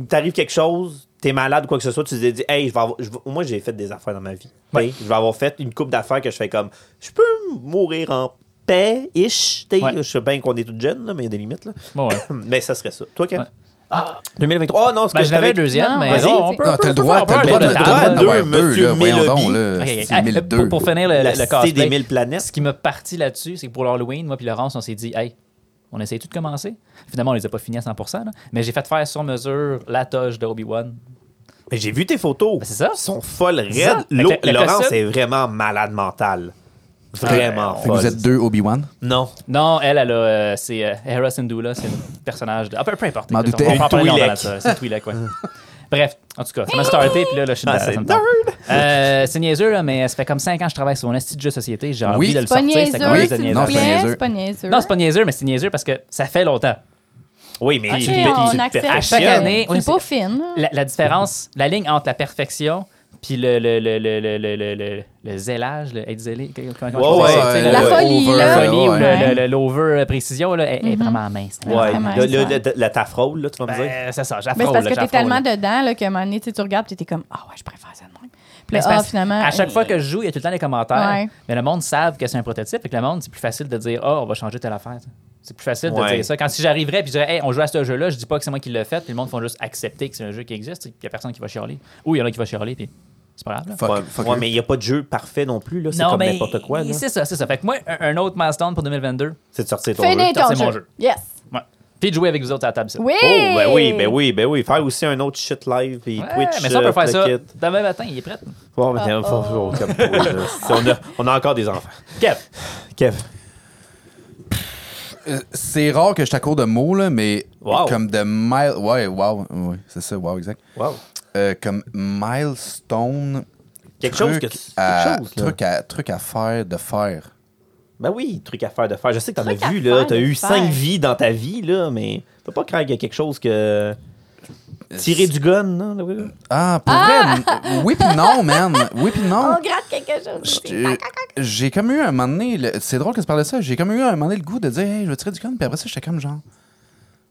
Speaker 2: T'arrives quelque chose, t'es malade ou quoi que ce soit, tu te dis, hey, je vais avoir- je vais- moi j'ai fait des affaires dans ma vie.
Speaker 4: Ouais.
Speaker 2: Hey, je vais avoir fait une coupe d'affaires que je fais comme, je peux mourir en paix, ish. T'sais,
Speaker 4: Ouais.
Speaker 2: Je sais bien qu'on est toutes jeunes, là, mais il y a des limites. Là.
Speaker 4: Bon, ouais.
Speaker 2: Mais ça serait ça. Toi, Kev?
Speaker 4: Ouais.
Speaker 2: 2023. Oh non, c'est
Speaker 4: Ben,
Speaker 2: que
Speaker 4: je l'avais un
Speaker 2: t'avais-
Speaker 4: deuxième,
Speaker 5: Non,
Speaker 4: mais
Speaker 2: vas-y.
Speaker 4: non, on peut.
Speaker 3: Ah,
Speaker 4: on peut
Speaker 3: t'as le droit,
Speaker 4: faire-
Speaker 3: t'as le droit
Speaker 4: on peut
Speaker 3: de
Speaker 4: avoir
Speaker 2: le droit
Speaker 3: t'as le droit
Speaker 2: de
Speaker 3: d'avoir
Speaker 2: Monsieur
Speaker 3: deux, là. Voyons
Speaker 2: Mélodie.
Speaker 3: donc, là.
Speaker 4: Ok,
Speaker 3: C'est
Speaker 4: hey, pour,
Speaker 3: 1002.
Speaker 4: pour finir le,
Speaker 2: La
Speaker 4: le
Speaker 2: cité des
Speaker 4: cosplay,
Speaker 2: mille planètes.
Speaker 4: ce qui m'a parti là-dessus, c'est que pour Halloween, moi puis Laurence, on s'est dit, hey, on essaye tout de commencer. Finalement, on les a pas finis à 100%, là, mais j'ai fait faire sur mesure la toge de Obi-Wan.
Speaker 2: Ben, Mais j'ai vu tes photos.
Speaker 4: Ben, c'est ça.
Speaker 2: Ils sont folles,
Speaker 4: C'est ça.
Speaker 2: raides.
Speaker 4: Fait que
Speaker 2: L'eau-
Speaker 4: le- le
Speaker 2: Laurence
Speaker 4: costume-
Speaker 2: est vraiment malade mentale. Vraiment
Speaker 3: Fait que
Speaker 2: folle.
Speaker 3: vous êtes deux Obi-Wan.
Speaker 2: Non.
Speaker 4: Non, elle, elle a, euh, c'est euh, Hera Syndulla, c'est le personnage de. Ah, peu, peu importe.
Speaker 3: M'en
Speaker 4: Écoute,
Speaker 3: doutais.
Speaker 4: On va en
Speaker 2: Une
Speaker 4: parler longtemps
Speaker 2: Twi'lek.
Speaker 4: là-dessus. C'est une Twi'lek, ouais. Bref, en tout cas, ça m'a starté, puis là, là, je suis
Speaker 2: Ah,
Speaker 4: dedans,
Speaker 2: c'est
Speaker 4: ça me tente. Euh, c'est niaiseux, là, mais ça fait comme 5 ans que je travaille sur mon esti de jeu de société. J'ai
Speaker 3: Oui.
Speaker 4: envie de le
Speaker 3: C'est
Speaker 5: pas
Speaker 4: sortir.
Speaker 5: niaiseux,
Speaker 4: c'était comme-
Speaker 3: Oui,
Speaker 5: s'il
Speaker 3: non,
Speaker 5: vous
Speaker 3: c'est pas
Speaker 5: plaît.
Speaker 3: niaiseux.
Speaker 5: C'est pas niaiseux.
Speaker 4: Non, c'est pas niaiseux, mais c'est niaiseux parce que ça fait longtemps.
Speaker 2: Oui, mais
Speaker 4: Ok,
Speaker 2: tu,
Speaker 5: on
Speaker 2: tu- tu
Speaker 5: accepte.
Speaker 4: À chaque
Speaker 2: perfectionnes.
Speaker 4: année, oui,
Speaker 5: C'est pas
Speaker 4: c'est-
Speaker 5: fine. là.
Speaker 4: la, la différence, la ligne entre la perfection puis le, le, le, le, le, le, le, le- le zélage, le être zélé, comment, comment
Speaker 2: Ouais,
Speaker 4: on dit ça,
Speaker 2: ouais,
Speaker 4: tu sais,
Speaker 5: ouais,
Speaker 4: le-
Speaker 5: ouais. folie,
Speaker 3: over,
Speaker 5: là.
Speaker 4: la
Speaker 3: ouais,
Speaker 4: folie ou
Speaker 3: ouais.
Speaker 5: ouais.
Speaker 4: le- le- le- l'over-précision là, est,
Speaker 5: Mm-hmm.
Speaker 4: est vraiment mince.
Speaker 2: Ouais,
Speaker 5: Ah, mince,
Speaker 2: le- le-
Speaker 5: ouais.
Speaker 2: le- la ta frôle, là, tu vas me dire.
Speaker 4: Ben, c'est ça,
Speaker 5: Mais c'est
Speaker 4: j'affrole.
Speaker 5: parce
Speaker 4: là,
Speaker 5: que t'es
Speaker 4: j'affrole,
Speaker 5: tellement
Speaker 4: là.
Speaker 5: dedans là, qu'à un moment donné, tu sais, tu regardes et t'es comme Ah ouais, je préfère ça de même. Puis
Speaker 4: Mais
Speaker 5: là,
Speaker 4: c'est
Speaker 5: ah,
Speaker 4: parce-
Speaker 5: finalement.
Speaker 4: à chaque
Speaker 5: euh,
Speaker 4: fois que je joue, il y a tout le temps des commentaires.
Speaker 5: Ouais.
Speaker 4: Mais le monde savent que c'est un prototype. Fait que le monde, c'est plus facile de dire Ah, on va changer telle affaire. ça. C'est plus facile de
Speaker 2: Ouais.
Speaker 4: dire ça. Quand si j'arriverais puis je dirais Hey, on joue à ce jeu-là, je dis pas que c'est moi qui l'ai fait. Puis le monde font juste accepter que c'est un jeu qui existe. Puis il y a personne qui va chialer. Ou il y en a qui va chialer. Puis c'est pas grave. là.
Speaker 3: Fuck,
Speaker 2: Ouais,
Speaker 3: fuck
Speaker 2: ouais,
Speaker 3: you.
Speaker 2: mais il n'y a pas de jeu parfait non plus, là. C'est
Speaker 4: Non,
Speaker 2: comme
Speaker 4: mais
Speaker 2: n'importe quoi, là.
Speaker 4: C'est ça, c'est ça. Fait que moi, un, un autre milestone pour 2022.
Speaker 2: C'est de sortir ton
Speaker 5: Finis
Speaker 2: jeu.
Speaker 4: Putain,
Speaker 5: ton
Speaker 4: c'est mon
Speaker 5: jeu.
Speaker 4: jeu.
Speaker 5: Yes.
Speaker 4: Ouais. Puis de jouer avec vous autres à la table. ça.
Speaker 5: Oui.
Speaker 2: Oh, ben oui, ben oui, ben oui. Faire aussi un autre shit live, puis
Speaker 4: Ouais,
Speaker 2: Twitch.
Speaker 4: mais ça, on peut
Speaker 2: euh,
Speaker 4: faire
Speaker 2: le
Speaker 4: ça Ah, oh.
Speaker 2: kit.
Speaker 4: demain matin. Il est prêt.
Speaker 2: Bon, ben, faut- faut- comme toi, là. Si on, a, on a encore des enfants.
Speaker 4: Kev.
Speaker 2: Kev.
Speaker 3: Euh, C'est rare que je t'accorde de mots, là, mais
Speaker 2: Wow.
Speaker 3: comme de mile. Ouais, wow. Ouais, c'est ça, wow, exact.
Speaker 2: Wow.
Speaker 3: Euh, comme milestone.
Speaker 2: Quelque
Speaker 3: truc
Speaker 2: chose que tu- quelque
Speaker 3: à,
Speaker 2: chose, là.
Speaker 3: truc à Truc à faire, de faire.
Speaker 2: Ben oui, truc à faire de faire. Je sais que t'en as
Speaker 5: Truc à
Speaker 2: vu, là.
Speaker 5: faire
Speaker 2: T'as
Speaker 5: de
Speaker 2: eu
Speaker 5: faire.
Speaker 2: cinq vies dans ta vie, là, mais faut pas craindre qu'il y a quelque chose que. Tirer du gun, non? là, oui, là.
Speaker 3: Ah, pour vrai? n- Oui pis non, man. Oui pis non.
Speaker 5: On gratte quelque chose.
Speaker 3: Je- euh, J'ai comme eu un moment donné, le- c'est drôle que tu parles de ça, j'ai comme eu un moment donné le goût de dire, hey, je vais tirer du gun, puis après ça, j'étais comme genre,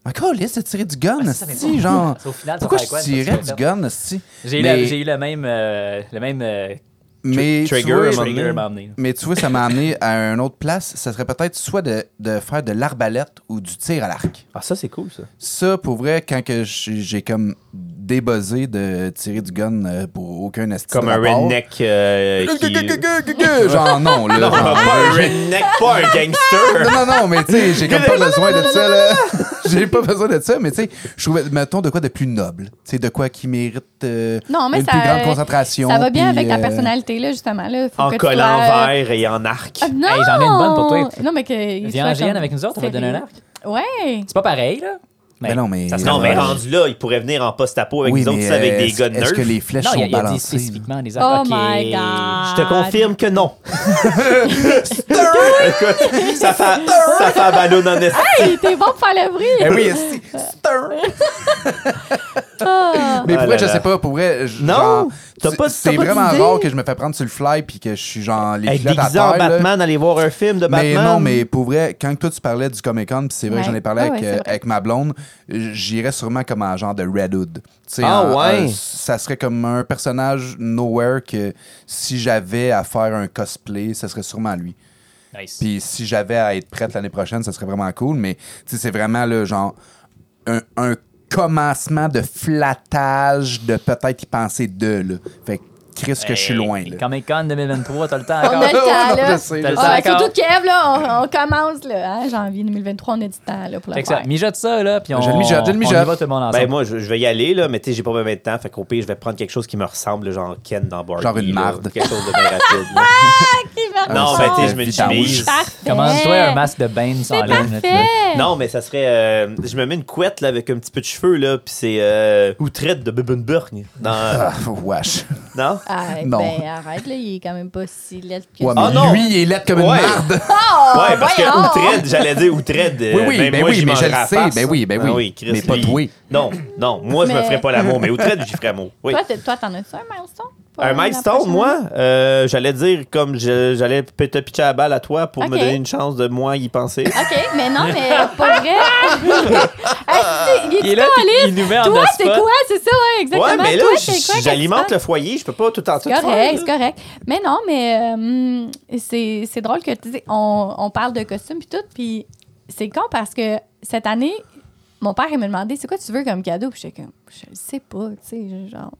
Speaker 3: ma liste de tirer du gun,
Speaker 4: Ah, c'est ça,
Speaker 3: si,
Speaker 4: mais-
Speaker 3: genre,
Speaker 4: Au final, ça
Speaker 3: pourquoi
Speaker 4: fait
Speaker 3: je
Speaker 4: quoi, ça,
Speaker 3: tirais
Speaker 4: tu
Speaker 3: du
Speaker 4: l'as
Speaker 3: gun, si?
Speaker 4: J'ai eu, la- j'ai eu le même, euh, le même euh,
Speaker 3: mais, tu
Speaker 2: trigger,
Speaker 3: vois-
Speaker 2: un moment donné.
Speaker 4: trigger à m'emmener. là.
Speaker 3: mais tu vois, ça m'a amené à une autre place, ça serait peut-être soit de, de faire de l'arbalète ou du tir à l'arc.
Speaker 2: Ah, ça, c'est cool, ça.
Speaker 3: Ça, pour vrai, quand que j'ai j'ai comme débuzzé de tirer du gun euh, pour aucun esti de
Speaker 2: Comme un
Speaker 3: rapport.
Speaker 2: redneck. euh, qui-
Speaker 3: Genre, non, là.
Speaker 2: Pas
Speaker 3: genre,
Speaker 2: un redneck, pas un gangster.
Speaker 3: Ah! Non, non, non, mais tu sais, j'ai comme pas besoin de ça, là. J'ai pas besoin de ça, mais tu sais, je trouvais, mettons, de quoi de plus noble. Tu sais, de quoi qui mérite euh,
Speaker 5: Non, mais
Speaker 3: une
Speaker 5: ça-
Speaker 3: plus grande concentration.
Speaker 5: Ça va bien
Speaker 3: puis,
Speaker 5: avec ta
Speaker 3: euh,
Speaker 5: personnalité, là, justement. Là. Faut
Speaker 2: En
Speaker 5: que tu
Speaker 2: collant
Speaker 5: sois, euh,
Speaker 2: vert et en arc.
Speaker 5: Ah, non!
Speaker 4: Hey, j'en ai une bonne pour toi.
Speaker 5: Non, mais que.
Speaker 4: Viens en GN avec nous autres, on va te donner un arc.
Speaker 5: Ouais.
Speaker 4: C'est pas pareil, là.
Speaker 3: Ben non, mais-
Speaker 4: ça se
Speaker 2: Non, mais
Speaker 3: Ouais.
Speaker 2: rendu là, il pourrait venir en post-apo avec
Speaker 3: oui,
Speaker 2: nous autres,
Speaker 3: mais,
Speaker 2: tu sais, avec
Speaker 3: euh,
Speaker 2: des
Speaker 3: est-ce-
Speaker 2: gars de
Speaker 3: Est-ce que
Speaker 2: nerfs.
Speaker 3: les flèches
Speaker 4: Non, il
Speaker 3: sont
Speaker 4: y a- il y a dit
Speaker 3: balancées?
Speaker 4: spécifiquement des
Speaker 5: Oh
Speaker 4: arcs. OK.
Speaker 5: my God.
Speaker 2: Je te confirme que non. Écoute, ça fait, ça fait un ballon en esti.
Speaker 5: Hey, t'es bon pour faire le
Speaker 2: Eh
Speaker 5: bruit.
Speaker 3: Ben Ah, oui, esti.
Speaker 5: Ah.
Speaker 3: Mais
Speaker 2: Ah
Speaker 3: pour vrai,
Speaker 2: là
Speaker 3: je
Speaker 2: là.
Speaker 3: sais pas, pour vrai, je-
Speaker 2: Non,
Speaker 3: genre,
Speaker 2: t'as
Speaker 3: c'est-
Speaker 2: pas- t'as
Speaker 3: C'est
Speaker 2: pas
Speaker 3: vraiment
Speaker 2: d'idée.
Speaker 3: rare que je me fais prendre sur le fly puis que je suis genre les
Speaker 2: Hey,
Speaker 3: culottes à
Speaker 2: déguisé en
Speaker 3: terre. là.
Speaker 2: Batman, aller voir un film de
Speaker 3: Mais
Speaker 2: Batman.
Speaker 3: non, mais pour vrai, quand toi tu parlais du Comic Con, puis c'est vrai que
Speaker 5: Ouais.
Speaker 3: j'en ai parlé
Speaker 5: Ah
Speaker 3: avec,
Speaker 5: ouais, c'est
Speaker 3: euh,
Speaker 5: vrai.
Speaker 3: avec ma blonde, euh, j'irais sûrement comme un genre de Red Hood. Tu sais,
Speaker 2: Ah
Speaker 3: en-
Speaker 2: ouais?
Speaker 3: en- ça serait comme un personnage nowhere que si j'avais à faire un cosplay, ça serait sûrement lui.
Speaker 4: Nice.
Speaker 3: Puis si j'avais à être prête l'année prochaine, ça serait vraiment cool. Mais tu sais, c'est vraiment là, genre un, un commencement de flattage de peut-être y penser de. Là. Fait que Chris, que je suis loin. là.
Speaker 4: Comic Con 2023, t'as le temps
Speaker 5: On
Speaker 4: encore.
Speaker 5: a le temps,
Speaker 3: Non,
Speaker 5: là.
Speaker 3: je sais, je
Speaker 5: Ah,
Speaker 4: sais.
Speaker 5: ouais, surtout Kev, là, on, on commence, là. Hein, janvier 2023, on a du temps, là, pour le
Speaker 4: Fait que ça,
Speaker 5: faire.
Speaker 4: mijote ça, là, puis on,
Speaker 3: Je le mijote, je le
Speaker 4: on y
Speaker 3: mijote.
Speaker 4: va tout le monde ensemble.
Speaker 2: Ben moi, je, je vais y aller, là, mais tu sais, j'ai pas même de temps. Fait qu'au pire, je vais prendre quelque chose qui me ressemble, genre Ken dans Barbie.
Speaker 3: Genre une
Speaker 2: là,
Speaker 3: marde.
Speaker 2: Quelque chose de bien rapide. là.
Speaker 5: Qui
Speaker 2: non,
Speaker 3: Ah,
Speaker 2: mais
Speaker 5: va-
Speaker 2: tu sais, je
Speaker 3: euh,
Speaker 2: me
Speaker 3: vidange.
Speaker 2: chemise.
Speaker 5: Parfait.
Speaker 4: Commande-toi un masque de Bane sans
Speaker 5: Parfait.
Speaker 4: ligne.
Speaker 2: Non, mais ça serait. euh, je me mets une couette, là, avec un petit peu de cheveux, là, puis c'est. Euh, outrette de Bubenburg. Dans,
Speaker 3: Ah, wesh.
Speaker 2: non?
Speaker 5: Ah,
Speaker 3: Non.
Speaker 5: Ben, arrête, là, il est quand même pas si laid que
Speaker 3: Ouais,
Speaker 5: ça.
Speaker 2: Ah,
Speaker 3: mais
Speaker 2: non.
Speaker 3: lui, il est laid comme une
Speaker 2: Ouais.
Speaker 3: marde.
Speaker 2: ouais, parce que
Speaker 5: voyons.
Speaker 2: Outred, j'allais dire Outred. euh,
Speaker 3: Oui, oui,
Speaker 2: même
Speaker 3: ben
Speaker 2: moi,
Speaker 3: oui,
Speaker 2: j'y
Speaker 3: mais je
Speaker 2: mangerais
Speaker 3: le
Speaker 2: la
Speaker 3: sais,
Speaker 2: face. Ah
Speaker 3: ben oui, ben oui.
Speaker 2: Chris,
Speaker 3: Mais pas
Speaker 2: lui.
Speaker 3: toi.
Speaker 2: Non, non, moi, je me
Speaker 5: Mais-
Speaker 2: ferais pas l'amour, mais Outred, j'y ferais amour. Oui.
Speaker 5: Toi, t'es- Toi, t'en as-tu un milestone? Pour
Speaker 2: Un
Speaker 5: la
Speaker 2: milestone,
Speaker 5: prochaine
Speaker 2: moi, euh, j'allais dire comme je- j'allais p- te pitcher la balle à toi pour me
Speaker 5: Ok.
Speaker 2: donner une chance de moi y penser.
Speaker 5: OK, mais non, mais pas vrai. Ah, c'est- il
Speaker 4: Il
Speaker 5: est
Speaker 4: est là, puis
Speaker 5: caliste.
Speaker 4: il nous met en
Speaker 5: Toi,
Speaker 4: hot
Speaker 5: c'est
Speaker 4: spot.
Speaker 5: quoi? C'est ça, ouais, exactement.
Speaker 2: ouais, mais là,
Speaker 5: Toi,
Speaker 2: j-
Speaker 5: c'est quoi,
Speaker 2: j'alimente
Speaker 5: qu'est-ce
Speaker 2: le foyer, je peux pas tout en tout
Speaker 5: que tu fais? C'est
Speaker 2: faire,
Speaker 5: correct, c'est correct. Mais non, mais euh, hum, c'est c'est drôle que tu dis, on, on parle de costumes puis tout, puis c'est con parce que cette année, mon père, il me demandait, c'est quoi tu veux comme cadeau? Puis j'étais comme, je le sais pas, tu sais, genre...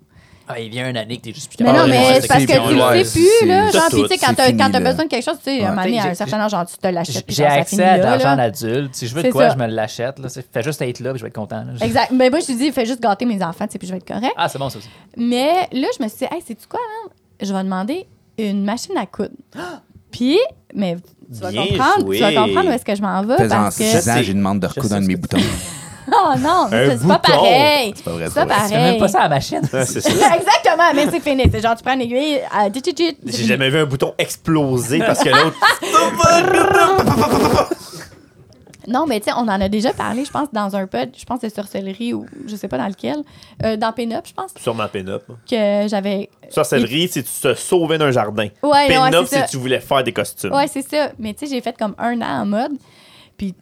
Speaker 4: Ah, il vient une année que t'es juste plus
Speaker 5: Mais
Speaker 3: Ah
Speaker 5: non,
Speaker 3: ouais,
Speaker 5: mais
Speaker 3: ouais,
Speaker 5: c'est parce
Speaker 3: c'est
Speaker 5: que tu
Speaker 3: ouais,
Speaker 5: le sais plus,
Speaker 3: c'est-
Speaker 5: là.
Speaker 2: c'est
Speaker 5: Genre,
Speaker 2: tout,
Speaker 5: puis tu sais, quand
Speaker 3: c'est
Speaker 5: t'as
Speaker 3: fini,
Speaker 5: quand t'as
Speaker 3: là.
Speaker 5: besoin de quelque chose, tu sais, à un moment donné, à un
Speaker 4: J'ai-
Speaker 5: certain âge, genre, tu te l'achètes. puis
Speaker 4: J'ai
Speaker 5: genre, ça
Speaker 4: accès
Speaker 5: finit
Speaker 4: à de
Speaker 5: là,
Speaker 4: l'argent
Speaker 5: là.
Speaker 4: d'adulte. Si je veux de
Speaker 5: C'est
Speaker 4: quoi,
Speaker 5: ça.
Speaker 4: je me l'achète. là. C'est- Fais juste être là, puis je vais être content. là. Je-
Speaker 5: Exact. Mais moi, je me dis, fais juste gâter mes enfants, tu sais, puis je vais être correct.
Speaker 4: Ah, c'est bon, ça aussi.
Speaker 5: Mais là, je me suis dit, hey, c'est-tu quoi, hein? Je vais demander une machine à coudre. Puis, mais tu vas
Speaker 2: Bien
Speaker 5: comprendre,
Speaker 2: joué.
Speaker 5: tu vas comprendre où est-ce que je m'en vais.
Speaker 3: Faisant
Speaker 5: Parce que.
Speaker 2: six
Speaker 3: 6 ans,
Speaker 2: sais.
Speaker 3: j'ai une demande de
Speaker 2: sais
Speaker 3: recoudre un de
Speaker 2: ce
Speaker 3: mes
Speaker 2: que-
Speaker 3: boutons.
Speaker 5: Oh non, mais
Speaker 2: Un
Speaker 5: c'est c'est pas
Speaker 2: bouton.
Speaker 5: pareil.
Speaker 3: C'est pas vrai,
Speaker 5: C'est
Speaker 3: c'est
Speaker 5: pas
Speaker 3: pas vrai.
Speaker 4: Tu fais même
Speaker 5: pareil.
Speaker 4: pas ça à la machine.
Speaker 2: Ah, c'est ça.
Speaker 5: Exactement, mais c'est fini. C'est genre, tu prends une aiguille, euh, tchit, tchit, tchit, c'est
Speaker 2: J'ai
Speaker 5: fini.
Speaker 2: jamais vu un bouton exploser parce que l'autre.
Speaker 5: Non, mais tu sais, on en a déjà parlé, je pense, dans un pod, je pense, de sorcellerie ou je sais pas dans lequel. Euh, dans Pénop, je pense
Speaker 2: Sûrement pin-up. hein.
Speaker 5: que j'avais.
Speaker 2: Sorcellerie, c'est tu te sauvais d'un jardin.
Speaker 5: Ouais, non, ouais,
Speaker 2: Pin-up,
Speaker 5: c'est ça.
Speaker 2: c'est tu voulais faire des costumes.
Speaker 5: Ouais, c'est ça. Mais tu sais, j'ai fait comme un an en mode. Puis,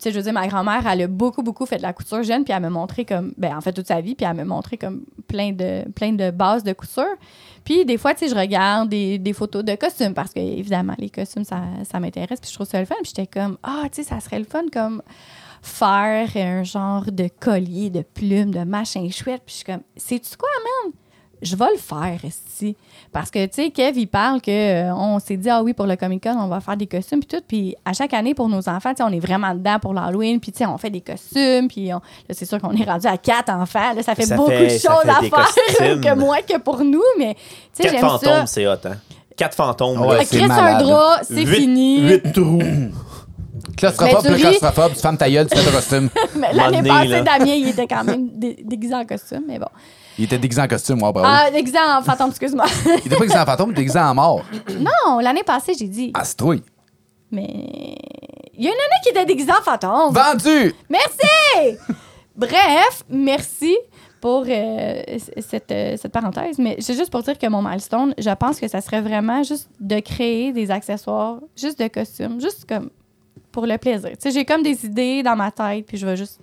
Speaker 5: tu sais, je veux dire, ma grand-mère, elle a beaucoup, beaucoup fait de la couture jeune, puis elle me montrait comme. Ben, en fait, toute sa vie, puis elle me montrait comme plein de, plein de bases de couture. Puis, des fois, tu sais, je regarde des, des photos de costumes, parce que, évidemment, les costumes, ça, ça m'intéresse, puis je trouve ça le fun. Puis, j'étais comme, ah, tu sais, ça serait le fun, comme faire un genre de collier, de plumes, de machin chouette. Puis je suis comme, sais-tu quoi, man? Je vais le faire ici. Parce que, tu sais, Kev, il parle que euh, on s'est dit, ah oui, pour le Comic Con, on va faire des costumes, puis tout. Puis à chaque année, pour nos enfants, tu sais, on est vraiment dedans pour l'Halloween, puis tu sais, on fait des costumes, puis on- là, c'est sûr qu'on est rendu à quatre enfants. Là, ça fait
Speaker 2: Ça
Speaker 5: beaucoup
Speaker 2: fait-
Speaker 5: de
Speaker 2: ça
Speaker 5: choses
Speaker 2: fait
Speaker 5: à
Speaker 2: des
Speaker 5: faire
Speaker 2: costumes.
Speaker 5: que moi, que pour nous, mais tu sais,
Speaker 2: Quatre
Speaker 5: j'aime ça.
Speaker 2: fantômes, c'est hot, hein. Quatre fantômes.
Speaker 3: Ouais,
Speaker 2: là.
Speaker 5: Ah,
Speaker 3: c'est
Speaker 5: Chris, un
Speaker 3: malade.
Speaker 5: drap, c'est
Speaker 2: Huit-
Speaker 5: fini.
Speaker 2: Huit trous.
Speaker 3: Claustrophobe,
Speaker 5: Mais tu
Speaker 3: plus
Speaker 5: ris.
Speaker 3: claustrophobe, tu fermes ta gueule, tu fais ton costume.
Speaker 5: Mais L'année
Speaker 2: M'emmener,
Speaker 5: passée,
Speaker 2: là.
Speaker 5: Damien, il était quand même dé- déguisé en costume, mais bon.
Speaker 3: Il était déguisé en costume, moi, bravo.
Speaker 5: Ah, déguisé en fantôme, excuse-moi.
Speaker 3: Il était pas déguisé en fantôme, il était déguisé en mort.
Speaker 5: Non, l'année passée, j'ai dit.
Speaker 3: Ah, c'est trouille.
Speaker 5: Mais. Il y a une année qui était déguisée en fantôme.
Speaker 2: Euh,
Speaker 3: Vendu!
Speaker 5: Merci! Bref, merci pour euh, c- cette, euh, cette parenthèse. Mais c'est juste pour dire que mon milestone, je pense que ça serait vraiment juste de créer des accessoires, juste de costumes, juste comme pour le plaisir. Tu sais, j'ai comme des idées dans ma tête, puis je vais juste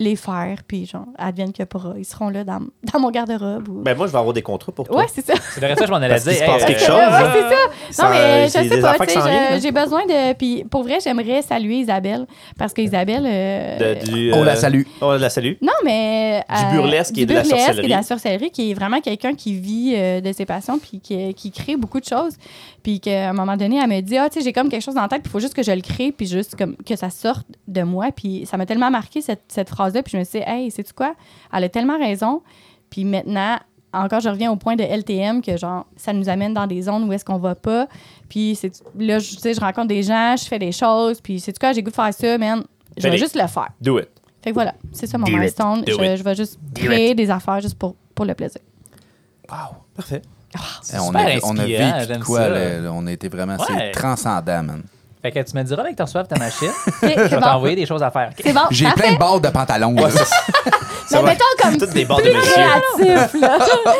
Speaker 5: les faire, puis genre, advienne que pourra. Ils seront là dans, dans mon garde-robe. Ou...
Speaker 2: Ben, moi, je vais avoir des contrats pour toi.
Speaker 5: ouais, c'est ça.
Speaker 4: C'est vrai ça, je m'en allais
Speaker 2: Parce qu'il
Speaker 4: dire.
Speaker 2: se passe
Speaker 4: hey,
Speaker 2: quelque
Speaker 4: euh,
Speaker 2: chose, hein.
Speaker 4: euh,
Speaker 5: Ouais, c'est ça.
Speaker 2: Ça, euh,
Speaker 5: Non, mais je
Speaker 2: c'est
Speaker 5: sais
Speaker 2: des
Speaker 5: pas,
Speaker 2: affaires
Speaker 5: tu
Speaker 2: qui
Speaker 5: sais,
Speaker 2: s'en viennent,
Speaker 5: je-
Speaker 2: là.
Speaker 5: j'ai besoin de... Puis pour vrai, j'aimerais saluer Isabelle, parce que Isabelle... euh,
Speaker 2: De- du,
Speaker 3: On
Speaker 2: euh,
Speaker 3: Oh, la salue.
Speaker 2: On la salue.
Speaker 5: Non, mais... euh,
Speaker 2: Du burlesque et
Speaker 5: du
Speaker 2: de la
Speaker 5: burlesque
Speaker 2: sorcellerie.
Speaker 5: et de la sorcellerie, qui est vraiment quelqu'un qui vit euh, de ses passions, puis qui, euh, qui crée beaucoup de choses. Puis qu'à un moment donné, elle me dit, ah, tu sais, j'ai comme quelque chose en tête, puis il faut juste que je le crée, puis juste comme que ça sorte de moi. Puis ça m'a tellement marqué, cette, cette phrase-là, puis je me suis dit, hey, sais-tu quoi? Elle a tellement raison. Puis maintenant, encore, je reviens au point de LTM, que genre, ça nous amène dans des zones où est-ce qu'on va pas. Puis c'est- là, je- tu sais, je rencontre des gens, je fais des choses, puis sais-tu quoi? J'ai le goût de faire ça, man. Je
Speaker 2: Fais-les.
Speaker 5: vais juste le faire.
Speaker 2: Do it.
Speaker 5: Fait que voilà, c'est ça mon
Speaker 4: Do it.
Speaker 5: milestone. Je,
Speaker 4: Do it.
Speaker 5: je vais juste créer des affaires juste pour, pour le plaisir.
Speaker 3: Wow.
Speaker 2: Parfait.
Speaker 3: Eh, on,
Speaker 4: super
Speaker 3: a, on a
Speaker 4: inspirant,
Speaker 3: vécu
Speaker 4: j'aime
Speaker 3: de quoi,
Speaker 4: ça.
Speaker 3: là, là, on a été vraiment,
Speaker 4: Ouais.
Speaker 3: c'est transcendant, man.
Speaker 4: Fait que tu me diras avec ton soif ta machine.
Speaker 5: C'est
Speaker 4: Je vais
Speaker 5: bon.
Speaker 4: t'envoyer des choses à faire. ok?
Speaker 5: C'est bon,
Speaker 3: J'ai
Speaker 5: parfait.
Speaker 3: plein de barres de pantalon. là.
Speaker 5: Mais
Speaker 2: va.
Speaker 5: mettons comme
Speaker 2: Toutes des bords de
Speaker 5: plus
Speaker 2: monsieur.
Speaker 5: créatif, là.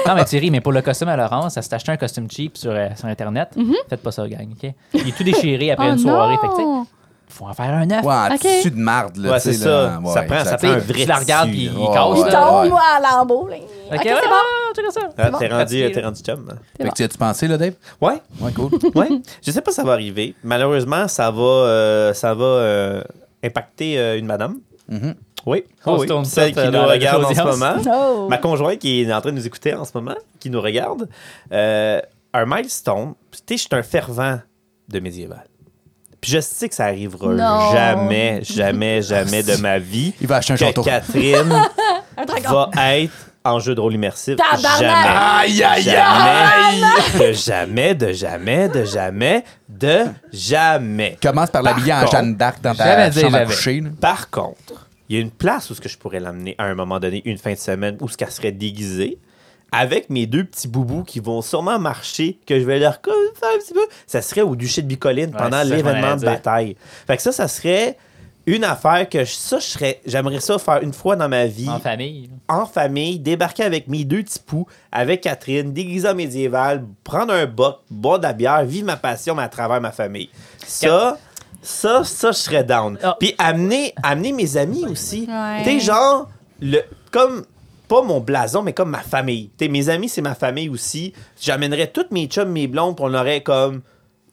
Speaker 4: Non, mais Thierry, mais pour le costume à Laurence, elle s'est acheté un costume cheap sur, euh, sur Internet. Faites pas ça, gang. ok? Il est tout déchiré après
Speaker 5: Mhm. Oh
Speaker 4: une soirée. Fait que, tu sais,
Speaker 5: non!
Speaker 4: faut en faire un neuf.
Speaker 3: Ouais, en
Speaker 5: Ok.
Speaker 3: tissu de marde. Là,
Speaker 2: Ouais,
Speaker 3: tu sais,
Speaker 2: c'est
Speaker 3: là,
Speaker 2: ça.
Speaker 3: ouais,
Speaker 2: Ça prend- ça
Speaker 4: Tu sais,
Speaker 2: prend un vrai
Speaker 4: tu la regardes puis
Speaker 2: tissu,
Speaker 4: il
Speaker 3: là.
Speaker 4: casse.
Speaker 5: Il
Speaker 3: Ouais.
Speaker 4: là.
Speaker 5: tombe, moi, à l'embout, là. OK,
Speaker 4: ouais,
Speaker 5: c'est bon.
Speaker 4: check ça.
Speaker 2: Ah,
Speaker 5: bon.
Speaker 2: T'es rendu,
Speaker 4: Fatigué.
Speaker 2: t'es rendu chum. hein?
Speaker 5: C'est
Speaker 3: Fait
Speaker 5: bon.
Speaker 3: que tu as-tu pensé, là, Dave?
Speaker 2: Ouais.
Speaker 3: Ouais, cool.
Speaker 2: Ouais. Je sais pas si ça va arriver. Malheureusement, ça va, euh, ça va euh, impacter euh, une madame.
Speaker 3: Mm-hmm.
Speaker 2: Oui.
Speaker 4: On
Speaker 2: Oui,
Speaker 4: se tourne
Speaker 2: Celle
Speaker 4: ça,
Speaker 2: qui
Speaker 4: euh,
Speaker 2: nous
Speaker 4: dans la
Speaker 2: regarde en ce
Speaker 4: audience.
Speaker 2: moment.
Speaker 5: Oh.
Speaker 2: Ma conjointe qui est en train de nous écouter en ce moment, qui nous regarde. euh, un milestone. Tu sais, je suis un fervent de médiéval. Puis je sais que ça arrivera
Speaker 5: Non.
Speaker 2: jamais, jamais, jamais de ma vie.
Speaker 3: Il va acheter un
Speaker 2: que
Speaker 3: château.
Speaker 2: Catherine
Speaker 5: Un dragon.
Speaker 2: va être en jeu de rôle immersif.
Speaker 5: Tabarnak!
Speaker 2: Jamais.
Speaker 3: Aïe, aïe,
Speaker 2: Jamais, de jamais, de jamais, de jamais, de jamais.
Speaker 3: Commence par l'habiller en
Speaker 2: contre,
Speaker 3: Jeanne d'Arc dans ta
Speaker 4: jamais dire
Speaker 3: chambre à
Speaker 4: jamais.
Speaker 3: coucher. là.
Speaker 2: Par contre, il y a une place où ce que je pourrais l'emmener à un moment donné, une fin de semaine, où ce qu'elle serait déguisée, avec mes deux petits boubous qui vont sûrement marcher, que je vais leur couper un petit peu, ça serait au duché de Bicoline pendant
Speaker 4: c'est ça que
Speaker 2: l'événement
Speaker 4: j'allais
Speaker 2: de
Speaker 4: dire.
Speaker 2: bataille. Fait que ça, ça serait une affaire que je- ça, je serais, j'aimerais ça faire une fois dans ma vie.
Speaker 4: En famille.
Speaker 2: en famille, débarquer avec mes deux petits poux, avec Catherine, déguisé en médiéval, prendre un boc, boire de la bière, vivre ma passion mais à travers ma famille. Ça, ça, ça, je serais down.
Speaker 4: Ah.
Speaker 2: Puis amener, amener mes amis aussi.
Speaker 5: Ouais.
Speaker 2: T'es genre, le, comme, pas mon blason, mais comme ma famille. T'es mes amis, c'est ma famille aussi. J'amènerais toutes mes chums, mes blondes, puis on aurait comme.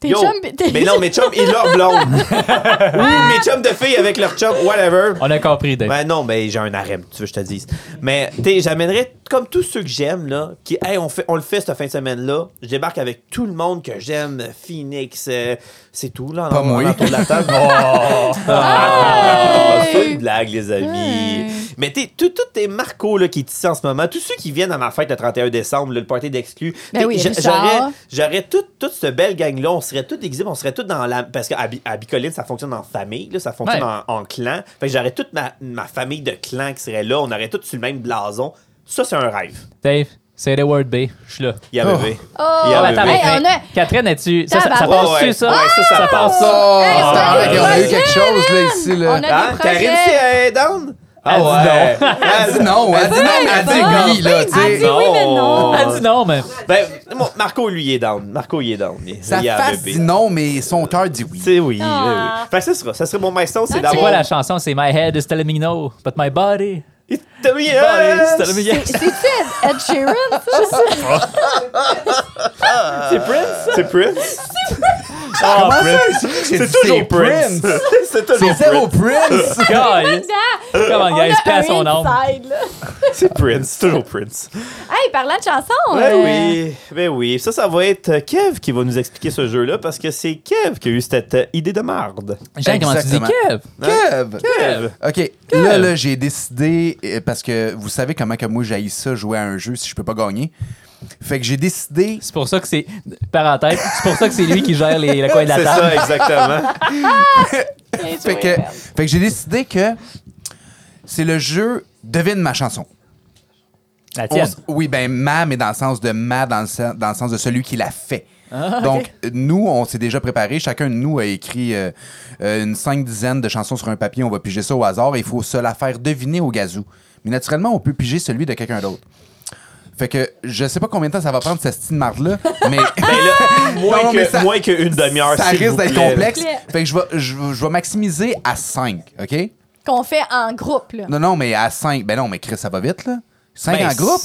Speaker 5: Tes
Speaker 2: Yo!
Speaker 5: chums- tes-
Speaker 2: Mais non, mes chums et leurs blondes. Ou mes chums de filles avec leurs chums, whatever.
Speaker 4: On a compris, Dave.
Speaker 2: Ben non, mais j'ai un harem, tu veux que je te dise. Mais tu sais, j'amènerais comme tous ceux que j'aime là, qui hey, on fait on le fait cette fin de semaine là, je débarque avec tout le monde que j'aime, Phoenix, euh, c'est tout là,
Speaker 3: Pas
Speaker 2: en-
Speaker 3: moi.
Speaker 2: en- autour de la table. Oh! Ah, c'est une blague les amis.
Speaker 5: Hey.
Speaker 2: Mais tu tous tes Marco là qui est ici en ce moment, tous ceux qui viennent à ma fête le 31 décembre, là, le party d'exclus,
Speaker 5: Ben
Speaker 2: t'sais,
Speaker 5: oui,
Speaker 2: j'a-
Speaker 5: Richard.
Speaker 2: j'aurais j'aurais toute toute ce belle gang là, on se serait tous déguisés, puis on serait tous dans la. Parce qu'à Bi- à Bicoline, ça fonctionne en famille, là, ça fonctionne
Speaker 4: Ouais.
Speaker 2: en, en clan. Fait que j'aurais toute ma, ma famille de clans qui serait là, on aurait tous sur le même blason. Ça, c'est un rêve.
Speaker 4: Dave, c'est le Word B. Je suis là.
Speaker 2: Il y a
Speaker 3: Oh.
Speaker 2: bébé.
Speaker 5: Oh!
Speaker 2: Il y a
Speaker 4: Ah, bah,
Speaker 2: bébé.
Speaker 4: t'as
Speaker 5: Hey,
Speaker 4: raison.
Speaker 5: on a-
Speaker 4: Catherine, es-tu. Ça, ça, ça
Speaker 5: Tabarnak.
Speaker 4: passe-tu, ça?
Speaker 2: Ouais, ça, ça passe.
Speaker 3: Ça,
Speaker 5: on a
Speaker 3: ok,
Speaker 5: des
Speaker 3: on a eu
Speaker 5: projets,
Speaker 3: quelque chose là ici. Là.
Speaker 5: On a-
Speaker 2: Hein?
Speaker 5: des
Speaker 2: Karine,
Speaker 5: projets.
Speaker 2: c'est euh, down? Ah
Speaker 4: Elle dit
Speaker 2: ouais.
Speaker 3: Elle dit non, elle dit non, mais elle dit oui, là, tu
Speaker 5: Elle dit
Speaker 3: sais.
Speaker 5: oui, mais non.
Speaker 2: Non.
Speaker 4: Elle dit non, mais.
Speaker 2: Ben, mon- Marco, lui, il est down. Marco, il est down. Il,
Speaker 3: Sa
Speaker 2: il a
Speaker 3: face
Speaker 2: bébé.
Speaker 3: dit non, mais son cœur dit oui.
Speaker 2: C'est oui.
Speaker 5: Ah.
Speaker 2: oui, oui. Fait que ça sera, ça serait mon milestone, c'est
Speaker 5: C'est
Speaker 4: C'est
Speaker 2: d'avoir.
Speaker 4: quoi la chanson? C'est My head is telling me no, but my body.
Speaker 2: It- Tommy,
Speaker 4: Body
Speaker 2: yes!
Speaker 4: is telling me yes.
Speaker 5: C'est-tu Ed- Ed Sheeran, ça?
Speaker 2: C'est Prince? C'est Prince? Ah,
Speaker 3: Comment ça?
Speaker 2: Prince.
Speaker 3: J'ai dit,
Speaker 2: C'est toujours Prince. C'est
Speaker 3: C'est
Speaker 2: toujours
Speaker 3: zéro
Speaker 2: Prince.
Speaker 3: Prince.
Speaker 4: God! Come on, guys,
Speaker 5: On a un
Speaker 4: paix à son nom.
Speaker 5: inside, là.
Speaker 2: C'est Prince. C'est toujours Prince.
Speaker 5: Ah! Hey, parlant de chansons.
Speaker 2: Ben
Speaker 5: euh,
Speaker 2: oui, ben oui. Ça, ça va être Kev qui va nous expliquer ce jeu-là parce que c'est Kev qui a eu cette euh, idée de marde.
Speaker 4: Jean, comment tu dis
Speaker 3: Exactement.
Speaker 4: Kev?
Speaker 3: Kev.
Speaker 2: Kev!
Speaker 3: OK. Là, là, j'ai décidé, euh, parce que vous savez comment que moi j'haïs ça, jouer à un jeu si je peux pas gagner. Fait que j'ai décidé.
Speaker 4: C'est pour ça que c'est. Parenthèse, c'est pour ça que c'est lui qui gère les, le coin de la
Speaker 2: C'est
Speaker 4: table.
Speaker 2: ça, exactement.
Speaker 3: Fait que, fait que j'ai décidé que c'est le jeu Devine ma chanson.
Speaker 4: La tienne.
Speaker 3: On s- oui, ben ma, mais dans le sens de ma, dans le, sen- dans le sens de celui qui l'a fait.
Speaker 2: Ah,
Speaker 3: Donc, nous, on s'est déjà préparé. Chacun de nous a écrit euh, euh, une cinq dizaines de chansons sur un papier. On va piger ça au hasard. et Il faut se la faire deviner au gazou. Mais naturellement, on peut piger celui de quelqu'un d'autre. Fait que je sais pas combien de temps ça va prendre cette style marde-là, mais.
Speaker 2: Mais Ben là, moins
Speaker 3: Non,
Speaker 2: que-
Speaker 3: mais ça-
Speaker 2: moins qu'une demi-heure.
Speaker 3: Ça
Speaker 2: s'il
Speaker 3: risque
Speaker 2: vous
Speaker 3: d'être
Speaker 2: plaît.
Speaker 3: complexe.
Speaker 5: S'il vous plaît.
Speaker 3: Fait que je vais, je, vais- je vais maximiser à 5, OK?
Speaker 5: Qu'on fait en groupe, là.
Speaker 3: Non, non, mais à 5. Ben non, mais Chris, ça va vite, là. 5
Speaker 2: Ben,
Speaker 3: en groupe?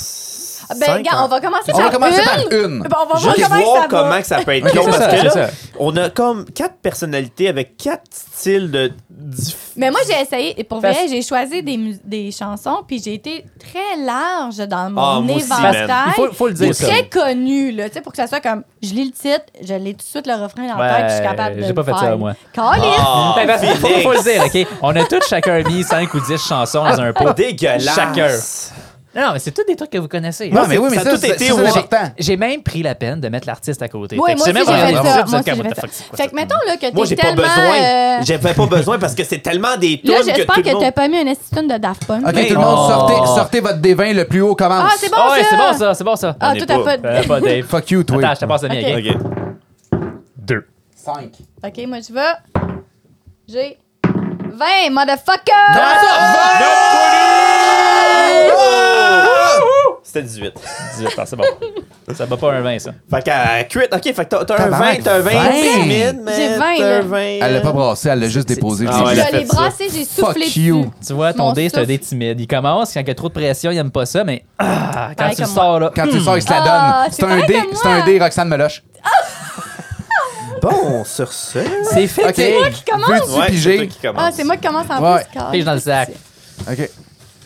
Speaker 5: Ah, Ben,
Speaker 2: cinq,
Speaker 5: regarde,
Speaker 2: hein.
Speaker 5: on va commencer
Speaker 3: On
Speaker 5: par
Speaker 3: va commencer
Speaker 5: une.
Speaker 3: par une.
Speaker 5: Ben, on va voir
Speaker 2: Juste
Speaker 5: comment,
Speaker 2: voir
Speaker 5: ça
Speaker 2: comment
Speaker 5: va.
Speaker 2: que ça peut être
Speaker 3: Ok,
Speaker 2: long,
Speaker 3: c'est
Speaker 2: parce
Speaker 3: ça,
Speaker 2: que
Speaker 4: c'est
Speaker 2: là,
Speaker 4: ça.
Speaker 2: on a comme quatre personnalités avec quatre styles de diff-
Speaker 5: Mais moi, j'ai essayé, et pour
Speaker 4: Parce-
Speaker 5: vrai, j'ai choisi des, mus- des chansons, puis j'ai été très large dans mon
Speaker 2: Ah, moi aussi, man.
Speaker 5: éventail.
Speaker 4: Il faut, faut le
Speaker 5: Puis
Speaker 4: dire, ça.
Speaker 5: très connu, là, tu sais, pour que ça soit comme, je lis le titre, je lis tout de suite le refrain dans la
Speaker 4: Ouais,
Speaker 5: tête, puis je suis capable de
Speaker 4: j'ai
Speaker 5: le
Speaker 4: pas fait ça,
Speaker 5: faire.
Speaker 4: moi.
Speaker 5: Caliste!
Speaker 2: Ah,
Speaker 4: Ben, parce qu'il faut,
Speaker 2: Phoenix.
Speaker 4: faut le dire, OK? On a tous chacun mis 5 ou 10 chansons dans un pot.
Speaker 2: dégueulasse.
Speaker 4: Chacun. Non, non, mais c'est tous des trucs que vous connaissez.
Speaker 3: Non,
Speaker 2: Non,
Speaker 3: mais oui,
Speaker 2: c'est-
Speaker 3: mais
Speaker 2: ça
Speaker 3: ça,
Speaker 2: a tout
Speaker 3: c'est-
Speaker 2: été
Speaker 3: ça,
Speaker 2: au-
Speaker 3: c'est important.
Speaker 4: J'ai même pris la peine de mettre l'artiste à côté.
Speaker 5: Oui,
Speaker 4: Fait que
Speaker 5: moi
Speaker 4: j'ai
Speaker 5: aussi, j'ai
Speaker 4: même
Speaker 5: fait
Speaker 4: regardé
Speaker 5: ça.
Speaker 4: le
Speaker 5: Moi
Speaker 4: site,
Speaker 5: aussi,
Speaker 4: vous
Speaker 5: j'ai
Speaker 4: êtes
Speaker 5: fait
Speaker 4: comme,
Speaker 5: ça.
Speaker 4: What the fuck, c'est quoi
Speaker 5: Fait que, mettons, là, que
Speaker 2: Moi,
Speaker 5: t'es
Speaker 2: j'ai pas
Speaker 5: tellement... euh,
Speaker 2: besoin. J'avais pas besoin parce que c'est tellement des tunes
Speaker 5: Là,
Speaker 2: que
Speaker 5: j'espère
Speaker 2: tout le
Speaker 5: que t'as
Speaker 2: monde...
Speaker 5: pas mis un estime de Daft Punk.
Speaker 3: OK,
Speaker 2: Mais-
Speaker 3: tout le monde,
Speaker 4: Oh.
Speaker 3: sortez, sortez votre dévin, le plus haut commence.
Speaker 5: Ah, c'est bon,
Speaker 4: Ah ouais,
Speaker 5: ça!
Speaker 4: c'est bon ça, c'est bon ça.
Speaker 5: Ah,
Speaker 2: On
Speaker 5: tout
Speaker 2: est
Speaker 5: à
Speaker 2: pas-
Speaker 5: fait.
Speaker 4: Euh, pas Dave.
Speaker 3: Fuck you, toi.
Speaker 4: Attends, je te passe le mien,
Speaker 5: Ok.
Speaker 4: ok?
Speaker 2: Ok.
Speaker 4: Deux.
Speaker 3: 5.
Speaker 5: OK, moi, je vais. J'ai 20, motherfucker!
Speaker 2: C'était 18.
Speaker 4: 18, ah, c'est bon. Ça bat pas un 20, ça.
Speaker 2: Fait qu'à crit, ok, fait que t'as- t'as un
Speaker 3: Tabarnak,
Speaker 2: 20, t'as un 20,
Speaker 3: 20.
Speaker 2: timide, mais
Speaker 5: J'ai 20,
Speaker 2: t'as un
Speaker 5: là.
Speaker 2: 20.
Speaker 3: Elle l'a pas brassé, elle l'a juste déposé.
Speaker 2: Ah
Speaker 3: je l'ai
Speaker 2: ouais, elle
Speaker 3: vu.
Speaker 2: a
Speaker 5: je l'ai
Speaker 2: fait ça.
Speaker 5: brassé, j'ai
Speaker 3: Fuck
Speaker 5: soufflé dessus.
Speaker 3: you.
Speaker 4: Tu vois, ton
Speaker 5: Mon
Speaker 4: dé, c'est un
Speaker 5: souffle.
Speaker 4: dé timide. Il commence quand il y a trop de pression, il aime pas ça, mais ah, quand
Speaker 5: Ouais,
Speaker 4: tu le
Speaker 5: comme
Speaker 4: sors, là.
Speaker 3: Quand tu sors, il se la
Speaker 5: Ah,
Speaker 3: donne.
Speaker 5: c'est
Speaker 3: C'est un
Speaker 5: pareil
Speaker 3: dé,
Speaker 5: comme
Speaker 3: c'est un
Speaker 5: moi.
Speaker 3: dé, Roxane Meloche.
Speaker 2: Bon, sur ce...
Speaker 4: C'est fait,
Speaker 3: OK.
Speaker 4: t'es-
Speaker 5: commence.
Speaker 3: Veux-tu
Speaker 2: Ouais, c'est toi
Speaker 3: piger?
Speaker 2: qui commence.
Speaker 5: Ah, c'est moi qui commence en
Speaker 3: Ouais.
Speaker 5: plus. calme.
Speaker 4: Pige dans le sac.
Speaker 3: OK.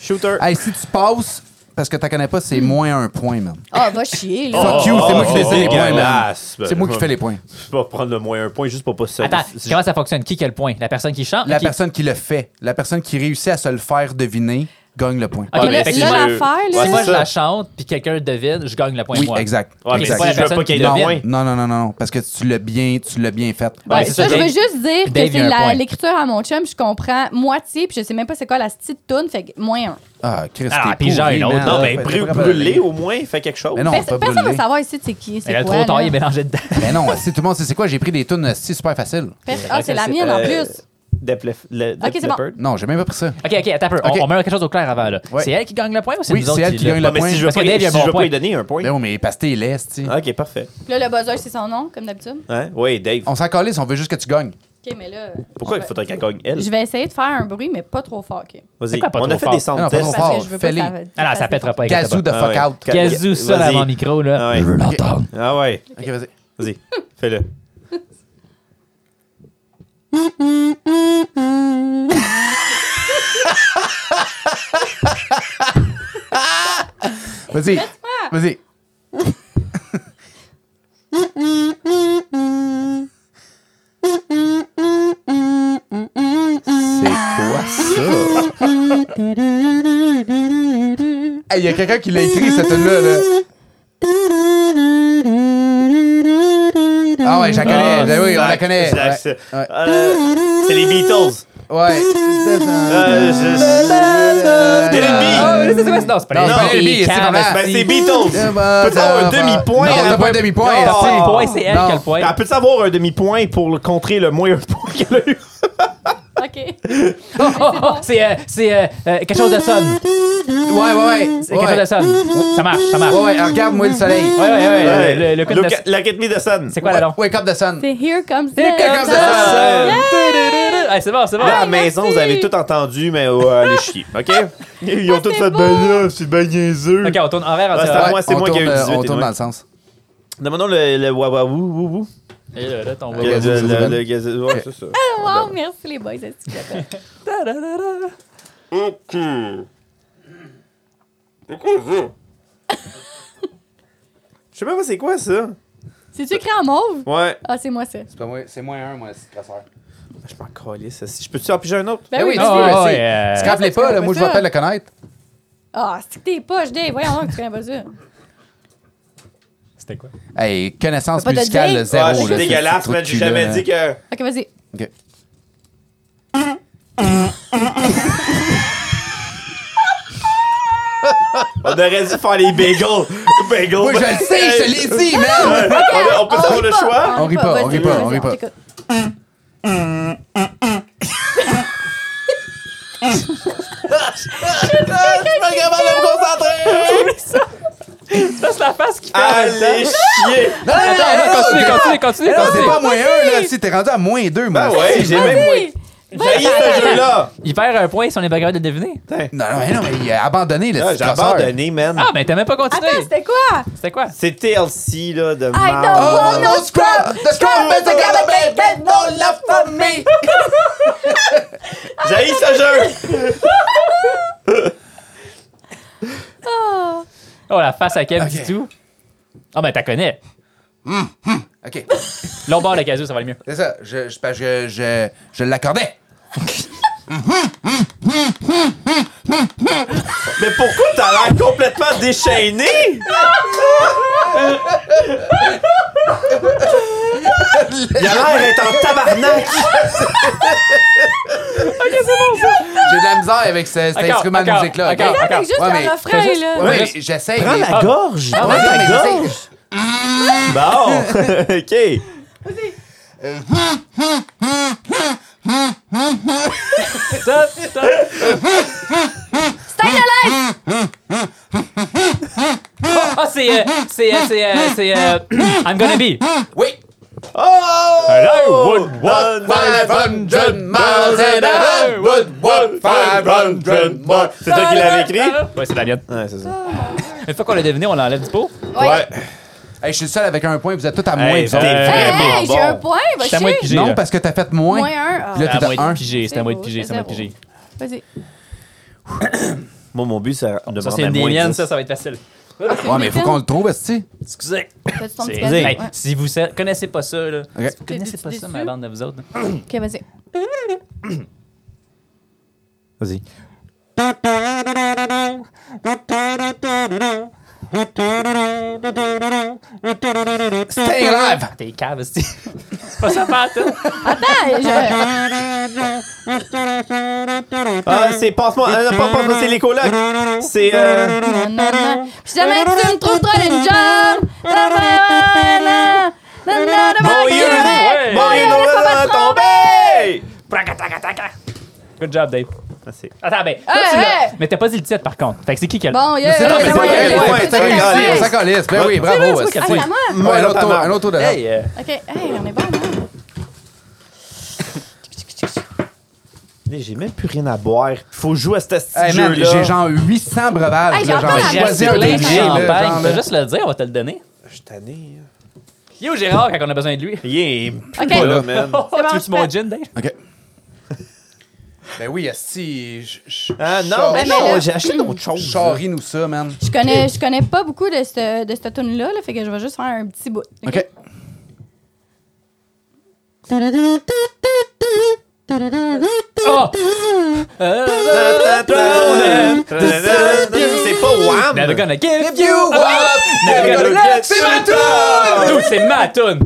Speaker 2: Shooter.
Speaker 3: Hey, si tu passes, parce que t'en connais pas, c'est moins un point, man.
Speaker 5: Ah, va chier, là.
Speaker 3: Fuck you, c'est moi qui
Speaker 2: oh,
Speaker 3: décide les points, man.
Speaker 2: dégueulasse.
Speaker 3: C'est moi qui fais les points.
Speaker 2: Je vais prendre le moins un point juste pour pas se...
Speaker 4: Attends, comment ça fonctionne? Qui quel point? La personne qui chante?
Speaker 3: La
Speaker 4: Qui-
Speaker 3: personne qui le fait, la personne qui réussit à se le faire deviner, gagne le point.
Speaker 2: Oh,
Speaker 4: Ah,
Speaker 5: Mais
Speaker 4: mais
Speaker 5: là,
Speaker 4: fait que
Speaker 5: là,
Speaker 4: je-
Speaker 5: l'affaire,
Speaker 4: Si
Speaker 5: là.
Speaker 4: moi
Speaker 2: c'est
Speaker 4: je
Speaker 2: ça.
Speaker 4: la chante, puis quelqu'un devine, je gagne le point
Speaker 3: Oui,
Speaker 4: moi.
Speaker 3: exact.
Speaker 2: Ouais, mais
Speaker 4: c'est
Speaker 3: exact.
Speaker 4: pas
Speaker 2: si
Speaker 4: la
Speaker 2: je veux
Speaker 4: personne
Speaker 2: pas qu'il y ait
Speaker 4: qui
Speaker 2: de
Speaker 4: devine.
Speaker 2: moins.
Speaker 3: Non, non, non, non, non, parce que tu l'as bien, tu l'as bien fait.
Speaker 4: Ouais,
Speaker 5: Ouais,
Speaker 4: c'est ça,
Speaker 5: ça, je veux
Speaker 4: Dave.
Speaker 5: juste dire
Speaker 4: Dave,
Speaker 5: que
Speaker 4: il y a
Speaker 5: c'est
Speaker 4: un
Speaker 5: la-
Speaker 4: point.
Speaker 5: l'écriture à mon chum, je comprends moitié, puis je sais même pas c'est quoi la petite toune, fait que moins un.
Speaker 3: Ah, Chris,
Speaker 4: Ah,
Speaker 3: t'es
Speaker 4: puis j'ai
Speaker 3: pourri,
Speaker 4: un autre.
Speaker 3: man.
Speaker 2: Non,
Speaker 4: Ah,
Speaker 2: mais
Speaker 3: T'es
Speaker 2: brû-
Speaker 3: pas capable.
Speaker 2: brûler au moins, fait quelque chose.
Speaker 3: Mais non, on peut
Speaker 5: Personne
Speaker 3: pas
Speaker 5: personne veut
Speaker 3: brûler.
Speaker 5: savoir ici c'est qui,
Speaker 4: Elle
Speaker 5: c'est
Speaker 4: a
Speaker 5: quoi.
Speaker 4: trop tard,
Speaker 5: là.
Speaker 4: il est mélangé dedans.
Speaker 3: Mais Ben non, si tout le monde sait c'est quoi, j'ai pris des tunes si super facile.
Speaker 5: Personne- Ah, c'est la mienne en
Speaker 2: Euh,
Speaker 5: plus.
Speaker 2: Def Lef- Le- Def
Speaker 5: c'est bon.
Speaker 2: Leppard.
Speaker 3: Non, j'ai même pas pris ça.
Speaker 4: Ok, ok, attends un peu. On-
Speaker 3: Ok.
Speaker 4: On, met quelque chose au clair avant, là.
Speaker 3: Ouais.
Speaker 4: C'est elle qui gagne le point ou Ah, c'est
Speaker 3: Oui,
Speaker 4: nous autres
Speaker 3: c'est elle qui gagne le
Speaker 2: Non, mais
Speaker 3: point.
Speaker 2: si je veux
Speaker 4: Parce
Speaker 2: pas,
Speaker 4: que Dave, il y a
Speaker 2: si
Speaker 4: un
Speaker 2: je veux
Speaker 4: bon
Speaker 2: pas lui
Speaker 4: point.
Speaker 2: donner un point.
Speaker 3: Non, mais parce que t'es leste, tu sais.
Speaker 2: Ok, parfait.
Speaker 5: Puis Là, le buzzer, c'est son nom, comme d'habitude.
Speaker 2: Hein? Oui, Dave.
Speaker 3: On s'en calisse, on veut juste que tu gagnes.
Speaker 5: OK, mais là.
Speaker 2: Pourquoi
Speaker 5: je
Speaker 2: il
Speaker 5: vais-
Speaker 2: faudrait qu'elle gagne elle?
Speaker 5: Je vais essayer de faire un bruit, mais pas trop fort, OK?
Speaker 2: Vas-y,
Speaker 4: C'est quoi, pas
Speaker 2: on a
Speaker 4: trop
Speaker 2: fait
Speaker 4: fort?
Speaker 2: des
Speaker 3: Non,
Speaker 2: sound
Speaker 3: pas trop
Speaker 2: tests.
Speaker 3: fort.
Speaker 5: Parce que je veux pas que
Speaker 3: fais-les.
Speaker 5: ça.
Speaker 4: Ah non, ça pètera pas. inquiète
Speaker 3: Gazou
Speaker 4: pas.
Speaker 3: de
Speaker 2: Ah ouais.
Speaker 3: fuck out.
Speaker 2: Quatre-
Speaker 4: Gazou ça
Speaker 2: Vas-y.
Speaker 4: dans mon micro, là.
Speaker 2: Ah ouais.
Speaker 3: l'entendre.
Speaker 2: Ah ouais.
Speaker 3: Ok, vas-y.
Speaker 2: Vas-y, fais-le.
Speaker 3: Vas-y. Vas-y. C'est quoi ça? Il y a quelqu'un qui l'a écrit cette tune là Ah ouais, je la connais.
Speaker 2: Ah,
Speaker 3: Ben oui, on la
Speaker 2: sac-
Speaker 3: connais.
Speaker 2: sac-
Speaker 3: Ouais.
Speaker 2: c'est-
Speaker 3: Ouais.
Speaker 2: Euh, c'est les Beatles.
Speaker 3: Ouais.
Speaker 2: Euh, je- Did it be?
Speaker 4: Ah, mais c'est quoi ça? Non,
Speaker 3: Non,
Speaker 4: c'est pas
Speaker 2: c'est
Speaker 4: les
Speaker 3: pas les
Speaker 4: billes,
Speaker 3: billes, c'est
Speaker 4: calme,
Speaker 3: pas mal.
Speaker 4: esti.
Speaker 2: Ben, c'est Beatles. Peut-être avoir un demi-point.
Speaker 3: Non,
Speaker 2: à-
Speaker 3: t'as pas un demi-point.
Speaker 2: Non.
Speaker 3: esti.
Speaker 4: C'est le point, c'est elle
Speaker 3: Non.
Speaker 4: qui a le point.
Speaker 2: Elle peut savoir un demi-point pour le contrer le moins un point qu'elle a eu?
Speaker 5: OK.
Speaker 4: Oh, oh, oh, C'est euh, c'est, euh, euh, quelque chose de sonne.
Speaker 3: Ouais, ouais, ouais.
Speaker 4: C'est quelque chose de sonne. Ça marche, ça marche.
Speaker 3: Ah, Ouais, ouais, regarde-moi le soleil.
Speaker 4: Ouais, ouais, ouais.
Speaker 2: Ouais.
Speaker 4: Le, le coup de
Speaker 2: Look
Speaker 4: la-
Speaker 2: at- Look at me the sun.
Speaker 4: C'est quoi la long?
Speaker 3: Wake up the sun.
Speaker 5: C'est Here Comes the
Speaker 3: Here comes the
Speaker 5: sun.
Speaker 3: sun.
Speaker 4: Ah, c'est bon, c'est bon.
Speaker 2: Là, à la
Speaker 5: Ouais, merci.
Speaker 2: maison, vous avez tout entendu, mais euh, allez chier, OK? Ils ont
Speaker 5: Ah,
Speaker 2: tous
Speaker 5: c'est
Speaker 2: fait
Speaker 5: beau.
Speaker 2: ben là, c'est ben niaiseux.
Speaker 4: Ok, on tourne horaire en
Speaker 2: Ouais,
Speaker 4: direct.
Speaker 2: Ah, moi, c'est
Speaker 3: on
Speaker 2: moi qui ai eu
Speaker 3: tourne, euh,
Speaker 2: 18
Speaker 3: On
Speaker 2: et
Speaker 3: tourne
Speaker 2: ouais.
Speaker 3: dans le sens.
Speaker 2: Demandons le, le wawaou, wou, wou.
Speaker 4: Et là, là, ton
Speaker 2: Le,
Speaker 4: voix.
Speaker 3: Ok.
Speaker 2: le,
Speaker 3: gazou,
Speaker 2: le,
Speaker 3: gazou,
Speaker 2: le gazou, ouais,
Speaker 3: Ok.
Speaker 2: c'est ça.
Speaker 5: Wow, merci les boys. c'est ce que j'appelle.
Speaker 2: Je sais même pas c'est quoi, ça.
Speaker 5: C'est-tu écrit en mauve?
Speaker 2: Ouais.
Speaker 5: Ah, c'est moi ça.
Speaker 3: C'est pas moi, c'est moins un, moi, c'est crasseur.
Speaker 2: Je m'en calisse, ça. Je peux-tu en piger un autre?
Speaker 5: Ben
Speaker 3: Eh oui,
Speaker 5: oui,
Speaker 3: non,
Speaker 5: tu sais.
Speaker 3: ouais.
Speaker 4: Ah,
Speaker 3: c'est-
Speaker 4: ouais.
Speaker 3: Tu
Speaker 4: euh,
Speaker 3: rappelais pas, là, moi, je
Speaker 5: ça.
Speaker 3: m'appelle le connaître.
Speaker 5: Ah, c'est que t'es poche, Dave. Voyons donc, tu connais pas ça.
Speaker 4: C'était quoi?
Speaker 3: Hey, connaissance
Speaker 5: Faut pas te
Speaker 3: musicale,
Speaker 5: dire.
Speaker 3: le
Speaker 2: Ah, je
Speaker 3: zéro.
Speaker 2: suis
Speaker 3: là, ce
Speaker 2: dégueulasse,
Speaker 3: petit trou
Speaker 2: man.
Speaker 3: de
Speaker 2: J'ai
Speaker 3: cul-là,
Speaker 2: jamais
Speaker 3: là.
Speaker 2: dit que.
Speaker 5: Ok, vas-y.
Speaker 3: Ok.
Speaker 2: On aurait dû faire les bagels. bagels.
Speaker 3: Moi, je le sais, je te l'ai dit, man!
Speaker 2: Ouais, on, on peut avoir le
Speaker 5: rit pas,
Speaker 2: choix?
Speaker 3: On rit pas, on
Speaker 5: vas-y,
Speaker 3: rit pas,
Speaker 5: vas-y,
Speaker 3: on rit pas.
Speaker 5: t'écoute.
Speaker 2: Ah, Je suis pas capable de me concentrer!
Speaker 4: Ça, c'est la face qui fait. en même temps.
Speaker 2: Allez chier!
Speaker 3: Non, non,
Speaker 4: Attends,
Speaker 3: non, non,
Speaker 4: continue,
Speaker 3: non,
Speaker 4: continue, continue,
Speaker 3: non, Ah, c'est
Speaker 4: continue.
Speaker 3: pas moins un, là, si t'es rendu à moins deux, moi.
Speaker 2: Ah ouais, Ah,
Speaker 3: si,
Speaker 2: j'ai même moins.
Speaker 5: Oui.
Speaker 2: J'ai ce jeu-là!
Speaker 4: Il perd un point si on est pas capable de le deviner.
Speaker 3: Non, non, mais non, mais il a abandonné, le
Speaker 2: Ah,
Speaker 3: petit
Speaker 2: J'ai
Speaker 3: crasseur.
Speaker 2: abandonné, man.
Speaker 4: Ah, ben, t'as même pas continué.
Speaker 5: Attends, c'était quoi?
Speaker 4: C'était quoi?
Speaker 2: C'est TLC, là, de
Speaker 5: I
Speaker 2: marde.
Speaker 5: don't
Speaker 3: Oh,
Speaker 5: want
Speaker 3: no scrub! The scrub is a gotta make it, no love for me!
Speaker 2: J'ai ce jeu!
Speaker 5: Oh.
Speaker 4: Oh, la face à Kev
Speaker 3: Ok.
Speaker 4: du tout. Ah, ben, t'as connais.
Speaker 3: OK,
Speaker 4: L'autre bord, le casou, ça va aller mieux.
Speaker 3: c'est ça. Je, je, parce que je, je, je l'accordais.
Speaker 2: Mais pourquoi t'as l'air complètement déchaîné? Il a l'air d'être en tabarnak!
Speaker 3: J'ai de la misère avec ce, cet
Speaker 4: Encore,
Speaker 3: instrument de
Speaker 4: encore,
Speaker 3: musique-là.
Speaker 4: encore.
Speaker 3: ok?
Speaker 5: Regarde, avec juste
Speaker 3: Ouais, mais-
Speaker 5: le refrain,
Speaker 4: juste-
Speaker 5: là.
Speaker 3: Ouais, mais
Speaker 4: Reste-
Speaker 3: j'essaye.
Speaker 2: Prends
Speaker 3: mais-
Speaker 2: la gorge! Prends
Speaker 3: Ah, Ouais,
Speaker 2: la
Speaker 3: mais
Speaker 2: gorge!
Speaker 3: j'essaye.
Speaker 2: Bon! ok.
Speaker 4: Stop, stop.
Speaker 5: Stay alive!
Speaker 4: Ah, c'est. euh, C'est. euh, C'est. euh, C'est. euh, I'm gonna be.
Speaker 3: Oui.
Speaker 2: Oh!
Speaker 4: Hello, would
Speaker 2: One, five,
Speaker 3: 500 miles and I would walk 500 more.
Speaker 2: C'est toi qui l'avais écrit?
Speaker 4: Ouais, c'est la
Speaker 3: Ah,
Speaker 4: mienne.
Speaker 2: Ouais, c'est ça.
Speaker 4: Une fois qu'on l'a deviné, on l'enlève du pot.
Speaker 2: Ouais.
Speaker 3: Hey, je suis le seul avec un point. Vous êtes tous à moins
Speaker 2: Hey, ben,
Speaker 3: vous autres.
Speaker 2: t'es
Speaker 5: Hey,
Speaker 2: vraiment
Speaker 5: hey, j'ai un
Speaker 2: bon.
Speaker 5: point, va
Speaker 4: C'est à moi de
Speaker 5: chier.
Speaker 4: piger.
Speaker 3: Non,
Speaker 4: là.
Speaker 3: parce que t'as fait moins.
Speaker 5: Moins un. ah.
Speaker 3: Puis là,
Speaker 4: C'est à
Speaker 3: t'es à
Speaker 4: moi
Speaker 3: un.
Speaker 4: de piger. C'est à
Speaker 5: C'est
Speaker 4: moi de
Speaker 5: beau,
Speaker 4: piger.
Speaker 5: c'est
Speaker 4: C'est à moi de
Speaker 5: zéro.
Speaker 4: piger.
Speaker 5: Vas-y.
Speaker 2: Moi, mon but, c'est de
Speaker 4: Ça,
Speaker 2: me
Speaker 3: ben,
Speaker 4: c'est une
Speaker 2: rendre à
Speaker 4: des
Speaker 2: moins
Speaker 4: miennes,
Speaker 2: 10.
Speaker 4: ça, ça va être facile.
Speaker 3: Ouais, mais faut qu'on le trouve,
Speaker 5: Mmh.
Speaker 3: esti.
Speaker 4: Excusez.
Speaker 5: T'as-tu ton petit
Speaker 4: C'est-
Speaker 5: cadeau?
Speaker 4: Hey,
Speaker 5: Ouais.
Speaker 4: Si vous sa- connaissez pas ça, là.
Speaker 3: Ok.
Speaker 4: Si vous connaissez pas ça,
Speaker 5: T'es-tu
Speaker 4: ma
Speaker 5: déçu?
Speaker 4: bande de vous autres. là.
Speaker 5: Ok, vas-y.
Speaker 2: Vas-y.
Speaker 3: Stay alive!
Speaker 4: T'es cave, c'est. C'est pas ça, pas
Speaker 5: Attends, je...
Speaker 2: Ah, c'est passe-moi. Ah, non, pas passe-moi, c'est les colocs. C'est. Euh...
Speaker 5: Non, non, non. Puis jamais tu me trouves trop une jambe.
Speaker 2: Mon Dieu,
Speaker 4: Ouais.
Speaker 2: mon Dieu,
Speaker 5: Ouais,
Speaker 2: Noël
Speaker 5: ça va
Speaker 2: a tombé!
Speaker 4: Good job, Dave.
Speaker 2: Merci.
Speaker 4: Attends, ben. toi,
Speaker 5: Hey,
Speaker 4: tu l'as.
Speaker 5: hey!
Speaker 4: Mais t'as pas dit le titre, par contre. Fait que c'est qui qui a le.
Speaker 5: Bon, yeah.
Speaker 3: C'est toi, mais
Speaker 5: yeah,
Speaker 3: c'est
Speaker 5: yeah,
Speaker 3: moi qui ai
Speaker 5: yeah,
Speaker 3: le
Speaker 5: yeah,
Speaker 3: point.
Speaker 5: yeah,
Speaker 3: C'est toi qui
Speaker 5: yeah,
Speaker 3: ai
Speaker 5: yeah.
Speaker 3: le point. Ça calisse. Ben oui, bravo. esti.
Speaker 5: Ah, c'est à moi.
Speaker 3: Ouais,
Speaker 2: Moi,
Speaker 3: l'autre tour-
Speaker 2: notamment.
Speaker 3: un autre tour de la-
Speaker 4: Hey, euh,
Speaker 5: OK, hey, on est bon, hein?
Speaker 2: Mais J'ai même plus rien à boire. Faut jouer à ce petit
Speaker 3: Hey, man,
Speaker 2: jeu-là.
Speaker 3: j'ai genre 800 breuvages.
Speaker 5: Hey,
Speaker 3: là,
Speaker 5: j'entends
Speaker 3: genre,
Speaker 5: la
Speaker 3: choisis un
Speaker 5: musique.
Speaker 3: truc, là, genre,
Speaker 5: Champagne,
Speaker 4: champagne.
Speaker 3: là.
Speaker 4: Fais juste le dire, on va te le donner.
Speaker 2: Je suis tanné. hein.
Speaker 4: Yo, Gérard, quand on a besoin de lui.
Speaker 2: Il est plus
Speaker 5: Ok.
Speaker 2: pas là,
Speaker 3: C'est
Speaker 2: man.
Speaker 4: Oh,
Speaker 5: bon,
Speaker 4: tu
Speaker 5: je
Speaker 4: veux-tu mon
Speaker 5: fais.
Speaker 4: gin, Dave?
Speaker 3: OK. Ben oui, esti. je- je-
Speaker 2: Ah
Speaker 3: char-
Speaker 2: non, mais
Speaker 5: mais là-
Speaker 2: non, j'ai acheté d'autres choses.
Speaker 3: Charrie nous ça, man.
Speaker 5: Je connais, je connais pas beaucoup de cette, de cette tune là fait que je vais juste faire un petit bout.
Speaker 3: OK.
Speaker 4: Oh! Euh,
Speaker 2: C'est pas Wham!
Speaker 4: Never gonna give
Speaker 3: You
Speaker 4: you up!
Speaker 2: ah,
Speaker 3: up, never gonna let
Speaker 2: C'est
Speaker 3: you
Speaker 2: ma
Speaker 3: down.
Speaker 4: Dude, c'est ma toune!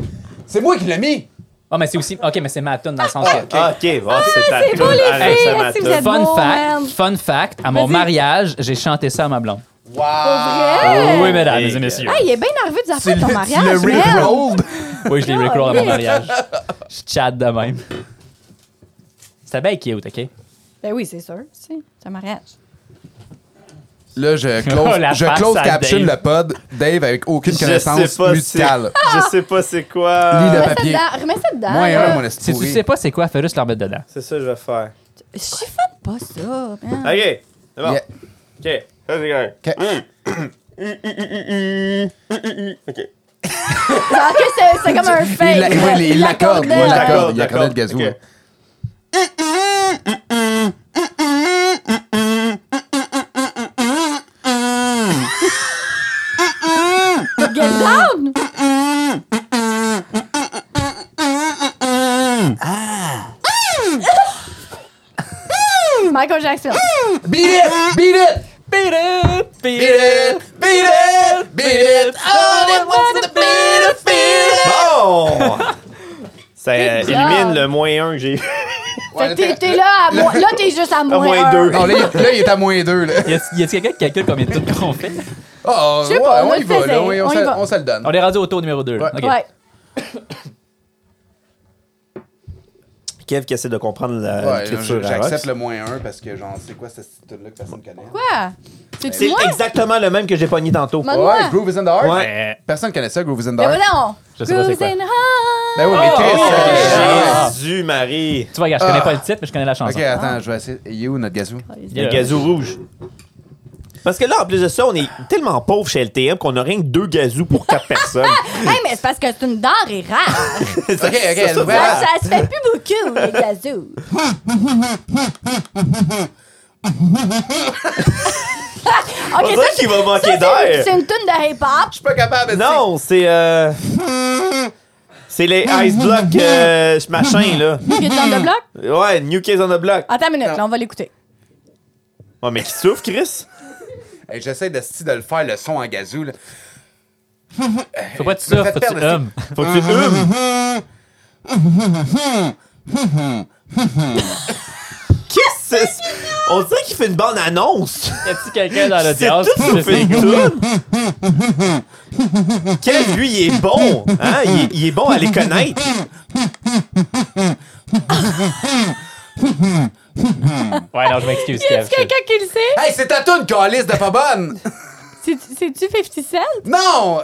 Speaker 3: C'est moi qui l'ai mis!
Speaker 4: Ah, mais c'est aussi. Ok, mais c'est ma tune dans le sens que.
Speaker 2: Ah, ok, bon, c'est ta
Speaker 5: c'est beau, les
Speaker 2: Arrête,
Speaker 5: filles,
Speaker 2: ça
Speaker 5: si
Speaker 2: m'attend.
Speaker 5: vous êtes-
Speaker 4: Fun
Speaker 5: bon,
Speaker 4: fact,
Speaker 5: man.
Speaker 4: fun fact, à mon
Speaker 5: Vas-y.
Speaker 4: mariage, j'ai chanté ça à ma blonde.
Speaker 3: Wow!
Speaker 4: Ah,
Speaker 5: vrai?
Speaker 4: Oh, Oui, mesdames
Speaker 2: Hey.
Speaker 4: et messieurs.
Speaker 5: Ah, il est bien nerveux de
Speaker 3: C'est
Speaker 5: faire ton
Speaker 3: le-
Speaker 5: mariage.
Speaker 3: le
Speaker 5: man.
Speaker 3: Rickrolled.
Speaker 4: Oui, je l'ai recrawlé à mon mariage. Je chatte de même. C'était bien cute, OK?
Speaker 5: Ben oui, c'est sûr. C'est un mariage.
Speaker 3: Là, je close,
Speaker 4: Oh, la
Speaker 3: je
Speaker 4: face
Speaker 3: close
Speaker 4: à
Speaker 3: caption
Speaker 4: Dave.
Speaker 3: le pod. Dave avec aucune
Speaker 2: Je
Speaker 3: connaissance
Speaker 2: sais pas c'est-
Speaker 3: musicale.
Speaker 2: Je sais pas c'est
Speaker 3: Lis le
Speaker 2: quoi.
Speaker 5: Remets
Speaker 3: papier.
Speaker 5: ça dedans. Remets ça dedans.
Speaker 3: Moins
Speaker 5: là.
Speaker 3: un, mon esti
Speaker 4: Si tu
Speaker 3: pourri.
Speaker 4: sais pas c'est quoi, fais juste leur mettre dedans.
Speaker 2: C'est ça que je vais faire.
Speaker 5: Chiffonne pas ça, man.
Speaker 2: Ok, c'est bon.
Speaker 3: Yeah.
Speaker 2: Ok, ça c'est correct.
Speaker 3: Ok.
Speaker 2: Ok.
Speaker 5: Ah, que c'est, c'est comme un fake.
Speaker 3: Il l'a- ouais, il l'accorde, ouais, il
Speaker 5: l'accordait.
Speaker 2: D'accord,
Speaker 3: l'accorde, il
Speaker 2: d'accord,
Speaker 3: accordait le gazou.
Speaker 2: ok.
Speaker 3: ouais.
Speaker 5: Get down! Michael Jackson.
Speaker 3: Beat it! Beat it!
Speaker 4: Beat it, beat
Speaker 3: Beat it! Beat it! Beat it! All it was the beat of feeling.
Speaker 2: Bon! Ça euh,
Speaker 5: job.
Speaker 2: élimine le moins 1 que j'ai eu.
Speaker 5: Fait que t'es, t'es là à moins... Là, t'es juste à moins,
Speaker 2: moins
Speaker 5: un.
Speaker 2: deux.
Speaker 3: Non, Oh, là, il- là, il est à moins 2. Là.
Speaker 4: Y a-t-il quelqu'un qui calcule combien de trucs qu'on fait?
Speaker 3: Oh,
Speaker 5: Je sais pas,
Speaker 3: ouais,
Speaker 5: on
Speaker 3: on y
Speaker 5: le
Speaker 3: va,
Speaker 5: faisait,
Speaker 3: là, oui, on,
Speaker 5: on y
Speaker 3: se,
Speaker 5: va.
Speaker 3: on se le donne.
Speaker 4: On est rendu au tour numéro 2.
Speaker 3: Ouais.
Speaker 5: Ouais.
Speaker 2: Kev qui essaie de comprendre la
Speaker 3: Ouais,
Speaker 2: l'écriture à
Speaker 3: J'accepte
Speaker 2: Rox.
Speaker 3: le moins 1 parce que, genre, c'est quoi cette attitude-là que personne connaît?
Speaker 5: Quoi? C'est-tu
Speaker 2: C'est
Speaker 5: moi?
Speaker 2: exactement le même que j'ai pogné tantôt.
Speaker 5: Mon-
Speaker 3: Ouais, Groove is in the Heart.
Speaker 2: Ouais.
Speaker 3: Personne connaît ça, Groove is in the
Speaker 5: Ben Oh,
Speaker 3: Heart.
Speaker 5: voyons!
Speaker 4: Je sais pas c'est quoi.
Speaker 5: Cruising high.
Speaker 3: Ben oui, mais Chris.
Speaker 5: oh,
Speaker 3: euh,
Speaker 4: Ah.
Speaker 2: Jésus, Marie.
Speaker 4: Tu vois, regarde, je connais
Speaker 3: Ah.
Speaker 4: pas le titre, mais je connais la
Speaker 3: Ok,
Speaker 4: chanson.
Speaker 3: attends, je vais essayer. You, notre gazou.
Speaker 5: Oh,
Speaker 2: Le gazou rouge. Parce que là, en plus de ça, on est tellement pauvre chez LTM qu'on a rien que deux gazous pour quatre personnes.
Speaker 5: Hey, mais c'est parce que c'est une denrée rare.
Speaker 3: Ok, ok,
Speaker 2: ça,
Speaker 5: ça,
Speaker 3: voilà.
Speaker 5: Ah, ça se fait plus beaucoup, les gazous.
Speaker 2: On
Speaker 5: ok,
Speaker 2: dirait
Speaker 5: ça,
Speaker 2: qu'il va manquer
Speaker 5: c'est,
Speaker 2: d'air.
Speaker 5: c'est une tune de hip-hop.
Speaker 3: Je suis pas capable de
Speaker 2: Non, c'est. euh, C'est les Ice Block euh, machin, là.
Speaker 5: Qui est dans le bloc?
Speaker 2: Ouais, New Kids on the Block.
Speaker 5: Attends une minute, là, on va l'écouter.
Speaker 2: Oh, mais qui souffre, Chris?
Speaker 3: Hey, J'essaie de, sti- de le faire, le son en gazou. Là.
Speaker 4: Faut pas que tu
Speaker 3: Je me fais
Speaker 4: surfes, faut que tu
Speaker 3: perdre, c'est-
Speaker 4: hum.
Speaker 2: Faut que tu humes. Qu'est-ce que c'est? On dirait qu'il fait une bonne annonce.
Speaker 4: Y a-t-il quelqu'un dans
Speaker 2: C'est
Speaker 4: l'audience
Speaker 2: tout
Speaker 4: qui
Speaker 2: sur
Speaker 4: le fait?
Speaker 2: Facebook. Quel, lui, il est bon. Hein? Il, est- il est bon à les connaître.
Speaker 4: Ouais, non, je m'excuse,
Speaker 5: Y
Speaker 4: Kev.
Speaker 5: a-tu quelqu'un qui le sait?
Speaker 3: Hey, c'est ta toune, calice de pas bonne!
Speaker 5: C'est- C'est-tu 50 Cent?
Speaker 3: Non!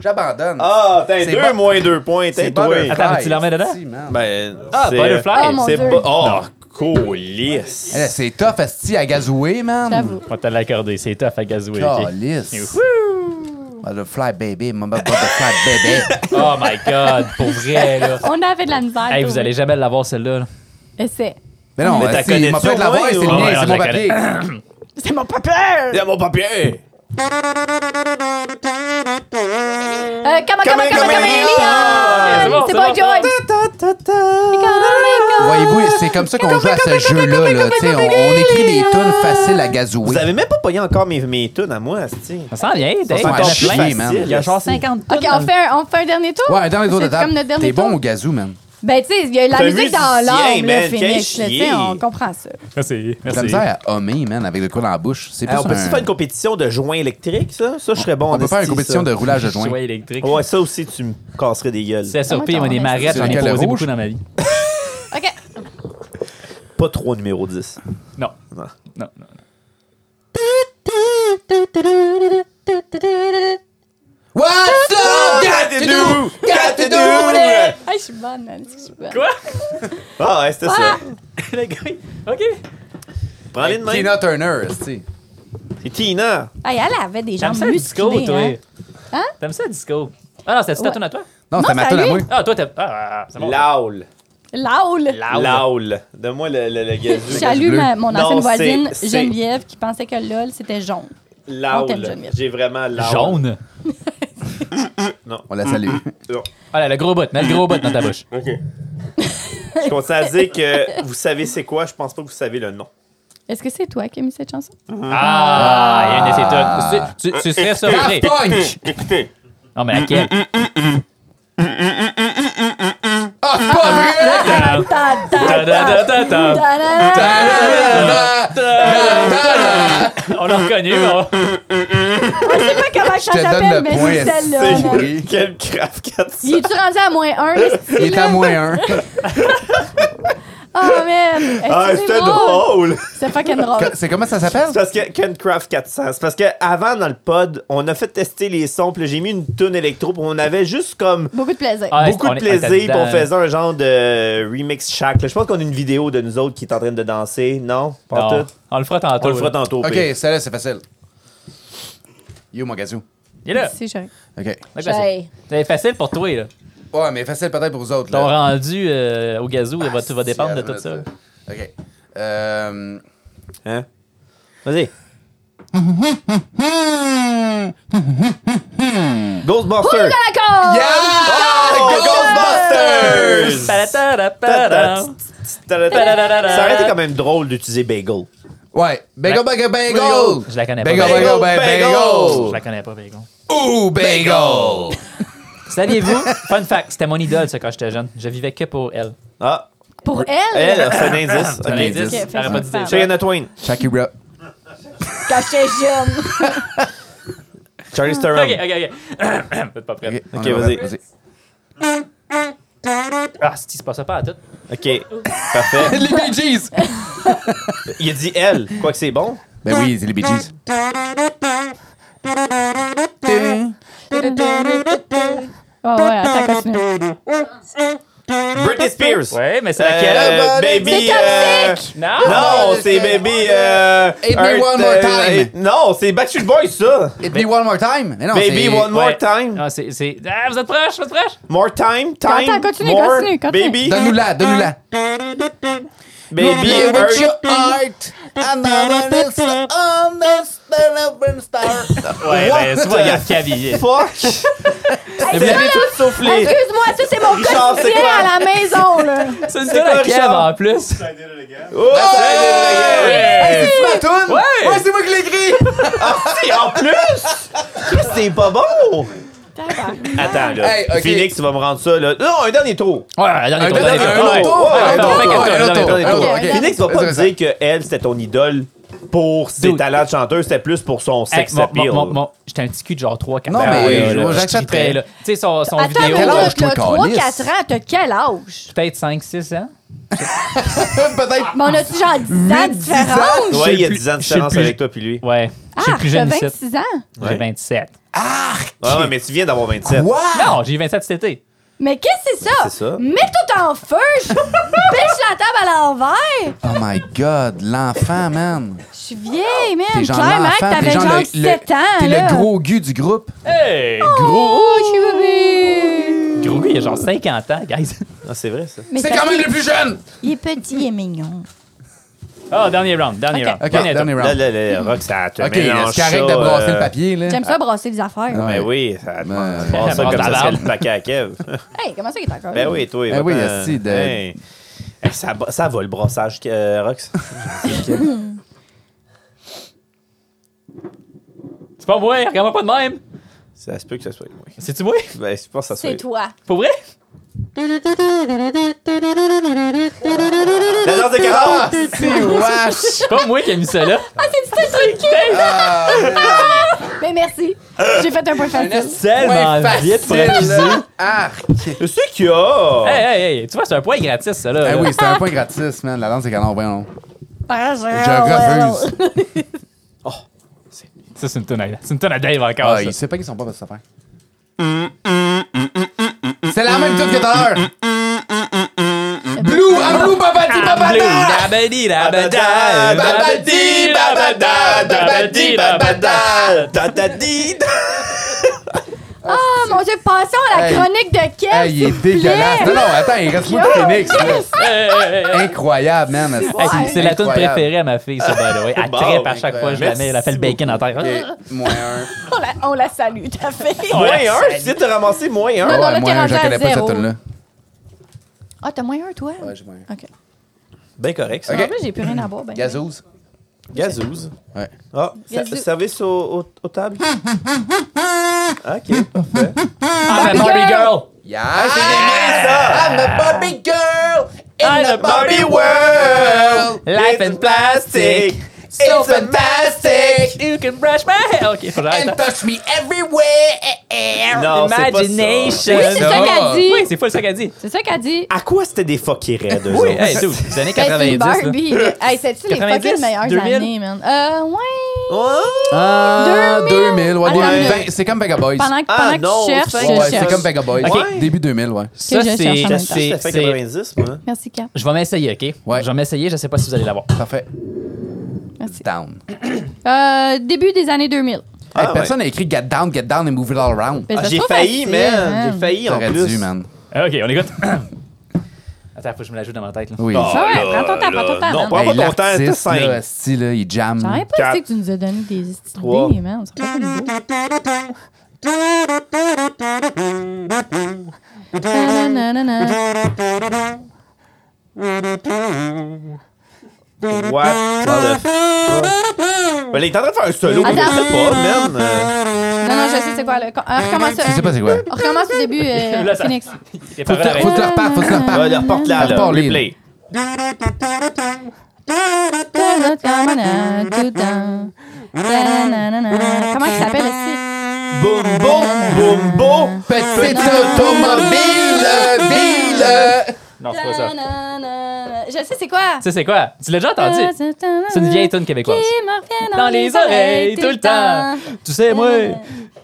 Speaker 3: J'abandonne.
Speaker 2: Ah, t'as
Speaker 3: C'est
Speaker 2: deux
Speaker 3: bon.
Speaker 2: moins deux points.
Speaker 3: c'est
Speaker 2: T'es toi.
Speaker 3: Butterfly.
Speaker 4: Attends, mais tu l'en mets dedans?
Speaker 3: Si, man.
Speaker 2: Ben,
Speaker 4: Ah,
Speaker 2: c'est-
Speaker 4: Butterfly.
Speaker 5: Oh, mon
Speaker 2: C'est
Speaker 5: Dieu.
Speaker 2: pas. Oh, coulisse.
Speaker 4: Eh,
Speaker 3: Hey, Eh, c'est tough, Asti, à gazouer, man.
Speaker 5: J'avoue.
Speaker 4: On va te l'accorder, c'est tough à gazouiller. ok?
Speaker 3: Calice. Butterfly baby, mama butterfly baby.
Speaker 4: Oh my god, pour vrai, là.
Speaker 5: On avait de la misère.
Speaker 4: Hey, vous allez jamais l'avoir, celle-là. là.
Speaker 5: Essaie.
Speaker 3: Mais non,
Speaker 2: Mais t'as
Speaker 3: Asti, il m'a
Speaker 2: connais-tu
Speaker 3: fait de la
Speaker 2: au moins,
Speaker 3: voix, c'est
Speaker 2: ou-
Speaker 3: le
Speaker 4: Ah ouais,
Speaker 3: mien, c'est
Speaker 4: on
Speaker 3: mon
Speaker 4: la
Speaker 3: papier.
Speaker 5: C'est mon papa!
Speaker 2: Il y a mon papier.
Speaker 5: Euh, come on, come on,
Speaker 2: Come on,
Speaker 5: come on,
Speaker 2: come on,
Speaker 5: come on,
Speaker 2: Leon!
Speaker 4: Ok, c'est bon, c'est
Speaker 5: Leon! C'est
Speaker 4: bon,
Speaker 5: bon,
Speaker 4: c'est bon.
Speaker 5: Joy!
Speaker 3: Voyez-vous, c'est comme ça qu'on joue à ce jeu-là. Là, tu sais, on, on écrit des tunes faciles à gazouer.
Speaker 2: Vous avez même pas pogné encore mes, mes tunes à moi, Asti.
Speaker 4: Ça sent bien, Dave.
Speaker 3: sent
Speaker 4: t'en as
Speaker 3: encore
Speaker 4: plein.
Speaker 3: chier, Ah, man.
Speaker 4: Il y a genre 50
Speaker 5: Ok, on fait, un, on fait un dernier tour?
Speaker 3: Ouais, un dernier tour de
Speaker 5: C'est
Speaker 3: table.
Speaker 5: comme notre dernier
Speaker 3: T'es bon au
Speaker 5: tour.
Speaker 3: gazou, man.
Speaker 5: Ben, tu sais, il y a la
Speaker 2: T'es
Speaker 5: musique dans
Speaker 2: musicien,
Speaker 5: l'âme,
Speaker 2: man,
Speaker 5: le
Speaker 2: quel
Speaker 5: Phoenix. là, tu
Speaker 2: chier.
Speaker 5: sais, On comprend ça.
Speaker 4: Merci,
Speaker 3: J'ai de la misère à hommer, man, avec de quoi dans la bouche. C'est plus
Speaker 2: Alors, Eh, on peut-tu
Speaker 3: un-
Speaker 2: faire une compétition de joints électriques, ça? Ça, je serais bon
Speaker 3: On peut faire une compétition de roulage de joint.
Speaker 4: Joint électrique.
Speaker 2: Ouais, ça aussi, tu me casserais des gueules.
Speaker 4: C'est
Speaker 5: Ah,
Speaker 4: surpris,
Speaker 5: moi,
Speaker 4: on a des
Speaker 5: t'en
Speaker 4: marettes,
Speaker 5: restes.
Speaker 4: j'en ai
Speaker 3: C'est lequel, le
Speaker 4: posé
Speaker 3: rouge?
Speaker 4: beaucoup dans ma vie.
Speaker 5: Ok.
Speaker 2: Pas trop numéro 10.
Speaker 4: Non,
Speaker 2: Non.
Speaker 4: non, non.
Speaker 3: What's up? Got to do, got to do it.
Speaker 5: Ah, je suis bonne, man. Je suis bonne.
Speaker 4: Quoi?
Speaker 2: Ah, ouais, c'était ça.
Speaker 4: Le gars, OK.
Speaker 2: Prends-les de même.
Speaker 3: Tina Turner, tu
Speaker 2: C'est Tina.
Speaker 5: Ah, elle avait des
Speaker 4: J'aime
Speaker 5: jambes
Speaker 4: ça le disco,
Speaker 5: musclées.
Speaker 4: toi.
Speaker 5: hein. Hein?
Speaker 4: T'aimes ça le disco? Ah non, c'était ta
Speaker 5: Ouais.
Speaker 4: tune à toi?
Speaker 3: Non,
Speaker 5: Non,
Speaker 3: c'était ma
Speaker 5: c'est
Speaker 3: tune
Speaker 5: à
Speaker 3: à
Speaker 5: lui.
Speaker 3: moi.
Speaker 4: Ah, toi, t'as. Ah, ah, c'est bon.
Speaker 2: Laul.
Speaker 5: Laoul.
Speaker 4: Laoul.
Speaker 2: Laul. Donne-moi le, le, le gazou.
Speaker 5: J'allume
Speaker 3: bleu.
Speaker 5: ma- mon
Speaker 2: Non,
Speaker 5: ancienne voisine,
Speaker 2: c'est- c'est-
Speaker 5: Geneviève, qui pensait que LOL, c'était jaune. On t'aime,
Speaker 2: Laul.
Speaker 5: Geneviève.
Speaker 2: J'ai vraiment Laul.
Speaker 4: Jaune.
Speaker 3: On la salue.
Speaker 2: Non.
Speaker 4: Ah là, le gros bout, mets le gros bout dans ta bouche.
Speaker 2: OK. Je continue à dire que vous savez c'est quoi, je pense pas que vous savez le nom.
Speaker 5: Est-ce que c'est toi qui as mis cette chanson?
Speaker 4: Ah, il y a une de ces tunes.
Speaker 3: Ah,
Speaker 4: Tu tu- tu serais surpris.
Speaker 3: Daft Punk!
Speaker 4: Non, mais laquelle?
Speaker 3: c'est pas vrai!
Speaker 5: Ah,
Speaker 4: On l'a reconnu. mais on-
Speaker 5: Je sais pas comment
Speaker 3: te
Speaker 5: ça
Speaker 3: donne le
Speaker 5: s'appelle, mais
Speaker 3: point,
Speaker 5: c'est celle-là.
Speaker 3: c'est-
Speaker 5: là.
Speaker 3: Oui.
Speaker 2: Quel craft
Speaker 5: Oh Il est-tu rendu à moins un? le style?
Speaker 3: Il est à moins un.
Speaker 5: Oh, man!
Speaker 2: Ah, c'était drôle!
Speaker 5: C'est fucking drôle.
Speaker 3: Que- C'est comment ça s'appelle?
Speaker 2: C'est parce que Kencraft 400. C'est parce que avant dans le pod, on a fait tester les sons, puis là, j'ai mis une tonne électro, puis on avait juste comme
Speaker 5: Beaucoup de plaisir.
Speaker 4: Ah,
Speaker 2: Mm. beaucoup
Speaker 4: on
Speaker 2: de
Speaker 4: est- on était
Speaker 2: plaisir, puis on
Speaker 4: dedans.
Speaker 2: faisait un genre de remix chaque. là. Je pense qu'on a une vidéo de nous autres qui est en train de danser, non? Pas
Speaker 4: Non,
Speaker 2: tout.
Speaker 4: On le fera tantôt.
Speaker 2: On le fera
Speaker 4: là.
Speaker 2: tantôt.
Speaker 3: Ok,
Speaker 2: pire.
Speaker 3: celle-là, c'est facile. Yo, mon gazou.
Speaker 4: Il est là.
Speaker 5: C'est chouette.
Speaker 3: Ok.
Speaker 4: Là, facile. C'est facile pour toi. Là.
Speaker 3: Ouais, mais facile peut-être pour vous autres.
Speaker 4: Ton
Speaker 3: là.
Speaker 4: rendu euh, au gazou va, va
Speaker 3: Si,
Speaker 4: dépendre de
Speaker 3: attends,
Speaker 4: tout ça.
Speaker 3: attends. Ok. Euh.
Speaker 2: Hein? Vas-y. Ghostbusters!
Speaker 5: D'accord!
Speaker 3: Yeah! Ah,
Speaker 2: Oh, Ghostbusters!
Speaker 4: Ta-ta-ta-ta-ta.
Speaker 2: Ça aurait été quand même drôle d'utiliser Bagel.
Speaker 3: Ouais. Bagel, bagel, bagel!
Speaker 4: Je la connais pas.
Speaker 3: Bagel,
Speaker 2: Bagel,
Speaker 3: bagel, bagel!
Speaker 4: Je
Speaker 2: bagel.
Speaker 4: la connais pas, Bégon.
Speaker 3: Ouh, bagel!
Speaker 4: Saviez-vous? Fun fact, c'était mon idole, ça, quand j'étais jeune. Je vivais que pour elle.
Speaker 2: Ah,
Speaker 5: Pour elle,
Speaker 2: elle, c'est un indice.
Speaker 3: un
Speaker 2: Ok.
Speaker 3: indice.
Speaker 4: Indice,
Speaker 5: Ok,
Speaker 4: j'aurais pas dit
Speaker 5: fais
Speaker 4: ça.
Speaker 2: Shania Twain.
Speaker 3: Shakira.
Speaker 5: quand j'étais jeune.
Speaker 2: Charlie
Speaker 4: Ok,
Speaker 2: Theron.
Speaker 4: ok, ok. Vous êtes pas prêts.
Speaker 3: Ok, on
Speaker 2: Ok,
Speaker 3: est
Speaker 2: vas-y.
Speaker 3: prêt,
Speaker 4: Ah, si, il se passait pas à tout.
Speaker 2: Ok, parfait.
Speaker 3: Les Bee Gees!
Speaker 2: Il a dit elle, quoi que c'est bon.
Speaker 3: Ben oui, c'est les Bee Gees.
Speaker 5: Oh, ouais, attends, continue.
Speaker 2: Britney Spears.
Speaker 4: Ouais, mais c'est
Speaker 2: Euh,
Speaker 4: laquelle?
Speaker 2: baby.
Speaker 5: C'est
Speaker 2: euh,
Speaker 4: Non!
Speaker 2: non, c'est baby. Euh,
Speaker 3: Hit me
Speaker 2: Earth,
Speaker 3: one more
Speaker 2: euh,
Speaker 3: time.
Speaker 2: euh, non, c'est Backstreet Boys ça.
Speaker 3: It be Ben, one more time? Mais non,
Speaker 2: Baby
Speaker 3: c'est-
Speaker 2: one more
Speaker 4: Ouais.
Speaker 2: time,
Speaker 4: Ah, c'est, c'est... Ah, vous êtes proche, vous êtes proche?
Speaker 2: more time, time.
Speaker 5: Attends, continue,
Speaker 2: more,
Speaker 5: continue, continue.
Speaker 2: Baby,
Speaker 3: Donne-nous-la, donne-nous-la.
Speaker 2: baby.
Speaker 3: Be with your
Speaker 2: Earth.
Speaker 3: art. I'm not this on this stubborn star.
Speaker 4: Ouais,
Speaker 2: What
Speaker 4: ben, c'est
Speaker 2: the
Speaker 4: pas grave, Cavi.
Speaker 2: Fuck. c'est l'avez tout soufflé.
Speaker 5: Excuse-moi, ça, c'est mon
Speaker 2: Richard, c'est
Speaker 5: quotidien
Speaker 2: quoi?
Speaker 5: à la maison, là.
Speaker 4: C'est une
Speaker 2: C'est quoi,
Speaker 4: gueule à Kev
Speaker 2: Richard?
Speaker 4: en plus.
Speaker 2: Oh,
Speaker 3: Hey,
Speaker 2: ouais.
Speaker 3: c'est ma toune?
Speaker 4: Ouais.
Speaker 3: Ouais, c'est moi qui l'ai écrit!
Speaker 2: Et en plus, Chris, c'est pas bon. Attends, là.
Speaker 3: Hey, ok.
Speaker 2: Phoenix, tu vas me rendre ça, là. Non, un dernier tour.
Speaker 4: Ouais, un dernier
Speaker 3: Un
Speaker 4: tour, dernier
Speaker 2: dernier
Speaker 4: tour.
Speaker 2: tour.
Speaker 4: Ouais.
Speaker 2: Ouais,
Speaker 4: Ouais,
Speaker 2: un
Speaker 4: on fait
Speaker 2: tour,
Speaker 4: quatre
Speaker 2: ouais,
Speaker 4: tours,
Speaker 2: un
Speaker 4: dernier
Speaker 3: tour.
Speaker 4: tour.
Speaker 2: Attendez, attendez.
Speaker 5: Ok,
Speaker 2: Phoenix va
Speaker 3: Vas-y,
Speaker 2: pas me
Speaker 3: vas-y.
Speaker 2: dire que elle c'était ton idole pour ses
Speaker 4: Dude.
Speaker 2: talents de chanteuse, c'était plus pour son
Speaker 4: Hey,
Speaker 2: sex
Speaker 4: mon-
Speaker 2: appeal.
Speaker 4: mon- mon- mon- J'étais un petit cul de genre 3-4 ans.
Speaker 3: Non, mais
Speaker 4: Ouais,
Speaker 3: je-
Speaker 4: là,
Speaker 3: moi,
Speaker 4: je
Speaker 3: j'accepterais.
Speaker 4: tripais, là. Tu sais, son, son
Speaker 5: Attends,
Speaker 4: vidéo,
Speaker 5: mais
Speaker 3: quel
Speaker 5: là,
Speaker 3: âge, toi,
Speaker 5: t'as 3-4
Speaker 3: câlisse?
Speaker 5: ans, t'as quel âge?
Speaker 4: peut-être 5-6 ans.
Speaker 3: Peut-être.
Speaker 5: Mais on a-tu genre 10 ans de différence?
Speaker 2: Ouais, il y a
Speaker 4: je suis
Speaker 2: 10 ans de
Speaker 4: plus-
Speaker 2: différence
Speaker 4: je suis
Speaker 2: avec toi puis lui.
Speaker 4: Ouais. je suis
Speaker 5: Ah,
Speaker 4: le plus
Speaker 5: t'as
Speaker 4: jeune ici.
Speaker 5: 26 ans.
Speaker 4: J'ai 27.
Speaker 2: Ouais, ouais, mais tu viens d'avoir 27.
Speaker 3: Wow!
Speaker 4: Non, j'ai eu 27 cet été.
Speaker 5: Mais qu'est-ce que c'est ça?
Speaker 2: C'est ça.
Speaker 5: Mets tout en feu! Je pêche la table à l'envers!
Speaker 3: Oh my god, l'enfant, man.
Speaker 5: Je suis vieille, man!
Speaker 3: T'es genre
Speaker 5: Clairement que
Speaker 3: l'enfant,
Speaker 5: t'avais
Speaker 3: t'es
Speaker 5: genre,
Speaker 3: genre le- le-
Speaker 5: 7 ans,
Speaker 3: T'es
Speaker 5: là!
Speaker 3: le gros gu du groupe.
Speaker 4: Hey!
Speaker 3: Gros.
Speaker 5: Oh, je suis bébé!
Speaker 4: Gros gars, il a genre 50 ans, guys.
Speaker 2: Ah, c'est vrai, ça.
Speaker 5: Mais
Speaker 3: C'est
Speaker 5: ça-
Speaker 3: quand même le plus jeune!
Speaker 5: Il est petit et mignon.
Speaker 4: Oh, dernier round, dernier
Speaker 5: Ok.
Speaker 4: round.
Speaker 3: Ok,
Speaker 4: Dernier tour.
Speaker 3: dernier
Speaker 2: Là,
Speaker 3: round.
Speaker 2: là, là, Rox, ça te
Speaker 3: Ok,
Speaker 2: mélange
Speaker 3: c'est correct
Speaker 2: ça,
Speaker 3: de brasser
Speaker 2: euh,
Speaker 3: le papier, là.
Speaker 5: J'aime ça brasser des affaires.
Speaker 3: Ouais.
Speaker 2: Ben oui, ça te
Speaker 3: Ouais.
Speaker 2: brasse ça
Speaker 4: Brasse
Speaker 2: comme
Speaker 4: la
Speaker 2: ça serait le
Speaker 4: barbe.
Speaker 2: paquet à Kev.
Speaker 5: Hey, comment ça qu'il est encore
Speaker 2: Ben
Speaker 5: là?
Speaker 2: oui, toi.
Speaker 3: Ben oui,
Speaker 2: attends.
Speaker 3: esti de-
Speaker 2: Hey. Hey, Ça, ça va le brassage, euh, Rox.
Speaker 4: C'est pas moi, regarde-moi pas de même.
Speaker 2: Ça se peut que ce soit moi.
Speaker 4: C'est-tu moi?
Speaker 2: Ben, je pense que ça soit.
Speaker 5: C'est toi.
Speaker 4: Pour vrai?
Speaker 2: La danse des carottes!
Speaker 3: C'est wesh!
Speaker 4: C'est pas moi qui ai mis ça là.
Speaker 5: C'est le truc qui- Mais merci. J'ai fait un point facile.
Speaker 4: Tellement vite pour accuser.
Speaker 3: Arc!
Speaker 2: C'est qu'il y a!
Speaker 4: Hey, hey, hey, tu vois, c'est un point gratis, ça là.
Speaker 3: Ah
Speaker 4: là.
Speaker 3: oui, c'était un point gratis, man. La danse des canons, voyons.
Speaker 5: Ah,
Speaker 3: Je refuse.
Speaker 4: Ça, c'est une tonne à, c'est une tonne à Dave encore.
Speaker 3: Ah,
Speaker 4: ça.
Speaker 3: il sait pas qu'ils sont pas votre affaire. C'est la même chose que tout à l'heure. Blue, ah, blue, babadi,
Speaker 4: Blue,
Speaker 3: babada.
Speaker 4: dabadi, dabada,
Speaker 3: Babadi, babada, babadi, babada.
Speaker 2: Tatadi!
Speaker 5: Ah, mon Dieu, passons à la
Speaker 3: Hey.
Speaker 5: chronique de Kev.
Speaker 3: Hey, il
Speaker 5: s'il
Speaker 3: est
Speaker 5: vous plaît.
Speaker 3: dégueulasse. Non, non, attends, il reste beaucoup de Phoenix. là.
Speaker 4: Hey, hey, hey, hey.
Speaker 3: Incroyable, man.
Speaker 4: Hey, c'est- c'est la tune
Speaker 3: Incroyable.
Speaker 4: préférée à ma fille, ça, by the way. Elle
Speaker 2: Bon,
Speaker 4: tripe à chaque fois que je la
Speaker 2: incroyable.
Speaker 4: mets. Elle a fait le bacon en terre.
Speaker 3: Ok, Moins un.
Speaker 5: On la, on la salue, t'as fait.
Speaker 4: Ouais.
Speaker 2: Moins un, tu sais, t'as ramassé moins
Speaker 5: Non,
Speaker 2: un.
Speaker 5: non, là,
Speaker 3: Ouais,
Speaker 5: t'es
Speaker 3: moins un,
Speaker 5: rendu
Speaker 3: je
Speaker 5: à
Speaker 3: connais pas cette
Speaker 5: zéro.
Speaker 3: tune là
Speaker 5: Ah, t'as moins un, toi?
Speaker 3: Ouais, j'ai moins un.
Speaker 5: OK.
Speaker 2: Ben correct, ça.
Speaker 3: Ok.
Speaker 5: En plus, j'ai plus rien à boire. Ben.
Speaker 3: Gazouze.
Speaker 2: Gazouze.
Speaker 3: Ouais.
Speaker 2: Ah, sa-
Speaker 5: Gazou-
Speaker 2: service au, au, aux tables. ok, parfait.
Speaker 4: Ah, ben,
Speaker 5: Barbie
Speaker 4: Barbie
Speaker 5: Girl.
Speaker 4: Girl!
Speaker 3: Yeah!
Speaker 5: Ah!
Speaker 2: ça!
Speaker 3: I'm a Barbie girl in
Speaker 4: I'm
Speaker 3: the
Speaker 4: a
Speaker 3: Barbie
Speaker 4: Barbie
Speaker 3: world!
Speaker 4: Life in plastic.
Speaker 3: So fantastic!
Speaker 4: You can brush my hair. OK, faut que j'arrête.
Speaker 3: And touch me everywhere!
Speaker 2: Non, c'est pas ça.
Speaker 4: Imagination.
Speaker 5: Oui, c'est ça
Speaker 3: Ah!
Speaker 5: qu'elle dit.
Speaker 4: Oui, c'est pas ça qu'elle dit.
Speaker 5: C'est ça qu'elle dit.
Speaker 2: À quoi c'était des fuck qui raides, eux
Speaker 4: Oui,
Speaker 2: autres?
Speaker 4: hey, dude, les années
Speaker 5: Ben, c'est
Speaker 4: 90.
Speaker 5: une
Speaker 4: là.
Speaker 5: Barbie. hey, c'est-tu les
Speaker 4: 90,
Speaker 5: fucking meilleures
Speaker 4: 2000?
Speaker 5: années, man? Euh, ouais.
Speaker 2: Oh!
Speaker 3: Ah,
Speaker 5: 2000.
Speaker 3: 2000, ouais,
Speaker 5: Attends,
Speaker 3: 2000.
Speaker 5: mais-
Speaker 3: Ben, c'est comme Vega Boys.
Speaker 5: Pendant que,
Speaker 2: Ah,
Speaker 5: pendant que
Speaker 2: non,
Speaker 5: tu cherches,
Speaker 2: c'est-
Speaker 5: je
Speaker 3: Ouais, c'est
Speaker 5: cherche.
Speaker 3: comme Vega Boys.
Speaker 4: Ok.
Speaker 3: Ouais. Début 2000, ouais.
Speaker 4: Ça,
Speaker 5: je cherche en
Speaker 4: c'est.
Speaker 5: même
Speaker 2: J'assume, Ah, ça
Speaker 4: c'est-
Speaker 2: fait
Speaker 4: c'est-
Speaker 2: 90, moi.
Speaker 5: Merci, Kat.
Speaker 4: Je vais m'essayer, OK?
Speaker 3: Ouais.
Speaker 4: Je vais m'essayer, je sais pas si vous allez l'avoir.
Speaker 3: Parfait.
Speaker 5: Merci.
Speaker 3: Down. Hey,
Speaker 5: Euh, début des années 2000.
Speaker 2: Ah,
Speaker 3: personne n'a écrit Get Down, Get Down and Move It All Around.
Speaker 5: Ben,
Speaker 2: Ah,
Speaker 5: c'est
Speaker 2: j'ai
Speaker 5: trop
Speaker 2: failli,
Speaker 5: facile,
Speaker 2: man.
Speaker 5: man.
Speaker 2: J'ai failli en
Speaker 3: T'aurais
Speaker 2: plus.
Speaker 3: dû, man.
Speaker 4: Euh, OK, on écoute. Attends, faut que je me la joue dans ma tête. Là.
Speaker 3: Oui.
Speaker 2: Oh,
Speaker 5: Ça va,
Speaker 2: là,
Speaker 5: prends ton temps, prends ton
Speaker 2: là.
Speaker 5: temps,
Speaker 2: Non,
Speaker 5: man.
Speaker 2: prends pas
Speaker 3: Hey,
Speaker 2: ton temps, t'es
Speaker 3: Ben, l'artiste, là,
Speaker 2: 5.
Speaker 3: esti, là, il jam.
Speaker 5: J'aurais
Speaker 2: Quatre.
Speaker 5: pas dit que tu nous as donné des
Speaker 2: Trois.
Speaker 5: idées, man. C'est pas nouveau. Ta-na-na-na-na.
Speaker 2: What the fuck? Ah, Ben, là, il est en train de faire un solo, mais je
Speaker 5: Attends.
Speaker 2: sais pas, man. Euh,
Speaker 5: Non, non, je sais c'est quoi. là. Con- euh, Recommence
Speaker 3: Je sais
Speaker 5: ça.
Speaker 3: pas c'est quoi.
Speaker 5: On recommence au début, euh,
Speaker 4: Là, ça-
Speaker 5: Phoenix.
Speaker 4: Les
Speaker 3: Faut
Speaker 4: paroles
Speaker 3: que faut
Speaker 4: arrêtent.
Speaker 3: que tu le repasses, faut que tu le
Speaker 5: Ah,
Speaker 3: repasses.
Speaker 2: là, Reporte-la, là.
Speaker 3: Repars-les.
Speaker 2: Replay.
Speaker 5: Ta-na-na-na, tout le temps. Ta-na-na-na-na. Comment il s'appelle aussi?
Speaker 2: Boum, boum, boum, boum.
Speaker 3: Petite automobile, deal.
Speaker 4: Non, c'est pas ça. Tu
Speaker 5: Ta-na-na-na. Je sais c'est quoi.
Speaker 4: sais, c'est quoi? Tu l'as déjà entendu?
Speaker 5: C'est
Speaker 4: C'est une vieille tune québécoise.
Speaker 5: Qui me revient
Speaker 4: Dans les oreilles, tout le temps. Tu sais, moi.
Speaker 3: Ben,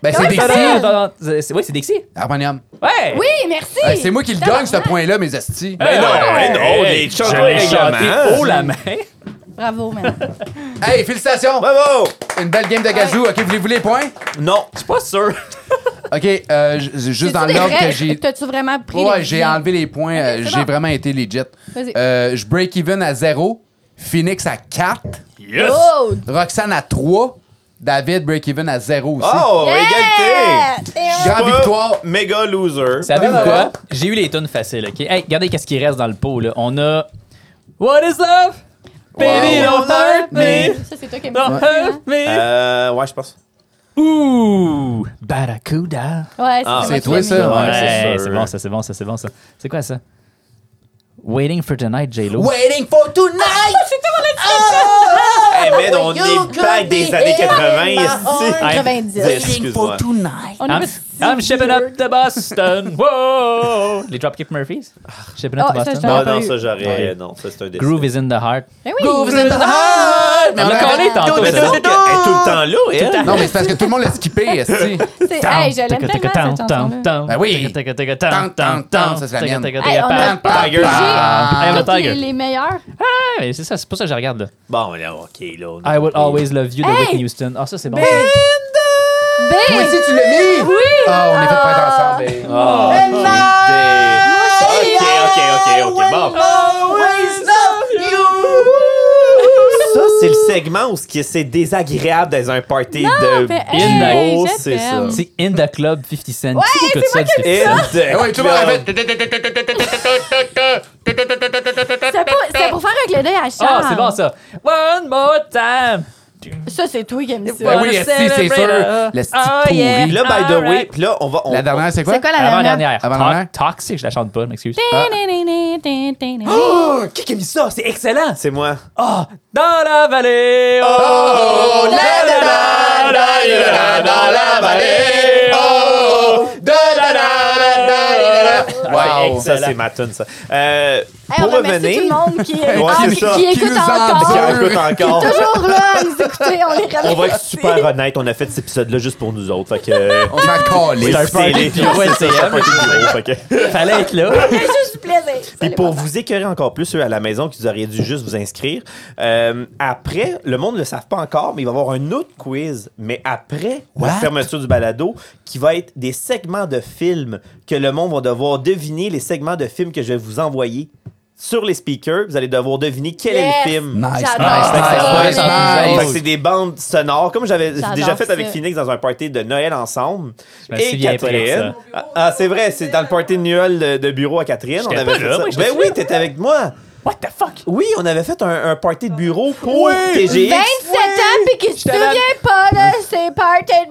Speaker 3: c'est
Speaker 5: Comment
Speaker 3: des
Speaker 5: ça
Speaker 4: Attends,
Speaker 5: s'appelle?
Speaker 3: filles.
Speaker 4: attends, attends, c'est- c'est- Oui, c'est Dixie.
Speaker 3: Harmonium.
Speaker 4: Ouais!
Speaker 5: Oui, merci.
Speaker 3: Hey, C'est moi qui le gagne, ce point-là, mes astis.
Speaker 4: Ben
Speaker 2: non, ben non, les
Speaker 4: je
Speaker 2: chants de
Speaker 4: l'ai
Speaker 2: règlement.
Speaker 4: chanté haut la main.
Speaker 5: Bravo, man.
Speaker 3: Hey, félicitations!
Speaker 2: Bravo!
Speaker 3: Une belle game de gazou. OK, voulez-vous les points?
Speaker 2: Non.
Speaker 4: Je suis pas sûr.
Speaker 3: OK, euh, j- j- juste dans
Speaker 5: C'est-tu des
Speaker 3: l'ordre
Speaker 5: vrais-
Speaker 3: que j'ai...
Speaker 5: T'as-tu vraiment pris
Speaker 3: Ouais,
Speaker 5: les
Speaker 3: j'ai
Speaker 5: liens?
Speaker 3: enlevé les points. euh,
Speaker 5: c'est
Speaker 3: j'ai
Speaker 5: bon.
Speaker 3: vraiment été legit.
Speaker 5: Vas-y.
Speaker 3: Euh, je break even à 0, Phoenix à 4,
Speaker 4: Yes!
Speaker 5: Oh!
Speaker 3: Roxane à 3, David break even à 0 aussi.
Speaker 2: Oh, égalité!
Speaker 5: Yeah!
Speaker 3: Grande
Speaker 2: Pas
Speaker 3: victoire.
Speaker 2: Méga loser.
Speaker 4: Savez-vous
Speaker 3: Ouais, ouais.
Speaker 4: quoi? J'ai eu les tunes faciles, OK? Hey, regardez qu'est-ce qui reste dans le pot, là. On a... What is love? Baby,
Speaker 3: Wow.
Speaker 4: don't hurt me!
Speaker 5: Ça, c'est toi qui aimes
Speaker 4: Don't
Speaker 5: ça.
Speaker 4: hurt me!
Speaker 2: Euh, ouais, je pense.
Speaker 4: Euh. Ouh! Barracuda!
Speaker 5: Ouais,
Speaker 2: Ah,
Speaker 3: c'est
Speaker 5: c'est
Speaker 3: toi,
Speaker 5: moi qui l'aime.
Speaker 3: ça? Ouais,
Speaker 2: c'est sûr.
Speaker 4: c'est bon, ça, c'est bon, ça, c'est bon, ça. C'est quoi, ça? Waiting for tonight, J-Lo.
Speaker 3: Waiting for tonight!
Speaker 2: Eh, man, on est back des années 80 ici. Ah,
Speaker 5: 90.
Speaker 2: Excuse-moi.
Speaker 3: tonight.
Speaker 5: On est
Speaker 4: I'm,
Speaker 5: pas si
Speaker 4: I'm shipping
Speaker 5: vieux.
Speaker 4: up to Boston! Whoa! Les Dropkick Murphys? Shipping up
Speaker 5: Oh,
Speaker 4: to
Speaker 5: ça,
Speaker 4: Boston?
Speaker 5: je l'ai.
Speaker 2: Non,
Speaker 5: pas
Speaker 2: non,
Speaker 5: eu.
Speaker 2: ça, j'aurais.
Speaker 4: Ouais.
Speaker 2: Non, ça, c'est un décès.
Speaker 4: Groove is in the heart.
Speaker 5: Ben oui.
Speaker 4: Mais on l'a collé tantôt,
Speaker 2: Mais
Speaker 4: ça.
Speaker 2: donc, elle est tout le temps là, elle.
Speaker 3: Non, mais c'est parce que tout le monde l'a skippé, esti.
Speaker 5: C'est- Hey, je l'aime tellement, cette chanson-là.
Speaker 3: Ben oui. Tan, tan, tan, ça, c'est la mienne.
Speaker 5: Hey, on a pas
Speaker 2: Tiger.
Speaker 5: bougé.
Speaker 3: Ah.
Speaker 4: I'm a
Speaker 5: Toutes
Speaker 4: tiger.
Speaker 5: les- les meilleurs.
Speaker 4: Ah, mais c'est ça, c'est pour ça que je regarde là.
Speaker 2: Bon, là, OK, là. on a
Speaker 4: I will
Speaker 2: compris.
Speaker 4: always love you de
Speaker 5: Hey!
Speaker 4: Whitney Houston. Ah, ça c'est bon. ça.
Speaker 3: Toi
Speaker 5: Ben,
Speaker 3: aussi, tu l'as mis?
Speaker 5: Oui!
Speaker 3: Ah, on est fait pas ensemble. eh.
Speaker 4: Ah.
Speaker 2: Oh, OK, OK, OK, OK, bon. Ça, c'est le segment où ce qui- c'est désagréable dans un party de
Speaker 5: mais,
Speaker 4: hey,
Speaker 2: bingo,
Speaker 5: je
Speaker 2: c'est ça.
Speaker 5: t'aime. Ah
Speaker 4: C'est In the Club 50 Cent. Ouais, c'est moi qui
Speaker 3: Eh ouais, tout le monde a fait-
Speaker 5: C'est pour, c'est pour faire un clin d'œil à Charles.
Speaker 4: Ah, c'est bon ça. One more time.
Speaker 5: Ça, c'est toi qui aimes ça.
Speaker 3: Ben oui, esti, c'est sûr. Le esti
Speaker 4: Oh, yeah.
Speaker 3: pourri.
Speaker 2: Puis là, by the way,
Speaker 4: Alright.
Speaker 2: puis là, on va. on-
Speaker 3: La dernière, c'est quoi?
Speaker 5: C'est quoi la
Speaker 4: Avant
Speaker 5: dernière?
Speaker 4: dernière.
Speaker 3: Avant-dernière.
Speaker 4: Toxic, je la chante pas, m'excuse.
Speaker 5: Tin-tin-tin-tin-tin-tin.
Speaker 4: Oh, qui a mis ça C'est excellent.
Speaker 2: C'est Oh, moi.
Speaker 4: Ah, dans la vallée. Oh,
Speaker 3: Oh, la, la, la, la, la, la, dans la vallée. Oh, de la, la, la, la, la, la. Wow.
Speaker 2: Ça, c'est ma tune, ça. Euh,
Speaker 5: Hey, on
Speaker 2: pour
Speaker 5: remercie tout
Speaker 2: revenir,
Speaker 5: le monde qui,
Speaker 2: Ouais,
Speaker 5: ah,
Speaker 2: c'est
Speaker 5: qui-
Speaker 2: ça.
Speaker 5: qui
Speaker 3: Qui
Speaker 5: écoute
Speaker 3: nous
Speaker 5: encore.
Speaker 3: endure.
Speaker 2: on écoute encore.
Speaker 5: Toujours là à nous écouter, on les remercie.
Speaker 2: On va être super honnête, on a fait cet épisode-là juste pour nous autres. Fait que. euh,
Speaker 3: On s'en calisse.
Speaker 2: C'est un
Speaker 4: party
Speaker 2: party
Speaker 4: bureau LCM. Fallait être là.
Speaker 5: C'est juste du plaisir.
Speaker 2: Et pour vous écœurer encore plus, ceux à la maison qui auriez dû juste vous inscrire, euh, après, le monde ne le savent pas encore, mais il va y avoir un autre quiz, mais après la
Speaker 3: What?
Speaker 2: fermeture du balado, qui va être des segments de films que le monde va devoir deviner, les segments de films que je vais vous envoyer sur les speakers. Vous allez devoir deviner quel est le
Speaker 5: Yes.
Speaker 2: film.
Speaker 3: Nice,
Speaker 5: J'adore.
Speaker 2: Fait que c'est
Speaker 4: Ah,
Speaker 2: pas-
Speaker 3: nice, nice,
Speaker 4: ouais,
Speaker 3: nice,
Speaker 2: Fait que
Speaker 3: nice.
Speaker 2: c'est des bandes sonores, comme j'avais
Speaker 5: J'adore
Speaker 2: déjà fait
Speaker 5: ça.
Speaker 2: avec Phoenix dans un party de Noël ensemble.
Speaker 4: me
Speaker 2: et
Speaker 4: souviens pas de
Speaker 2: Catherine. Ah, ah, c'est vrai, c'est dans le party de Noël de, de bureau à Catherine.
Speaker 4: J'étais pas là, moi, je me
Speaker 2: Ben oui,
Speaker 4: souviens.
Speaker 2: t'étais avec moi.
Speaker 4: What the fuck
Speaker 2: Oui, on avait fait un, un party de bureau pour TGX.
Speaker 5: 27 ans puis qu'il se
Speaker 4: Je t'avais-
Speaker 5: souvient pas de ses parties de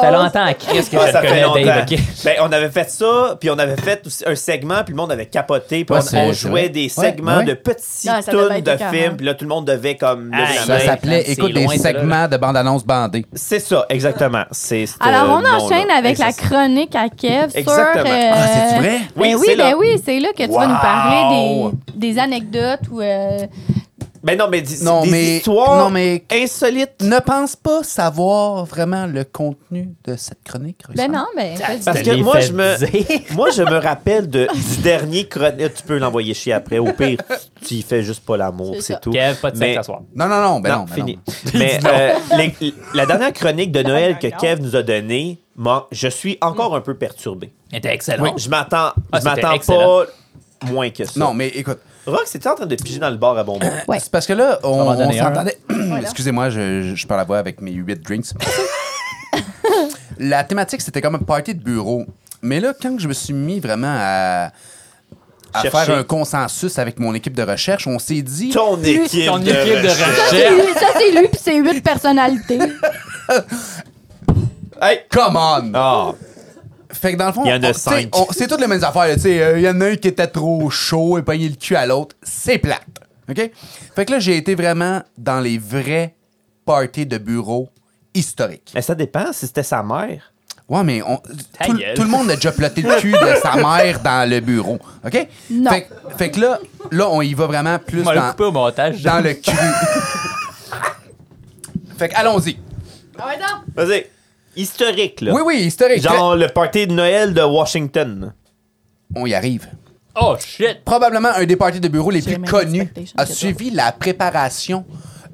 Speaker 4: Ça fait longtemps à Chris que
Speaker 2: Ah,
Speaker 4: je
Speaker 2: ça
Speaker 4: le
Speaker 2: fait
Speaker 4: connais, Dave,
Speaker 2: longtemps.
Speaker 4: ok?
Speaker 2: Ben, on avait fait ça, puis on avait fait aussi un segment, puis le monde avait capoté, puis
Speaker 3: Ouais,
Speaker 2: on-
Speaker 3: c'est-
Speaker 2: on,
Speaker 3: c'est vrai.
Speaker 2: jouait des
Speaker 3: Ouais,
Speaker 2: segments
Speaker 3: ouais.
Speaker 2: de petits
Speaker 5: Non, ça devait
Speaker 2: tunes
Speaker 5: être
Speaker 2: de
Speaker 5: écœurant.
Speaker 2: films, puis là, tout le monde devait comme... lever
Speaker 4: Ah,
Speaker 2: la
Speaker 3: Ça
Speaker 2: main.
Speaker 3: s'appelait,
Speaker 4: C'est
Speaker 3: écoute, des
Speaker 4: loin de là, là.
Speaker 3: segments de bande-annonce bandée.
Speaker 2: C'est ça, exactement. C'est ce
Speaker 5: Alors, on
Speaker 2: nom-là.
Speaker 5: enchaîne avec la
Speaker 2: Exact-
Speaker 5: chronique à Kev sur.
Speaker 2: Exactement.
Speaker 5: euh,
Speaker 3: Ah, c'est-tu vrai?
Speaker 5: ben
Speaker 2: Oui,
Speaker 5: oui,
Speaker 2: c'est
Speaker 5: ben
Speaker 2: là.
Speaker 5: oui, c'est là que tu vas nous
Speaker 2: Wow!
Speaker 5: parler des, des anecdotes ou. euh,
Speaker 2: Ben non, mais dis-
Speaker 3: Non,
Speaker 2: des
Speaker 3: mais-
Speaker 2: histoires
Speaker 3: non, mais-
Speaker 2: insolites.
Speaker 3: Ne pense pas savoir vraiment le contenu de cette chronique.
Speaker 5: Ben
Speaker 3: Roxane.
Speaker 5: non, ben. pas du
Speaker 2: Parce
Speaker 5: tout.
Speaker 2: que
Speaker 4: l'ai
Speaker 2: moi,
Speaker 4: fait
Speaker 2: je me, moi, je me rappelle de, du dernier chronique. Tu peux l'envoyer chier après. Au pire, tu- tu y fais juste pas l'amour,
Speaker 5: C'est
Speaker 2: c'est
Speaker 5: ça.
Speaker 2: tout.
Speaker 4: Kev, pas de
Speaker 2: Mais-
Speaker 4: sexe à soir.
Speaker 3: Non, non, non, ben non. ben
Speaker 2: fini.
Speaker 3: non.
Speaker 2: Mais euh, les- la dernière chronique de Noël que Kev nous a donnée, moi, je suis encore un peu perturbé.
Speaker 4: Elle était excellente.
Speaker 2: Je m'attends,
Speaker 4: Ah,
Speaker 2: je
Speaker 4: c'était
Speaker 2: m'attends
Speaker 4: excellent.
Speaker 2: pas moins que ça.
Speaker 3: Non, mais Euh, écoute,
Speaker 2: Rox, c'était en train de piger dans le bar à bonbons.
Speaker 5: Ouais.
Speaker 3: c'est parce que là, on,
Speaker 4: m'en
Speaker 3: on
Speaker 4: donner un.
Speaker 3: s'entendait. Excusez-moi, je, je, je parle à voix avec mes huit drinks. la thématique, c'était comme un party de bureau. Mais là, quand je me suis mis vraiment à, à
Speaker 2: Chercher.
Speaker 3: faire un consensus avec mon équipe de recherche, on s'est dit.
Speaker 2: Ton équipe,
Speaker 4: Ton
Speaker 2: de
Speaker 4: équipe de
Speaker 2: recherche.
Speaker 5: Ça, c'est
Speaker 4: recherche.
Speaker 5: lui- Ça, c'est lui, puis c'est huit personnalités.
Speaker 2: Hey!
Speaker 3: Come on!
Speaker 2: Ah,
Speaker 3: Fait que dans le fond,
Speaker 2: Il y en a
Speaker 3: on- tu sais,
Speaker 2: cinq.
Speaker 3: on- c'est toutes les mêmes affaires. là, tu sais, euh, Il y en a un qui était trop chaud et pogné le cul à l'autre. C'est plate. OK? Fait que là, j'ai été vraiment dans les vrais parties de bureau historiques.
Speaker 2: mais ça dépend si c'était sa mère.
Speaker 3: Ouais, mais on,
Speaker 4: Ta
Speaker 3: tout, le-
Speaker 4: gueule.
Speaker 3: tout le monde a déjà ploté le cul de sa mère dans le bureau. OK?
Speaker 5: Non.
Speaker 3: Fait, que- fait que là, là, on y va vraiment plus
Speaker 4: On m'a
Speaker 3: dans,
Speaker 4: coupé au montage.
Speaker 3: dans le cru. fait que allons-y.
Speaker 5: Ah ouais, donc.
Speaker 2: Vas-y. Historique, là.
Speaker 3: Oui, oui, historique.
Speaker 2: Genre le party de Noël de Washington.
Speaker 3: On y arrive.
Speaker 4: Oh shit!
Speaker 3: probablement un des parties de bureau les
Speaker 5: J'ai
Speaker 3: plus
Speaker 5: même
Speaker 3: connus,
Speaker 5: expectation
Speaker 3: a
Speaker 5: que toi.
Speaker 3: suivi la préparation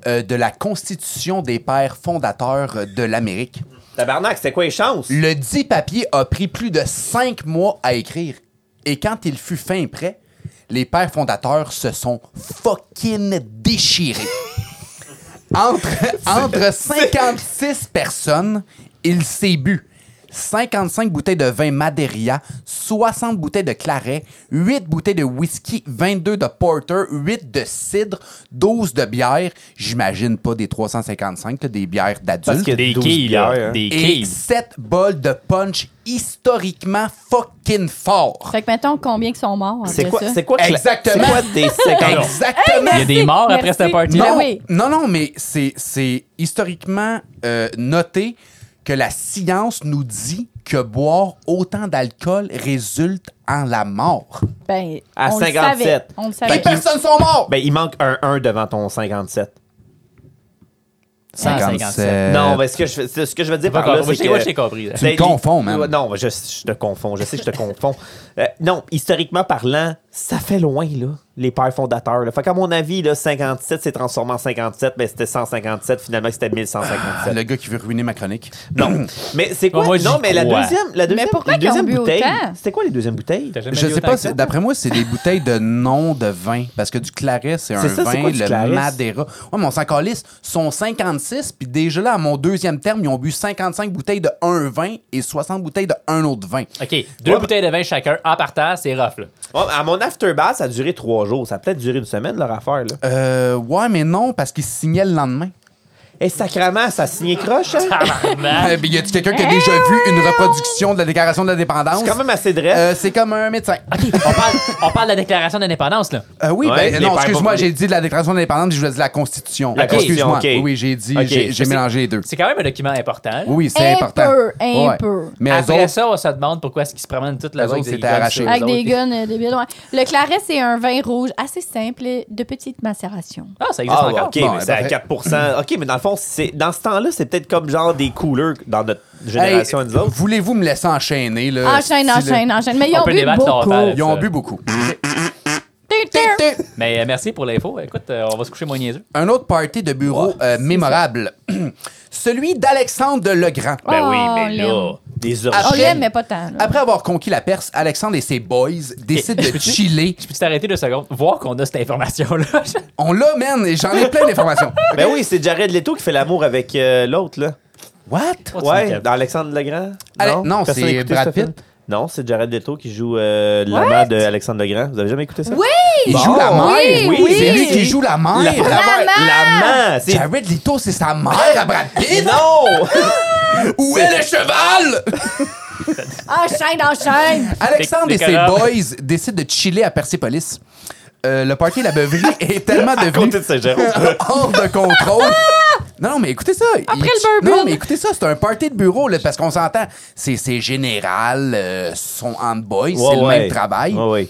Speaker 3: euh, de la Constitution des pères fondateurs euh, de l'Amérique.
Speaker 2: Tabarnak, c'était quoi les chances?
Speaker 3: Le dit papier a pris plus de cinq mois à écrire. Et quand il fut fin prêt, les pères fondateurs se sont fucking déchirés. Entre, entre 56 personnes, il s'est bu 55 bouteilles de vin Madeira, 60 bouteilles de claret, 8 bouteilles de whisky, 22 de porter, 8 de cidre, 12 de bière. J'imagine pas des 355, là, des bières d'adultes.
Speaker 2: que
Speaker 4: Des
Speaker 2: 12
Speaker 4: quilles,
Speaker 2: bières, hein.
Speaker 4: là. Des
Speaker 3: Et
Speaker 4: quilles.
Speaker 3: 7 bols de punch historiquement fucking fort.
Speaker 5: Fait que mettons combien qui sont morts. après
Speaker 2: C'est quoi,
Speaker 5: ça.
Speaker 2: c'est quoi que la-
Speaker 3: Exactement.
Speaker 2: C'est quoi des séquences?
Speaker 3: Exactement.
Speaker 4: Il y a des morts
Speaker 5: Merci.
Speaker 4: après cette partie.
Speaker 5: Ben
Speaker 3: Non,
Speaker 5: oui.
Speaker 3: non, non, mais c'est- c'est historiquement euh, noté que la science nous dit que boire autant d'alcool résulte en la mort.
Speaker 5: Ben,
Speaker 2: À
Speaker 5: on le
Speaker 2: 57.
Speaker 5: savait. On le
Speaker 3: Les
Speaker 5: savait.
Speaker 3: personnes sont mortes!
Speaker 2: Ben, il manque un 1 devant ton 57.
Speaker 4: 57.
Speaker 2: Non, ben, mais ce que je, ce que je veux dire par
Speaker 4: Moi,
Speaker 2: là, Euh, c'est
Speaker 4: j'ai-
Speaker 2: que... Ben,
Speaker 4: moi, j'ai compris, là.
Speaker 3: Tu me confonds, man.
Speaker 2: Ouais, Non, je, je te confonds. Je sais que je te confonds. Euh, non, historiquement parlant, ça fait loin, là, les pères fondateurs. Là. Fait qu'à mon avis, là, 57 s'est transformé en 57, mais c'était 157, finalement, c'était 1157.
Speaker 3: Ah, Le gars qui veut ruiner ma chronique.
Speaker 2: Non, mais c'est quoi?
Speaker 4: Moi, j'y
Speaker 2: non, mais la
Speaker 4: crois.
Speaker 2: deuxième, la deuxième,
Speaker 5: pourquoi
Speaker 2: les
Speaker 5: qu'ils ont
Speaker 2: deuxième
Speaker 5: bu
Speaker 2: bouteille,
Speaker 5: autant?
Speaker 2: c'était quoi les deuxièmes bouteilles?
Speaker 4: T'as jamais
Speaker 3: Je
Speaker 4: vu
Speaker 3: sais
Speaker 4: autant
Speaker 3: pas,
Speaker 4: que ça?
Speaker 3: c'est- d'après moi, c'est des bouteilles de nom de vin. Parce que du claret, c'est un
Speaker 2: C'est ça, c'est
Speaker 3: vin,
Speaker 2: quoi du
Speaker 3: le
Speaker 2: claret?
Speaker 3: Madeira. Ouais, mais on s'en calisse. sont 56, puis déjà là, à mon deuxième terme, ils ont bu 55 bouteilles de un vin et 60 bouteilles de un autre vin.
Speaker 4: Ok, deux bouteilles de vin chacun en partant, c'est rough, là.
Speaker 2: Ouais, à mon afterbath, ça a duré trois jours. Ça a peut-être duré une semaine, leur affaire. Là.
Speaker 3: Euh, ouais, mais non, parce qu'ils signaient le lendemain.
Speaker 2: Et sacrament, Eh, ça signait croche, hein?
Speaker 4: Tabarnak.
Speaker 3: Euh, puis y a-tu quelqu'un qui a déjà vu une reproduction de la déclaration de la dépendance?
Speaker 2: C'est quand même assez drôle.
Speaker 3: Euh, c'est comme un médecin.
Speaker 4: Ok, on parle, on parle de la déclaration d'indépendance, là.
Speaker 3: Euh, oui,
Speaker 2: Ouais,
Speaker 3: ben,
Speaker 2: les
Speaker 3: non,
Speaker 2: pères
Speaker 3: excuse-moi,
Speaker 2: pas-
Speaker 3: j'ai dit de la déclaration de l'indépendance, puis je voulais dire la Constitution.
Speaker 2: La
Speaker 3: Excuse-moi.
Speaker 2: Constitution, ok.
Speaker 3: Oui, j'ai dit,
Speaker 2: Ok.
Speaker 3: j'ai- j'ai
Speaker 2: Mais
Speaker 3: mélangé les deux.
Speaker 4: C'est quand même un document important. là.
Speaker 3: Oui, c'est
Speaker 5: Un
Speaker 3: important.
Speaker 5: peu, un
Speaker 3: Ouais.
Speaker 5: peu.
Speaker 3: Mais eux
Speaker 4: Après
Speaker 3: autres-
Speaker 4: ça, on se demande pourquoi est-ce qu'ils se promènent toute la
Speaker 3: Eux
Speaker 4: zone
Speaker 3: autres, c'était arraché.
Speaker 5: Avec des guns euh, débiles. ouais. Le claret, c'est un vin rouge assez simple et de petite macération.
Speaker 4: Ah, ça existe
Speaker 2: Ah,
Speaker 4: encore.
Speaker 2: ok,
Speaker 3: Bon,
Speaker 2: mais
Speaker 3: ben,
Speaker 2: c'est à
Speaker 3: parfait.
Speaker 2: 4 Ok, mais dans le fond, c'est dans ce temps-là, c'est peut-être comme genre des couleurs dans notre génération,
Speaker 3: Hey,
Speaker 2: nous autres.
Speaker 3: Voulez-vous me laisser enchaîner? Là,
Speaker 5: enchaîne,
Speaker 3: Euh, si le-
Speaker 5: enchaîne, enchaîne. Mais ils
Speaker 4: On
Speaker 5: ont
Speaker 4: peut
Speaker 5: bu
Speaker 4: débattre
Speaker 5: beaucoup.
Speaker 4: longtemps, là.
Speaker 3: Ils ont
Speaker 4: Ça.
Speaker 3: bu beaucoup.
Speaker 5: Tin, tin.
Speaker 4: Mais euh, merci pour l'info. Écoute, euh, on va se coucher moins niaiseux.
Speaker 3: Un autre party de bureau euh, mémorable. Celui d'Alexandre Legrand.
Speaker 2: Ben
Speaker 5: Oh,
Speaker 2: oui, mais là,
Speaker 5: l'aime.
Speaker 2: des
Speaker 5: On
Speaker 3: Après-
Speaker 2: orgies.
Speaker 5: l'aime, mais pas tant. là.
Speaker 3: Après avoir conquis la Perse, Alexandre et ses boys décident de
Speaker 4: Peux-tu-
Speaker 3: chiller.
Speaker 4: Je peux t'arrêter deux secondes, voir qu'on a cette information-là.
Speaker 3: On l'a, man, et j'en ai plein d'informations.
Speaker 2: Ben oui, c'est Jared Leto qui fait l'amour avec euh, l'autre, là.
Speaker 3: What?
Speaker 2: Ouais, dans Alexandre Legrand.
Speaker 3: Allez, non,
Speaker 2: Personne
Speaker 3: c'est
Speaker 2: a écouté
Speaker 3: Brad
Speaker 2: ce film?
Speaker 3: Pitt.
Speaker 2: Non, c'est Jared Leto qui joue euh, l'amant de Alexandre Legrand. Vous avez jamais écouté ça?
Speaker 5: Oui!
Speaker 3: Il
Speaker 2: Bon.
Speaker 3: joue la mère.
Speaker 5: Oui, oui.
Speaker 3: C'est lui qui joue la mère.
Speaker 2: La,
Speaker 5: La
Speaker 2: la
Speaker 5: mère!
Speaker 2: main! C'est...
Speaker 3: Jared Leto, c'est sa mère à Brad Pitt.
Speaker 2: Non!
Speaker 3: Où est le cheval?
Speaker 5: Enchaîne, enchaîne!
Speaker 3: Alexandre
Speaker 4: Des-
Speaker 3: et
Speaker 4: des
Speaker 3: ses
Speaker 4: carabes.
Speaker 3: boys décident de chiller à Persepolis. Euh, le party La Beuverie est tellement devenu
Speaker 2: côté de Saint-Jérôme.
Speaker 3: hors de contrôle. Non, non, mais écoutez ça. Il-
Speaker 5: le bourbon.
Speaker 3: Non, mais écoutez ça, c'est un party de bureau, là, parce qu'on s'entend. C'est, c'est général, euh, son handboy, c'est le même travail.
Speaker 2: Ouais, ouais.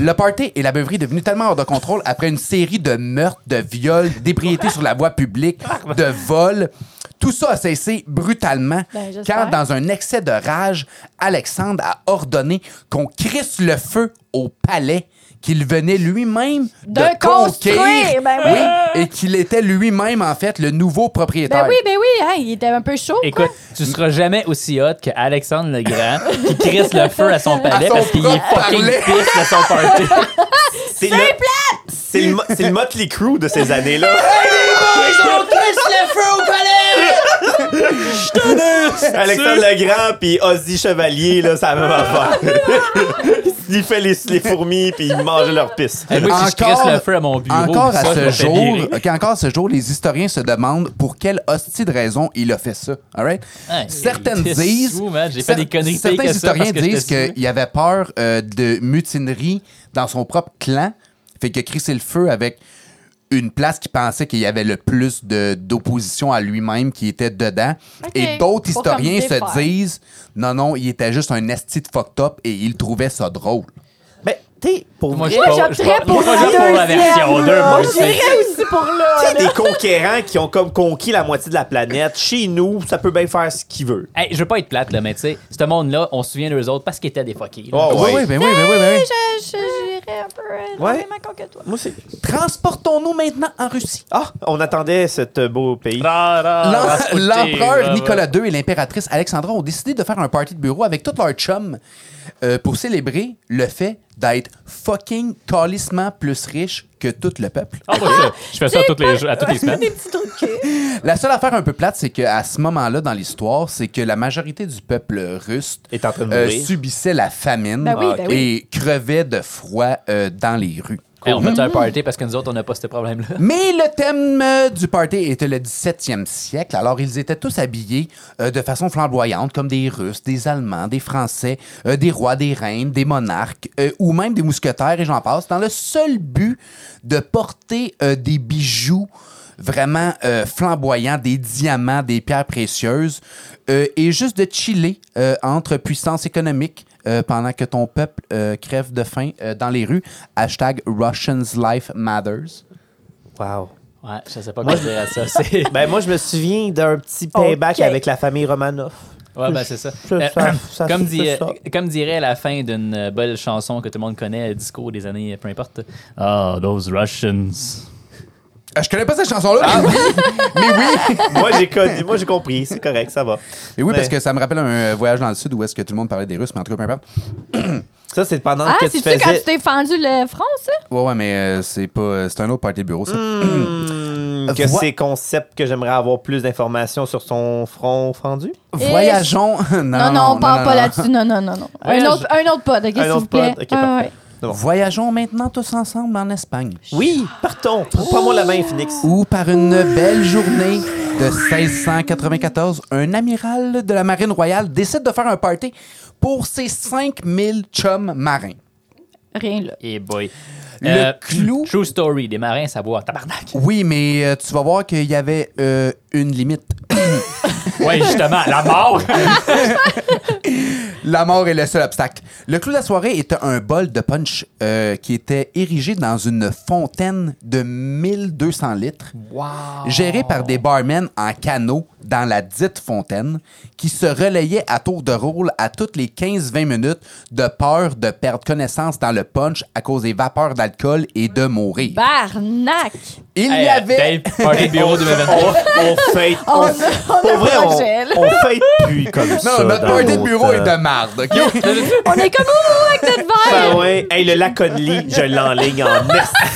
Speaker 3: Le party et la beuverie est devenu tellement hors de contrôle après une série de meurtres, de viols, d'ébriété sur la voie publique, de vols. Tout ça a cessé brutalement
Speaker 5: Ben, j'espère.
Speaker 3: car, dans un excès de rage, Alexandre a ordonné qu'on crisse le feu au palais qu'il venait lui-même de,
Speaker 5: De construire,
Speaker 3: conquérir.
Speaker 5: ben oui.
Speaker 3: Oui, et qu'il était lui-même, en fait, le nouveau propriétaire.
Speaker 5: Ben oui, ben oui, hein, il était un peu chaud.
Speaker 4: Écoute, tu seras jamais aussi hot que Alexandre le Grand qui crisse le feu à son palais
Speaker 3: son
Speaker 4: parce qu'il est
Speaker 3: propre
Speaker 4: fucking
Speaker 3: palais.
Speaker 4: pisse de son party.
Speaker 2: C'est, le... C'est le, mo- c'est le Motley Crue de ces années-là. Alexandre Legrand puis Ozzy Chevalier, là, c'est la même affaire. il fait les, les fourmis puis il mange leur pisse.
Speaker 4: Et moi, si je
Speaker 3: Encore-
Speaker 4: crisse le feu à mon bureau,
Speaker 3: Encore à
Speaker 4: ça, je
Speaker 3: ce
Speaker 4: me fais
Speaker 3: jour, euh,
Speaker 4: virer.
Speaker 3: qu'encore ce jour, les historiens se demandent pour quelle hostie de raison il a fait ça. All right?
Speaker 4: Hey,
Speaker 3: certaines
Speaker 4: t'es
Speaker 3: disent,
Speaker 4: sous, man. J'ai fait des conneries
Speaker 3: certains
Speaker 4: pires que ça
Speaker 3: historiens
Speaker 4: parce que
Speaker 3: disent
Speaker 4: j'étais sous.
Speaker 3: qu'il avait peur euh, de mutinerie dans son propre clan, fait que crissé le feu avec une place qui pensait qu'il y avait le plus de- d'opposition à lui-même qui était dedans.
Speaker 5: Ok,
Speaker 3: Et d'autres
Speaker 5: pour
Speaker 3: historiens
Speaker 5: comme défaire.
Speaker 3: se disent, non, non, il était juste un esti de fucked up et il trouvait ça drôle.
Speaker 2: Ben, t'es pour
Speaker 4: Moi, je
Speaker 5: Moi,
Speaker 4: suis pas- je suis
Speaker 5: j'opterais
Speaker 4: pas-
Speaker 5: pour,
Speaker 4: moi, je suis pour la version 2, moi aussi.
Speaker 5: Ah, aussi pour là.
Speaker 2: des conquérants qui ont comme conquis la moitié de la planète. Chez nous, ça peut bien faire ce qu'il veut.
Speaker 4: Hey, je veux pas être plate, là, mais tu sais, ce monde-là, on se souvient d'eux autres parce qu'ils étaient des fuckers. là.
Speaker 2: Oh, ouais.
Speaker 3: Oui, oui, ben oui, ben oui, ben oui.
Speaker 5: Je, je- j'irais un peu euh, dans
Speaker 2: Ouais.
Speaker 5: les mêmes camps que toi.
Speaker 2: Moi aussi.
Speaker 3: Transportons-nous maintenant en Russie.
Speaker 2: Ah, on attendait ce beau pays.
Speaker 4: Ra, ra,
Speaker 2: Ah,
Speaker 3: L'em-
Speaker 4: Rasputin, ra, ra.
Speaker 3: L'empereur Nicolas II et l'impératrice Alexandra ont décidé de faire un party de bureau avec tous leurs chums euh, pour célébrer le fait d'être fucking calissement plus riche que tout le peuple.
Speaker 4: Ah, moi, ça, je fais ça toutes les jours- à toutes les semaines.
Speaker 5: Des petits trucs.
Speaker 3: La seule affaire un peu plate, c'est qu'à ce moment-là dans l'histoire, c'est que la majorité du peuple russe
Speaker 2: Est en train de
Speaker 3: euh,
Speaker 2: mourir. Ah,
Speaker 3: subissait la famine
Speaker 5: Ben oui, ben oui.
Speaker 3: et crevait de froid euh, dans les rues.
Speaker 4: Hey, on fait un party parce que nous autres, on n'a pas ce problème-là.
Speaker 3: Mais le thème euh, du party était le 17e siècle, alors ils étaient tous habillés euh, de façon flamboyante, comme des Russes, des Allemands, des Français, euh, des rois, des reines, des monarques, euh, ou même des mousquetaires, et j'en passe, dans le seul but de porter euh, des bijoux vraiment euh, flamboyants, des diamants, des pierres précieuses, euh, et juste de chiller euh, entre puissance économique. euh, pendant que ton peuple euh, crève de faim euh, dans les rues. Hashtag Russians Life Matters.
Speaker 2: Wow.
Speaker 4: Ouais, je sais pas quoi dire à ça. c'est-
Speaker 2: Ben, moi, je me souviens d'un petit payback
Speaker 5: Ok.
Speaker 2: avec la famille Romanov.
Speaker 4: Ouais, ben c'est ça.
Speaker 2: Ça,
Speaker 4: Euh,
Speaker 2: ça, ça,
Speaker 4: comme,
Speaker 2: ça,
Speaker 4: dit-
Speaker 2: ça.
Speaker 4: comme dirait la fin d'une euh, belle chanson que tout le monde connaît, le disco des années, euh, peu importe. Ah, those Russians.
Speaker 3: Euh, Je connais pas cette chanson-là. mais oui. mais oui.
Speaker 2: moi, j'ai connu, moi, j'ai compris. C'est correct, ça va.
Speaker 3: Mais oui, parce
Speaker 2: Mais-
Speaker 3: que ça me rappelle un euh, voyage dans le sud où est-ce que tout le monde parlait des Russes, mais en tout cas, peu importe.
Speaker 2: Ça, c'est pendant
Speaker 5: Ah,
Speaker 2: que tu
Speaker 5: c'est-tu quand tu
Speaker 2: faisais.
Speaker 5: t'es fendu le front, ça?
Speaker 3: Ouais, ouais, mais euh, c'est pas. euh, c'est un autre party de bureau, ça.
Speaker 2: Hmm, que
Speaker 3: Voi-
Speaker 2: ces concepts que j'aimerais avoir plus d'informations sur son front fendu.
Speaker 3: Voyageons. non,
Speaker 5: Non, non, on parle
Speaker 3: non,
Speaker 5: pas
Speaker 3: non.
Speaker 5: là-dessus. Non, non, non, non.
Speaker 4: Ouais,
Speaker 5: Un autre, un autre pod, ok,
Speaker 2: Un
Speaker 5: s'il
Speaker 2: autre
Speaker 5: vous plaît.
Speaker 2: pod, ok,
Speaker 5: Ouais,
Speaker 2: parfait.
Speaker 5: ouais.
Speaker 3: Voyageons maintenant tous ensemble en Espagne.
Speaker 2: Oui, partons. Prends-moi la main, Phoenix.
Speaker 3: Où, par une belle journée de 1694, un amiral de la marine royale décide de faire un party pour ses 5000 chums marins.
Speaker 5: Rien là.
Speaker 4: Et Eh, boy.
Speaker 3: Le clou-
Speaker 4: Euh, True story, des marins, ça boit en tabarnak.
Speaker 3: Oui, mais euh, tu vas voir qu'il y avait euh, une limite.
Speaker 4: Ouais, justement, la mort.
Speaker 3: La mort est le seul obstacle. Le clou de la soirée était un bol de punch euh, qui était érigé dans une fontaine de 1200 litres, géré par des barmen en canot dans la dite fontaine, qui se relayaient à tour de rôle à toutes les 15-20 minutes de peur de perdre connaissance dans le punch à cause des vapeurs d'alcool et de mourir.
Speaker 5: Bah. Barnac!
Speaker 3: Il y
Speaker 4: Hey,
Speaker 3: avait...
Speaker 4: Dave, party de bureau 2023.
Speaker 2: Oh, on fête.
Speaker 5: On,
Speaker 2: on-
Speaker 5: a- on,
Speaker 2: Pour
Speaker 5: a
Speaker 2: vrai,
Speaker 5: pas de gel.
Speaker 2: on, on fête plus comme ça.
Speaker 3: Non, notre
Speaker 2: dans euh,
Speaker 3: party de
Speaker 2: nos
Speaker 3: bureau
Speaker 2: temps.
Speaker 3: est de marde, OK?
Speaker 5: On est comme ouh avec notre
Speaker 2: Ah
Speaker 5: verre!
Speaker 2: Ben ouais. Hey, le Laconly, je l'enligne en esti.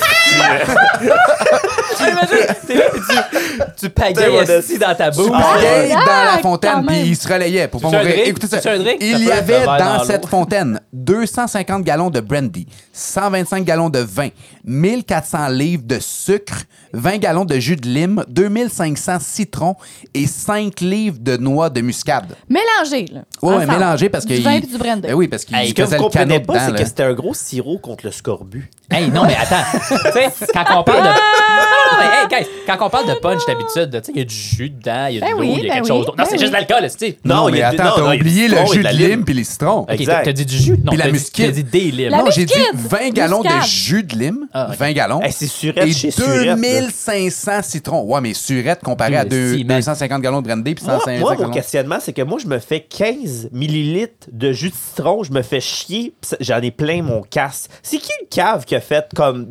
Speaker 4: tu pagayes assis dans ta boue.
Speaker 3: Ah,
Speaker 5: ouais.
Speaker 3: dans la
Speaker 5: Ah, quand
Speaker 3: fontaine,
Speaker 5: même.
Speaker 3: puis il se relayait pour pas
Speaker 4: C'est un
Speaker 3: mourir.
Speaker 4: drink?
Speaker 3: Écoutez ça.
Speaker 4: C'est un drink? Ça
Speaker 3: Il
Speaker 4: peut
Speaker 3: y
Speaker 4: être
Speaker 3: avait
Speaker 4: le verre
Speaker 3: dans
Speaker 4: dans
Speaker 3: cette
Speaker 4: l'eau.
Speaker 3: fontaine 250 gallons de brandy, 125 gallons de vin, 1400 livres de sucre, 20 gallons de jus de lime, 2500 citrons et 5 livres de noix de muscade.
Speaker 5: Mélanger, là.
Speaker 3: Ouais, ouais,
Speaker 5: Ensemble.
Speaker 3: mélangé parce que
Speaker 5: Du vin
Speaker 3: il-
Speaker 5: et du brandy.
Speaker 3: Ben oui, parce qu'il
Speaker 4: Hey,
Speaker 2: Ce que vous
Speaker 3: faisait le canot
Speaker 2: comprenez pas,
Speaker 3: dedans.
Speaker 2: c'est que
Speaker 3: là.
Speaker 2: c'était un gros sirop contre le scorbut.
Speaker 4: Hey, non, mais attends. tu sais, quand on parle de. Non, non, non, mais hey, guys, quand on parle de punch d'habitude, tu sais, il y a du jus dedans, il y a
Speaker 5: Ben
Speaker 4: de l'eau, il
Speaker 5: oui,
Speaker 4: y a
Speaker 5: ben
Speaker 4: quelque
Speaker 5: oui,
Speaker 4: chose d'autre. Non,
Speaker 5: ben
Speaker 4: c'est juste de
Speaker 5: oui.
Speaker 4: l'alcool, c'est
Speaker 2: Non,
Speaker 3: Non,
Speaker 2: il y
Speaker 3: mais
Speaker 2: a du-
Speaker 3: attends,
Speaker 2: non, non,
Speaker 3: t'as
Speaker 2: il y a
Speaker 3: oublié
Speaker 2: du
Speaker 3: le
Speaker 2: citron et
Speaker 3: jus
Speaker 2: de
Speaker 3: de
Speaker 2: la
Speaker 3: lime
Speaker 2: lime.
Speaker 3: puis les citrons.
Speaker 4: Ok,
Speaker 2: Exact.
Speaker 4: t'as t'as dit du jus? Non,
Speaker 3: Puis la
Speaker 4: t'as dit-
Speaker 3: musquite.
Speaker 4: T'as dit des limes.
Speaker 5: La
Speaker 3: non, j'ai dit
Speaker 5: muscade.
Speaker 3: 20 gallons de
Speaker 5: Muscade.
Speaker 3: jus de lime.
Speaker 4: Ah, ok.
Speaker 3: 20 gallons.
Speaker 2: Hey, c'est surette
Speaker 3: et
Speaker 2: chez surette. là.
Speaker 3: 2500 citrons. Ouais, mais surette comparé à
Speaker 4: Dieu,
Speaker 3: deux-
Speaker 4: si, man.
Speaker 3: 250 gallons de brandy puis
Speaker 2: Moi,
Speaker 3: 150
Speaker 2: moi, mon
Speaker 3: gallons.
Speaker 2: questionnement, c'est que moi, je me fais 15 millilitres de jus de citron, je me fais chier, pis ça- j'en ai plein mon casse. C'est qui le cave qui a fait comme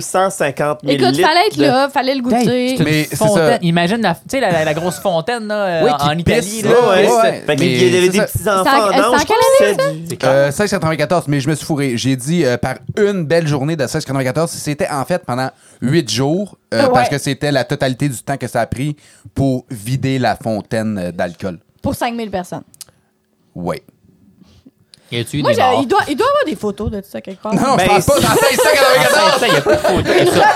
Speaker 2: 250 millilitres?
Speaker 5: Écoute, fallait être
Speaker 2: de-
Speaker 5: là, fallait le
Speaker 4: Hey,
Speaker 5: goûter.
Speaker 4: c'est une
Speaker 3: Mais c'est
Speaker 4: fontaine.
Speaker 3: ça.
Speaker 4: Imagine la, tu sais, la, la- la grosse fontaine là, euh,
Speaker 3: Oui, qui
Speaker 4: en Italie.
Speaker 3: pisse,
Speaker 4: Là,
Speaker 2: Ouais, ouais,
Speaker 3: Ouais, ouais.
Speaker 2: c'est- Fait qu'il
Speaker 3: Mais
Speaker 2: y avait
Speaker 3: c'est
Speaker 2: des
Speaker 3: ça.
Speaker 5: C'est
Speaker 2: petits-enfants
Speaker 5: en-
Speaker 2: en
Speaker 5: c'est en
Speaker 2: ange qui
Speaker 5: quelle
Speaker 2: pissaient
Speaker 5: année,
Speaker 2: du...
Speaker 3: Euh, 1694, mais je me suis fourré. J'ai dit euh, par une belle journée de 1694, c'était en fait pendant huit jours, euh,
Speaker 5: Ouais.
Speaker 3: parce que c'était la totalité du temps que ça a pris pour vider la fontaine euh, d'alcool.
Speaker 5: Pour 5000 personnes.
Speaker 3: Ouais.
Speaker 4: Y a-tu eu
Speaker 5: Moi,
Speaker 4: des
Speaker 5: j'ai-
Speaker 4: morts?
Speaker 5: il doit, il doit avoir des photos de ça quelque part.
Speaker 3: Non,
Speaker 2: Ben,
Speaker 3: je pense pas
Speaker 2: c'est-
Speaker 3: dans 1694.
Speaker 4: Ah, ça, y a pas de photo que ça.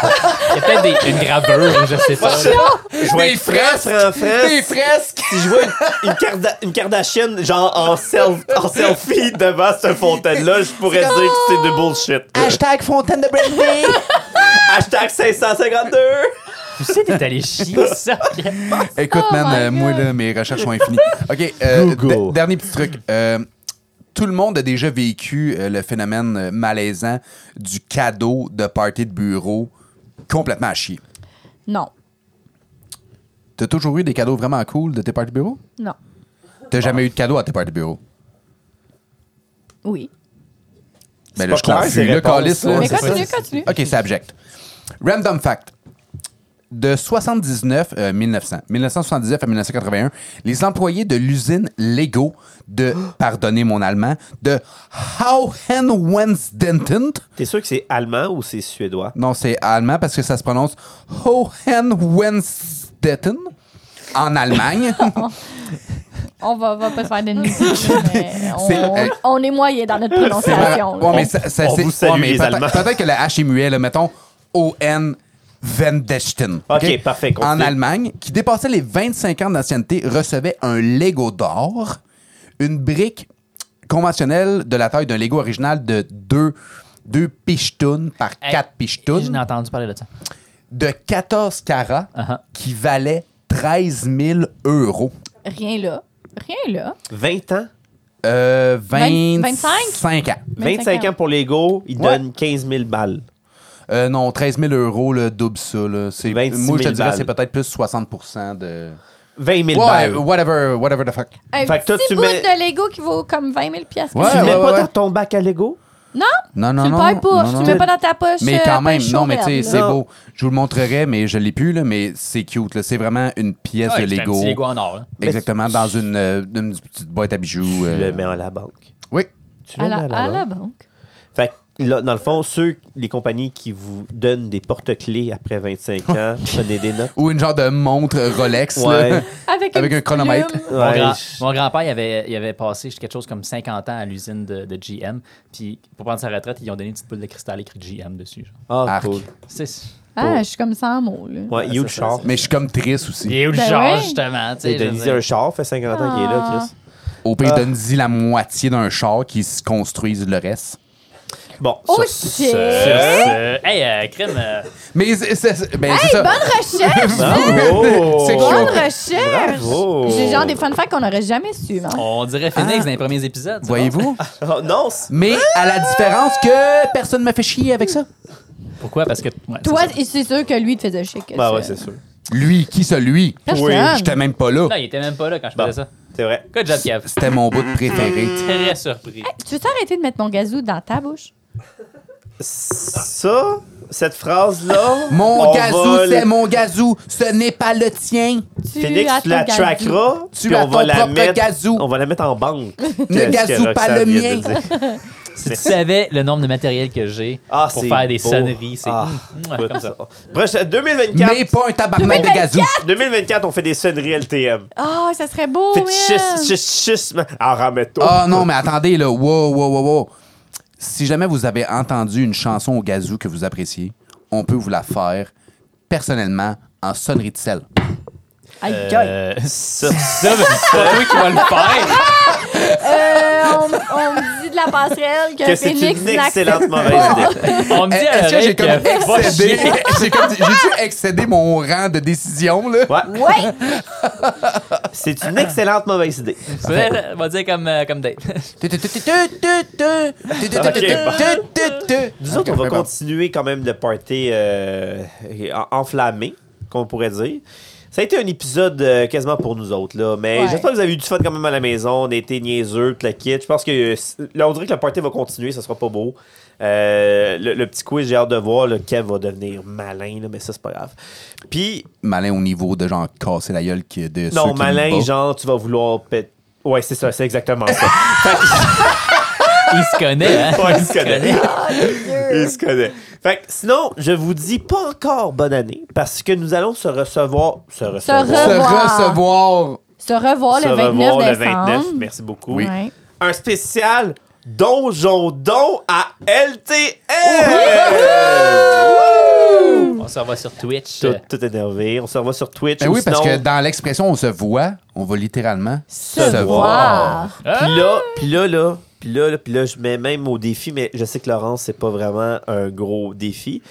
Speaker 4: Y a peut-être des- une gravure, ou je sais pas. là.
Speaker 2: Je vais
Speaker 3: Des
Speaker 2: être franc, franc,
Speaker 3: fresques!
Speaker 2: franc.
Speaker 3: Des fresques!
Speaker 2: Si je vois une, une Karda- une Kardashian, genre en, self, en selfie devant cette fontaine-là, je pourrais dire que c'est de bullshit.
Speaker 3: Hashtag fontaine de brandy!
Speaker 2: Hashtag 552!
Speaker 4: Vous savez, t'es allé chier ça.
Speaker 3: Écoute,
Speaker 5: Oh
Speaker 3: man,
Speaker 5: my
Speaker 3: euh, moi,
Speaker 5: God.
Speaker 3: là, mes recherches sont infinies. OK, euh,
Speaker 2: Google.
Speaker 3: de- dernier petit truc. Euh, tout le monde a déjà vécu euh, le phénomène euh, malaisant du cadeau de party de bureau complètement à chier.
Speaker 5: Non,
Speaker 3: T'as toujours eu des cadeaux vraiment cool de tes parties de bureau?
Speaker 5: non.
Speaker 3: T'as jamais eu de cadeau à tes parties de bureau?
Speaker 5: Oui.
Speaker 3: Mais
Speaker 2: C'est
Speaker 3: là,
Speaker 2: pas
Speaker 3: je
Speaker 2: clair,
Speaker 3: confus.
Speaker 2: ces
Speaker 3: Là,
Speaker 2: réponses.
Speaker 3: Calis, là,
Speaker 5: Mais
Speaker 3: c'est ça.
Speaker 5: continue, continue.
Speaker 3: OK, c'est abject. Random fact. De 79, euh, 1900, 1979 à 1981, les employés de l'usine Lego de, pardonnez mon allemand, de Hohenwensdentent,
Speaker 2: T'es sûr que c'est allemand ou c'est suédois?
Speaker 3: non c'est allemand parce que ça se prononce Hohenwensdetten, en Allemagne,
Speaker 5: On va, va pas se faire d'ennemis. mais on,
Speaker 3: C'est-
Speaker 5: on-
Speaker 3: hey.
Speaker 5: on est moyen dans notre
Speaker 3: C'est
Speaker 5: prononciation.
Speaker 3: marrant. Ouais,
Speaker 5: là.
Speaker 3: mais ça- ça-
Speaker 2: On
Speaker 3: c'est-
Speaker 2: vous salue,
Speaker 3: ouais, mais
Speaker 2: les
Speaker 3: peut-être-
Speaker 2: Allemands.
Speaker 3: Peut-être que la H est muet, là, mettons O-N Vendechten.
Speaker 2: Ok, parfait, continue.
Speaker 3: En Allemagne, qui dépassait les 25 ans d'ancienneté, recevait un Lego d'or, une brique conventionnelle de la taille d'un Lego original de 2 deux pichetounes par 4
Speaker 4: Je n'ai
Speaker 3: pichetounes
Speaker 4: entendu parler de ça.
Speaker 3: de 14 carats
Speaker 4: Uh-huh.
Speaker 3: qui valait 13 000 euros.
Speaker 5: Rien là. Rien là.
Speaker 2: 20 ans?
Speaker 3: Euh,
Speaker 5: Vingt-
Speaker 3: 25 ans.
Speaker 2: 25 ans pour l'ego, il
Speaker 3: Ouais.
Speaker 2: donne 15 000 balles.
Speaker 3: Euh, non, 13 000 euros, là, double ça. Là. C'est,
Speaker 2: 26 000
Speaker 3: moi, je te dirais
Speaker 2: balles.
Speaker 3: c'est peut-être plus 60 de...
Speaker 2: 20 000
Speaker 3: Ouais,
Speaker 2: balles.
Speaker 3: whatever, whatever the fuck.
Speaker 5: Un
Speaker 2: Fait que toi,
Speaker 5: petit
Speaker 2: tu
Speaker 5: bout
Speaker 2: mets-
Speaker 5: de Lego qui vaut comme 20 000 piastres.
Speaker 3: Ouais,
Speaker 2: Tu mets
Speaker 3: ouais,
Speaker 2: pas
Speaker 3: ouais.
Speaker 2: dans ton bac à Lego?
Speaker 5: Non,
Speaker 3: Non,
Speaker 5: tu
Speaker 3: non,
Speaker 5: le
Speaker 3: non.
Speaker 5: payes pas.
Speaker 3: non,
Speaker 5: tu
Speaker 3: non.
Speaker 5: le mets pas dans ta poche.
Speaker 3: Mais
Speaker 5: euh,
Speaker 3: quand
Speaker 5: pain
Speaker 3: même,
Speaker 5: chaud
Speaker 3: non, mais tu sais,
Speaker 5: verte,
Speaker 3: c'est
Speaker 5: là.
Speaker 3: beau. Je vous le montrerai, mais je l'ai plus, là, mais c'est cute. Là. C'est vraiment une pièce
Speaker 4: Ouais,
Speaker 3: de
Speaker 4: c'est un
Speaker 3: Lego.
Speaker 4: petit Lego en or. hein. là.
Speaker 3: Exactement, dans une, euh, une petite boîte à bijoux.
Speaker 2: Tu
Speaker 3: euh.
Speaker 2: le mets à la banque.
Speaker 3: Oui.
Speaker 2: Tu le
Speaker 5: À
Speaker 2: mets
Speaker 5: la,
Speaker 2: à la
Speaker 5: à la
Speaker 2: banque.
Speaker 5: banque.
Speaker 2: Fait que là, dans le fond, ceux, les compagnies qui vous donnent des porte-clés après 25 ans, prenez des notes.
Speaker 3: Ou une genre de montre Rolex. là.
Speaker 2: Ouais.
Speaker 3: Avec
Speaker 5: Avec,
Speaker 3: un
Speaker 5: petite
Speaker 3: chronomètre.
Speaker 5: plume.
Speaker 4: Mon,
Speaker 2: Ouais,
Speaker 4: grand-
Speaker 2: je-
Speaker 4: mon grand-père, il avait, il avait passé quelque chose comme 50 ans à l'usine de, de GM. Puis, pour prendre sa retraite, ils lui ont donné une petite boule de cristal écrite GM dessus. genre.
Speaker 2: Ah,
Speaker 3: Arc.
Speaker 2: cool.
Speaker 4: C'est
Speaker 5: Ah, je suis comme sans mots. Là.
Speaker 2: Ouais,
Speaker 4: c'est
Speaker 2: Hugh
Speaker 4: ça,
Speaker 2: Char.
Speaker 3: Mais je suis comme triste aussi.
Speaker 4: Il est où le
Speaker 5: Ben
Speaker 4: genre,
Speaker 5: ouais.
Speaker 4: justement? tu sais,
Speaker 2: Et
Speaker 4: je veux
Speaker 2: Denis,
Speaker 4: dire.
Speaker 2: un char fait 50 ans qu'il est là,
Speaker 5: Ah.
Speaker 2: Chris.
Speaker 3: Au pire,
Speaker 2: Ah.
Speaker 3: donne-y la moitié d'un char qui se construise le reste.
Speaker 2: Bon,
Speaker 5: Oh
Speaker 2: sur
Speaker 5: shit!
Speaker 4: Sur ce- Hey, euh, crime, euh,
Speaker 3: Mais c'est, c'est- ben, c'est
Speaker 5: Hey,
Speaker 3: ça.
Speaker 5: bonne recherche!
Speaker 2: Ah, Bravo!
Speaker 3: C'est
Speaker 5: Bonne
Speaker 3: cute.
Speaker 5: recherche!
Speaker 2: Bravo!
Speaker 5: J'ai genre des fun facts qu'on n'aurait jamais su. hein.
Speaker 4: on dirait Phoenix dans les premiers épisodes. tu
Speaker 3: Voyez-vous?
Speaker 2: Oh, non, c'est-
Speaker 3: Mais à la différence que personne ne me fait chier avec ça.
Speaker 4: vois? Pourquoi? Parce que. ouais,
Speaker 5: Toi,
Speaker 4: c'est ça.
Speaker 5: c'est sûr que lui, te faisait chier. que
Speaker 2: bah
Speaker 5: ça.
Speaker 2: ouais, c'est sûr.
Speaker 3: Lui, qui ça, lui?
Speaker 5: Personne.
Speaker 3: J'étais même pas là.
Speaker 4: Non, il était même pas là quand je
Speaker 2: Bon,
Speaker 4: faisais ça.
Speaker 2: c'est vrai.
Speaker 4: Good job, Kev.
Speaker 3: C'était mon bout préféré.
Speaker 2: Mmh.
Speaker 4: Très surpris.
Speaker 5: Tu veux t'arrêter de mettre mon gazou dans ta bouche?
Speaker 2: Ça, cette phrase-là.
Speaker 3: Mon
Speaker 2: on
Speaker 3: gazou,
Speaker 2: va
Speaker 3: c'est
Speaker 2: le-
Speaker 3: mon gazou. Ce n'est pas le tien.
Speaker 5: Tu
Speaker 2: Phoenix,
Speaker 5: as
Speaker 2: tu
Speaker 5: ton
Speaker 2: la
Speaker 5: gazou.
Speaker 2: trackeras.
Speaker 3: Tu
Speaker 2: puis
Speaker 3: as
Speaker 2: on va
Speaker 3: ton
Speaker 2: la
Speaker 3: propre
Speaker 2: mettre.
Speaker 3: gazou.
Speaker 2: On va la mettre en banque.
Speaker 3: Ne
Speaker 2: Qu'est-ce que
Speaker 3: gazou pas
Speaker 2: Roxane
Speaker 3: le
Speaker 2: vient de
Speaker 3: mien.
Speaker 2: dire.
Speaker 4: Si tu savais le nombre de matériel que j'ai
Speaker 2: Ah,
Speaker 4: pour
Speaker 2: c'est
Speaker 4: faire des
Speaker 2: beau.
Speaker 4: sonneries, c'est
Speaker 2: Ah,
Speaker 4: Mouah, comme ça.
Speaker 2: Prochain- 2024,
Speaker 3: Mais pas un tabarnak de gazou.
Speaker 2: 2024, on fait des sonneries LTM.
Speaker 3: Oh,
Speaker 5: Ah, ça serait beau, man!
Speaker 2: Fétichisme. Ah, ramène-toi.
Speaker 3: Ah non, mais attendez, là. Wow, wow, wow, wow. Si jamais vous avez entendu une chanson au gazou que vous appréciez, on peut vous la faire personnellement en sonnerie de sel.
Speaker 5: Aïe, aïe.
Speaker 4: Euh, ça, ça, mais c'est pas toi qui vas le faire.
Speaker 5: Euh, on, on me dit de la passerelle que,
Speaker 2: que c'est
Speaker 5: Phoenix
Speaker 2: une
Speaker 5: n'accepte
Speaker 2: excellente mauvaise idée.
Speaker 4: On me dit à
Speaker 3: Eh, Est-ce que j'ai
Speaker 4: l'oreille
Speaker 3: comme
Speaker 4: que va
Speaker 3: excédé,
Speaker 4: chier.
Speaker 3: j'ai comme dit- j'ai dû excéder mon rang de décision là.
Speaker 2: Ouais,
Speaker 5: Ouais!
Speaker 2: c'est une excellente mauvaise idée.
Speaker 4: On va dire comme, euh, comme Dave.
Speaker 2: Nous autres, on va continuer quand même le party euh, en- enflammé, qu'on pourrait dire. Ça a été un épisode euh, quasiment pour nous autres, là. Mais
Speaker 5: Ouais.
Speaker 2: j'espère que vous avez eu du fun quand même à la maison. On a été niaiseux, tout le kit. Je pense que euh, c- là, on dirait que le party va continuer, ça sera pas beau. Euh, le, le petit quiz, j'ai hâte de voir. Le Kev va devenir malin, là, mais ça, c'est pas grave. Puis,
Speaker 3: Malin au niveau de genre casser la gueule qui de ceux
Speaker 2: non,
Speaker 3: qui me
Speaker 2: malin,
Speaker 3: battent.
Speaker 2: genre, tu vas vouloir pét- Ouais, c'est ça, c'est exactement ça.
Speaker 4: Il se connaît, hein?
Speaker 2: Ouais, il se connaît.
Speaker 5: Ah,
Speaker 2: Il se connaît. Fait que sinon, je vous dis pas encore bonne année parce que nous allons se recevoir. Se recevoir.
Speaker 5: re-
Speaker 3: se
Speaker 5: Revoir.
Speaker 3: recevoir.
Speaker 5: Se revoir
Speaker 2: se
Speaker 5: le 29
Speaker 2: revoir le
Speaker 5: décembre.
Speaker 2: 29. Merci beaucoup.
Speaker 5: Ouais.
Speaker 2: Un spécial Donjon Don à LTL.
Speaker 4: On s'en va sur Twitch. euh,
Speaker 2: Tout, tout énervé. On se revoit sur Twitch.
Speaker 3: Ben
Speaker 2: ou
Speaker 3: oui, parce
Speaker 2: sinon-
Speaker 3: que dans l'expression on se voit, on va littéralement se,
Speaker 5: voir.
Speaker 2: Puis là,
Speaker 5: Ah!
Speaker 2: puis là, là, puis là, là, puis là, je mets même au défi, mais je sais que Laurence, c'est pas vraiment un gros défi.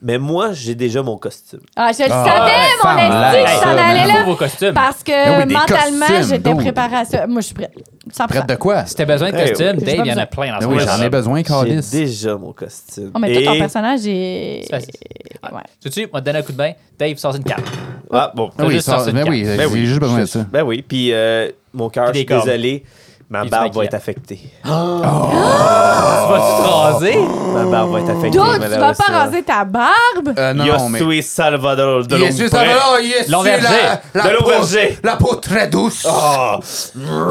Speaker 2: Mais moi, j'ai déjà mon costume.
Speaker 5: Ah, je le
Speaker 3: Ah,
Speaker 5: savais,
Speaker 3: ouais,
Speaker 5: mon
Speaker 3: femme,
Speaker 5: esti,
Speaker 3: là,
Speaker 5: que je
Speaker 3: ça,
Speaker 5: t'en
Speaker 3: man.
Speaker 5: allais
Speaker 4: Faut
Speaker 5: là.
Speaker 4: vos costumes.
Speaker 5: Parce que
Speaker 3: Ben oui, des
Speaker 5: mentalement,
Speaker 3: costumes,
Speaker 5: j'étais
Speaker 3: donc.
Speaker 5: préparée à ça. Moi, je suis prête. Ça
Speaker 3: Prête de quoi?
Speaker 4: Si t'as besoin de
Speaker 2: Hey,
Speaker 4: costumes, Dave,
Speaker 5: j'ai pas
Speaker 4: il y en
Speaker 5: besoin.
Speaker 4: a
Speaker 3: Ben
Speaker 4: plein dans
Speaker 3: oui,
Speaker 4: ce
Speaker 3: j'en ai besoin,
Speaker 2: J'ai
Speaker 3: Carlis.
Speaker 2: déjà mon costume.
Speaker 5: Oh, mais toi, ton
Speaker 2: Et-
Speaker 5: personnage est.
Speaker 4: C'est facile.
Speaker 5: Ouais.
Speaker 4: Tout de suite, on va te donner un coup de bain. Dave, sors une carte.
Speaker 2: Ah, bon.
Speaker 3: Ah oui,
Speaker 4: juste
Speaker 3: ça-
Speaker 4: sortir une
Speaker 3: ben
Speaker 4: carte.
Speaker 3: oui,
Speaker 2: Ben oui.
Speaker 3: j'ai juste besoin de ça.
Speaker 2: Ben oui, puis euh, mon cœur, je
Speaker 4: Puis
Speaker 2: suis
Speaker 4: des cornes.
Speaker 2: désolé, ma
Speaker 4: Puis du
Speaker 2: barbe va
Speaker 4: maquillage.
Speaker 2: être affectée.
Speaker 4: Tu vas-tu te raser?
Speaker 2: Ma barbe va être affectée.
Speaker 5: Dude, tu vas pas
Speaker 2: malheureusement.
Speaker 5: raser ta barbe?
Speaker 3: Euh, non,
Speaker 2: Yo
Speaker 3: non, mais.
Speaker 2: suis Salvador de
Speaker 3: Jésus, ça va,
Speaker 2: l'ombre.
Speaker 3: là, Jésus,
Speaker 4: L'enverger.
Speaker 3: la,
Speaker 2: De
Speaker 3: la, peau,
Speaker 2: l'enverger.
Speaker 3: la peau très douce.
Speaker 2: Oh,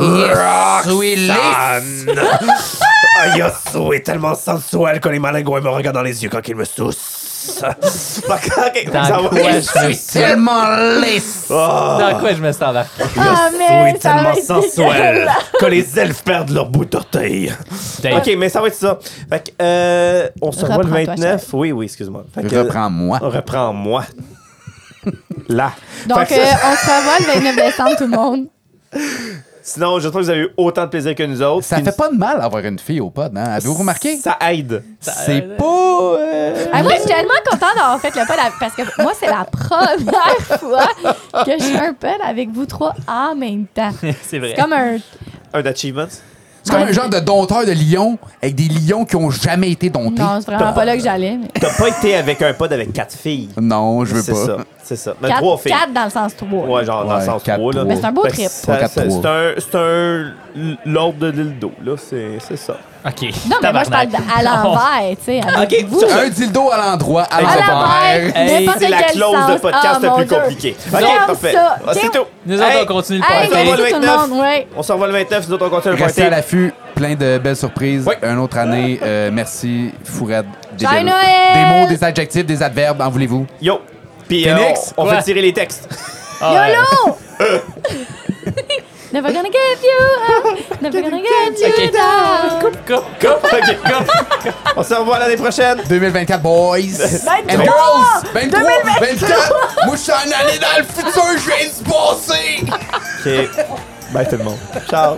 Speaker 3: Jésus, il est-
Speaker 2: Anne. Ah, Yo suis tellement sensuel que les malingois me regardent dans les yeux quand ils me sucent. ok,
Speaker 4: Dans
Speaker 2: ça va.
Speaker 4: quoi?
Speaker 2: Yo
Speaker 4: Je me
Speaker 3: Je suis tellement lisse.
Speaker 4: Dans quoi je me sens embarqué?
Speaker 5: Ah, mais
Speaker 2: suis
Speaker 5: ça va
Speaker 2: tellement
Speaker 5: être
Speaker 2: sensuel
Speaker 5: dégueulasse.
Speaker 2: que les elfes perdent leur bout d'orteil.
Speaker 4: Dave,
Speaker 2: Ok, mais ça va être ça. Fait que, euh, on se revoit le
Speaker 5: Reprends-toi,
Speaker 2: 29. Oui, oui, excuse-moi. Fait que,
Speaker 3: Reprends-moi.
Speaker 2: euh, Reprends-moi. Là.
Speaker 5: Donc,
Speaker 2: Fait que ça-
Speaker 5: euh, on se revoit le 29 décembre, tout le monde.
Speaker 2: Sinon, je trouve que vous avez eu autant de plaisir que nous autres.
Speaker 3: Ça
Speaker 2: Puis-
Speaker 3: fait pas de mal avoir une fille au pod, hein? Avez-vous remarqué?
Speaker 2: Ça aide.
Speaker 3: C'est pas. euh,
Speaker 5: Ah, moi, je suis tellement contente d'avoir fait le pod avec- parce que moi, c'est la première fois que je fais un pod avec vous trois en même temps.
Speaker 4: c'est vrai.
Speaker 5: C'est comme un.
Speaker 2: Un achievement.
Speaker 3: C'est comme un genre de dompteur de lion avec des lions qui ont jamais été domptés.
Speaker 5: Non, c'est vraiment pas là que j'allais. mais-
Speaker 2: T'as pas été avec un pod avec quatre filles.
Speaker 3: Non, je veux
Speaker 2: C'est
Speaker 3: pas.
Speaker 2: ça. C'est ça. Mais trois
Speaker 5: Quatre,
Speaker 2: filles.
Speaker 5: quatre dans le sens 3.
Speaker 2: Ouais, genre dans le
Speaker 3: Ouais,
Speaker 2: sens
Speaker 3: quatre,
Speaker 2: trois, là.
Speaker 3: trois. Mais
Speaker 5: c'est un beau
Speaker 2: Fait
Speaker 5: trip.
Speaker 2: que
Speaker 3: Trois,
Speaker 2: ça-
Speaker 3: quatre,
Speaker 2: ça-
Speaker 3: trois.
Speaker 2: C'est un, c'est un l- l'ordre de l'ildo, là. C'est c'est ça.
Speaker 4: Ok.
Speaker 5: Non, mais moi, je parle
Speaker 4: Tabarnak.
Speaker 5: de- à l'envers, tu sais. avec
Speaker 2: Ok,
Speaker 5: vous.
Speaker 2: ça-
Speaker 3: Un dildo à l'endroit, à
Speaker 5: À
Speaker 3: l'envers.
Speaker 5: l'envers,
Speaker 4: Hey,
Speaker 5: n'importe
Speaker 2: C'est la
Speaker 5: quel
Speaker 2: clause
Speaker 5: sens.
Speaker 2: de podcast
Speaker 5: Ah,
Speaker 2: la
Speaker 5: mon
Speaker 2: plus
Speaker 5: Dieu.
Speaker 2: compliquée.
Speaker 5: Ferme
Speaker 2: Ok, parfait.
Speaker 5: ça.
Speaker 2: Ah, C'est
Speaker 5: Ok.
Speaker 2: tout.
Speaker 4: Nous autres,
Speaker 2: Hey,
Speaker 4: on continue le
Speaker 5: Hey,
Speaker 2: on
Speaker 4: party.
Speaker 2: se
Speaker 5: merci
Speaker 2: revoit le
Speaker 5: tout le
Speaker 2: 29.
Speaker 5: monde, ouais.
Speaker 2: On se revoit le 29, nous autres, on continue le
Speaker 3: Restez
Speaker 2: party.
Speaker 3: à l'affût, plein de belles surprises.
Speaker 2: Oui.
Speaker 3: Une autre année. Euh, merci, Fourette. Des,
Speaker 5: Joyeux
Speaker 3: belles-
Speaker 5: Noël!
Speaker 3: des mots, des adjectifs, des adverbes, en voulez-vous?
Speaker 2: Yo. Puis euh,
Speaker 3: Phoenix,
Speaker 2: on, on
Speaker 4: quoi?
Speaker 2: fait tirer les textes.
Speaker 4: Ah, ouais.
Speaker 5: YOLO! Never gonna give you up. Never gonna get you
Speaker 4: Ok.
Speaker 5: down.
Speaker 4: Coupe, coupe, coupe.
Speaker 2: Ok. on se revoit l'année prochaine.
Speaker 3: 2024, boys! And girls! 23, 24! Moi, je suis en année dans le futur, je viens de se passer!
Speaker 2: Ok. Bye tout le monde. Ciao.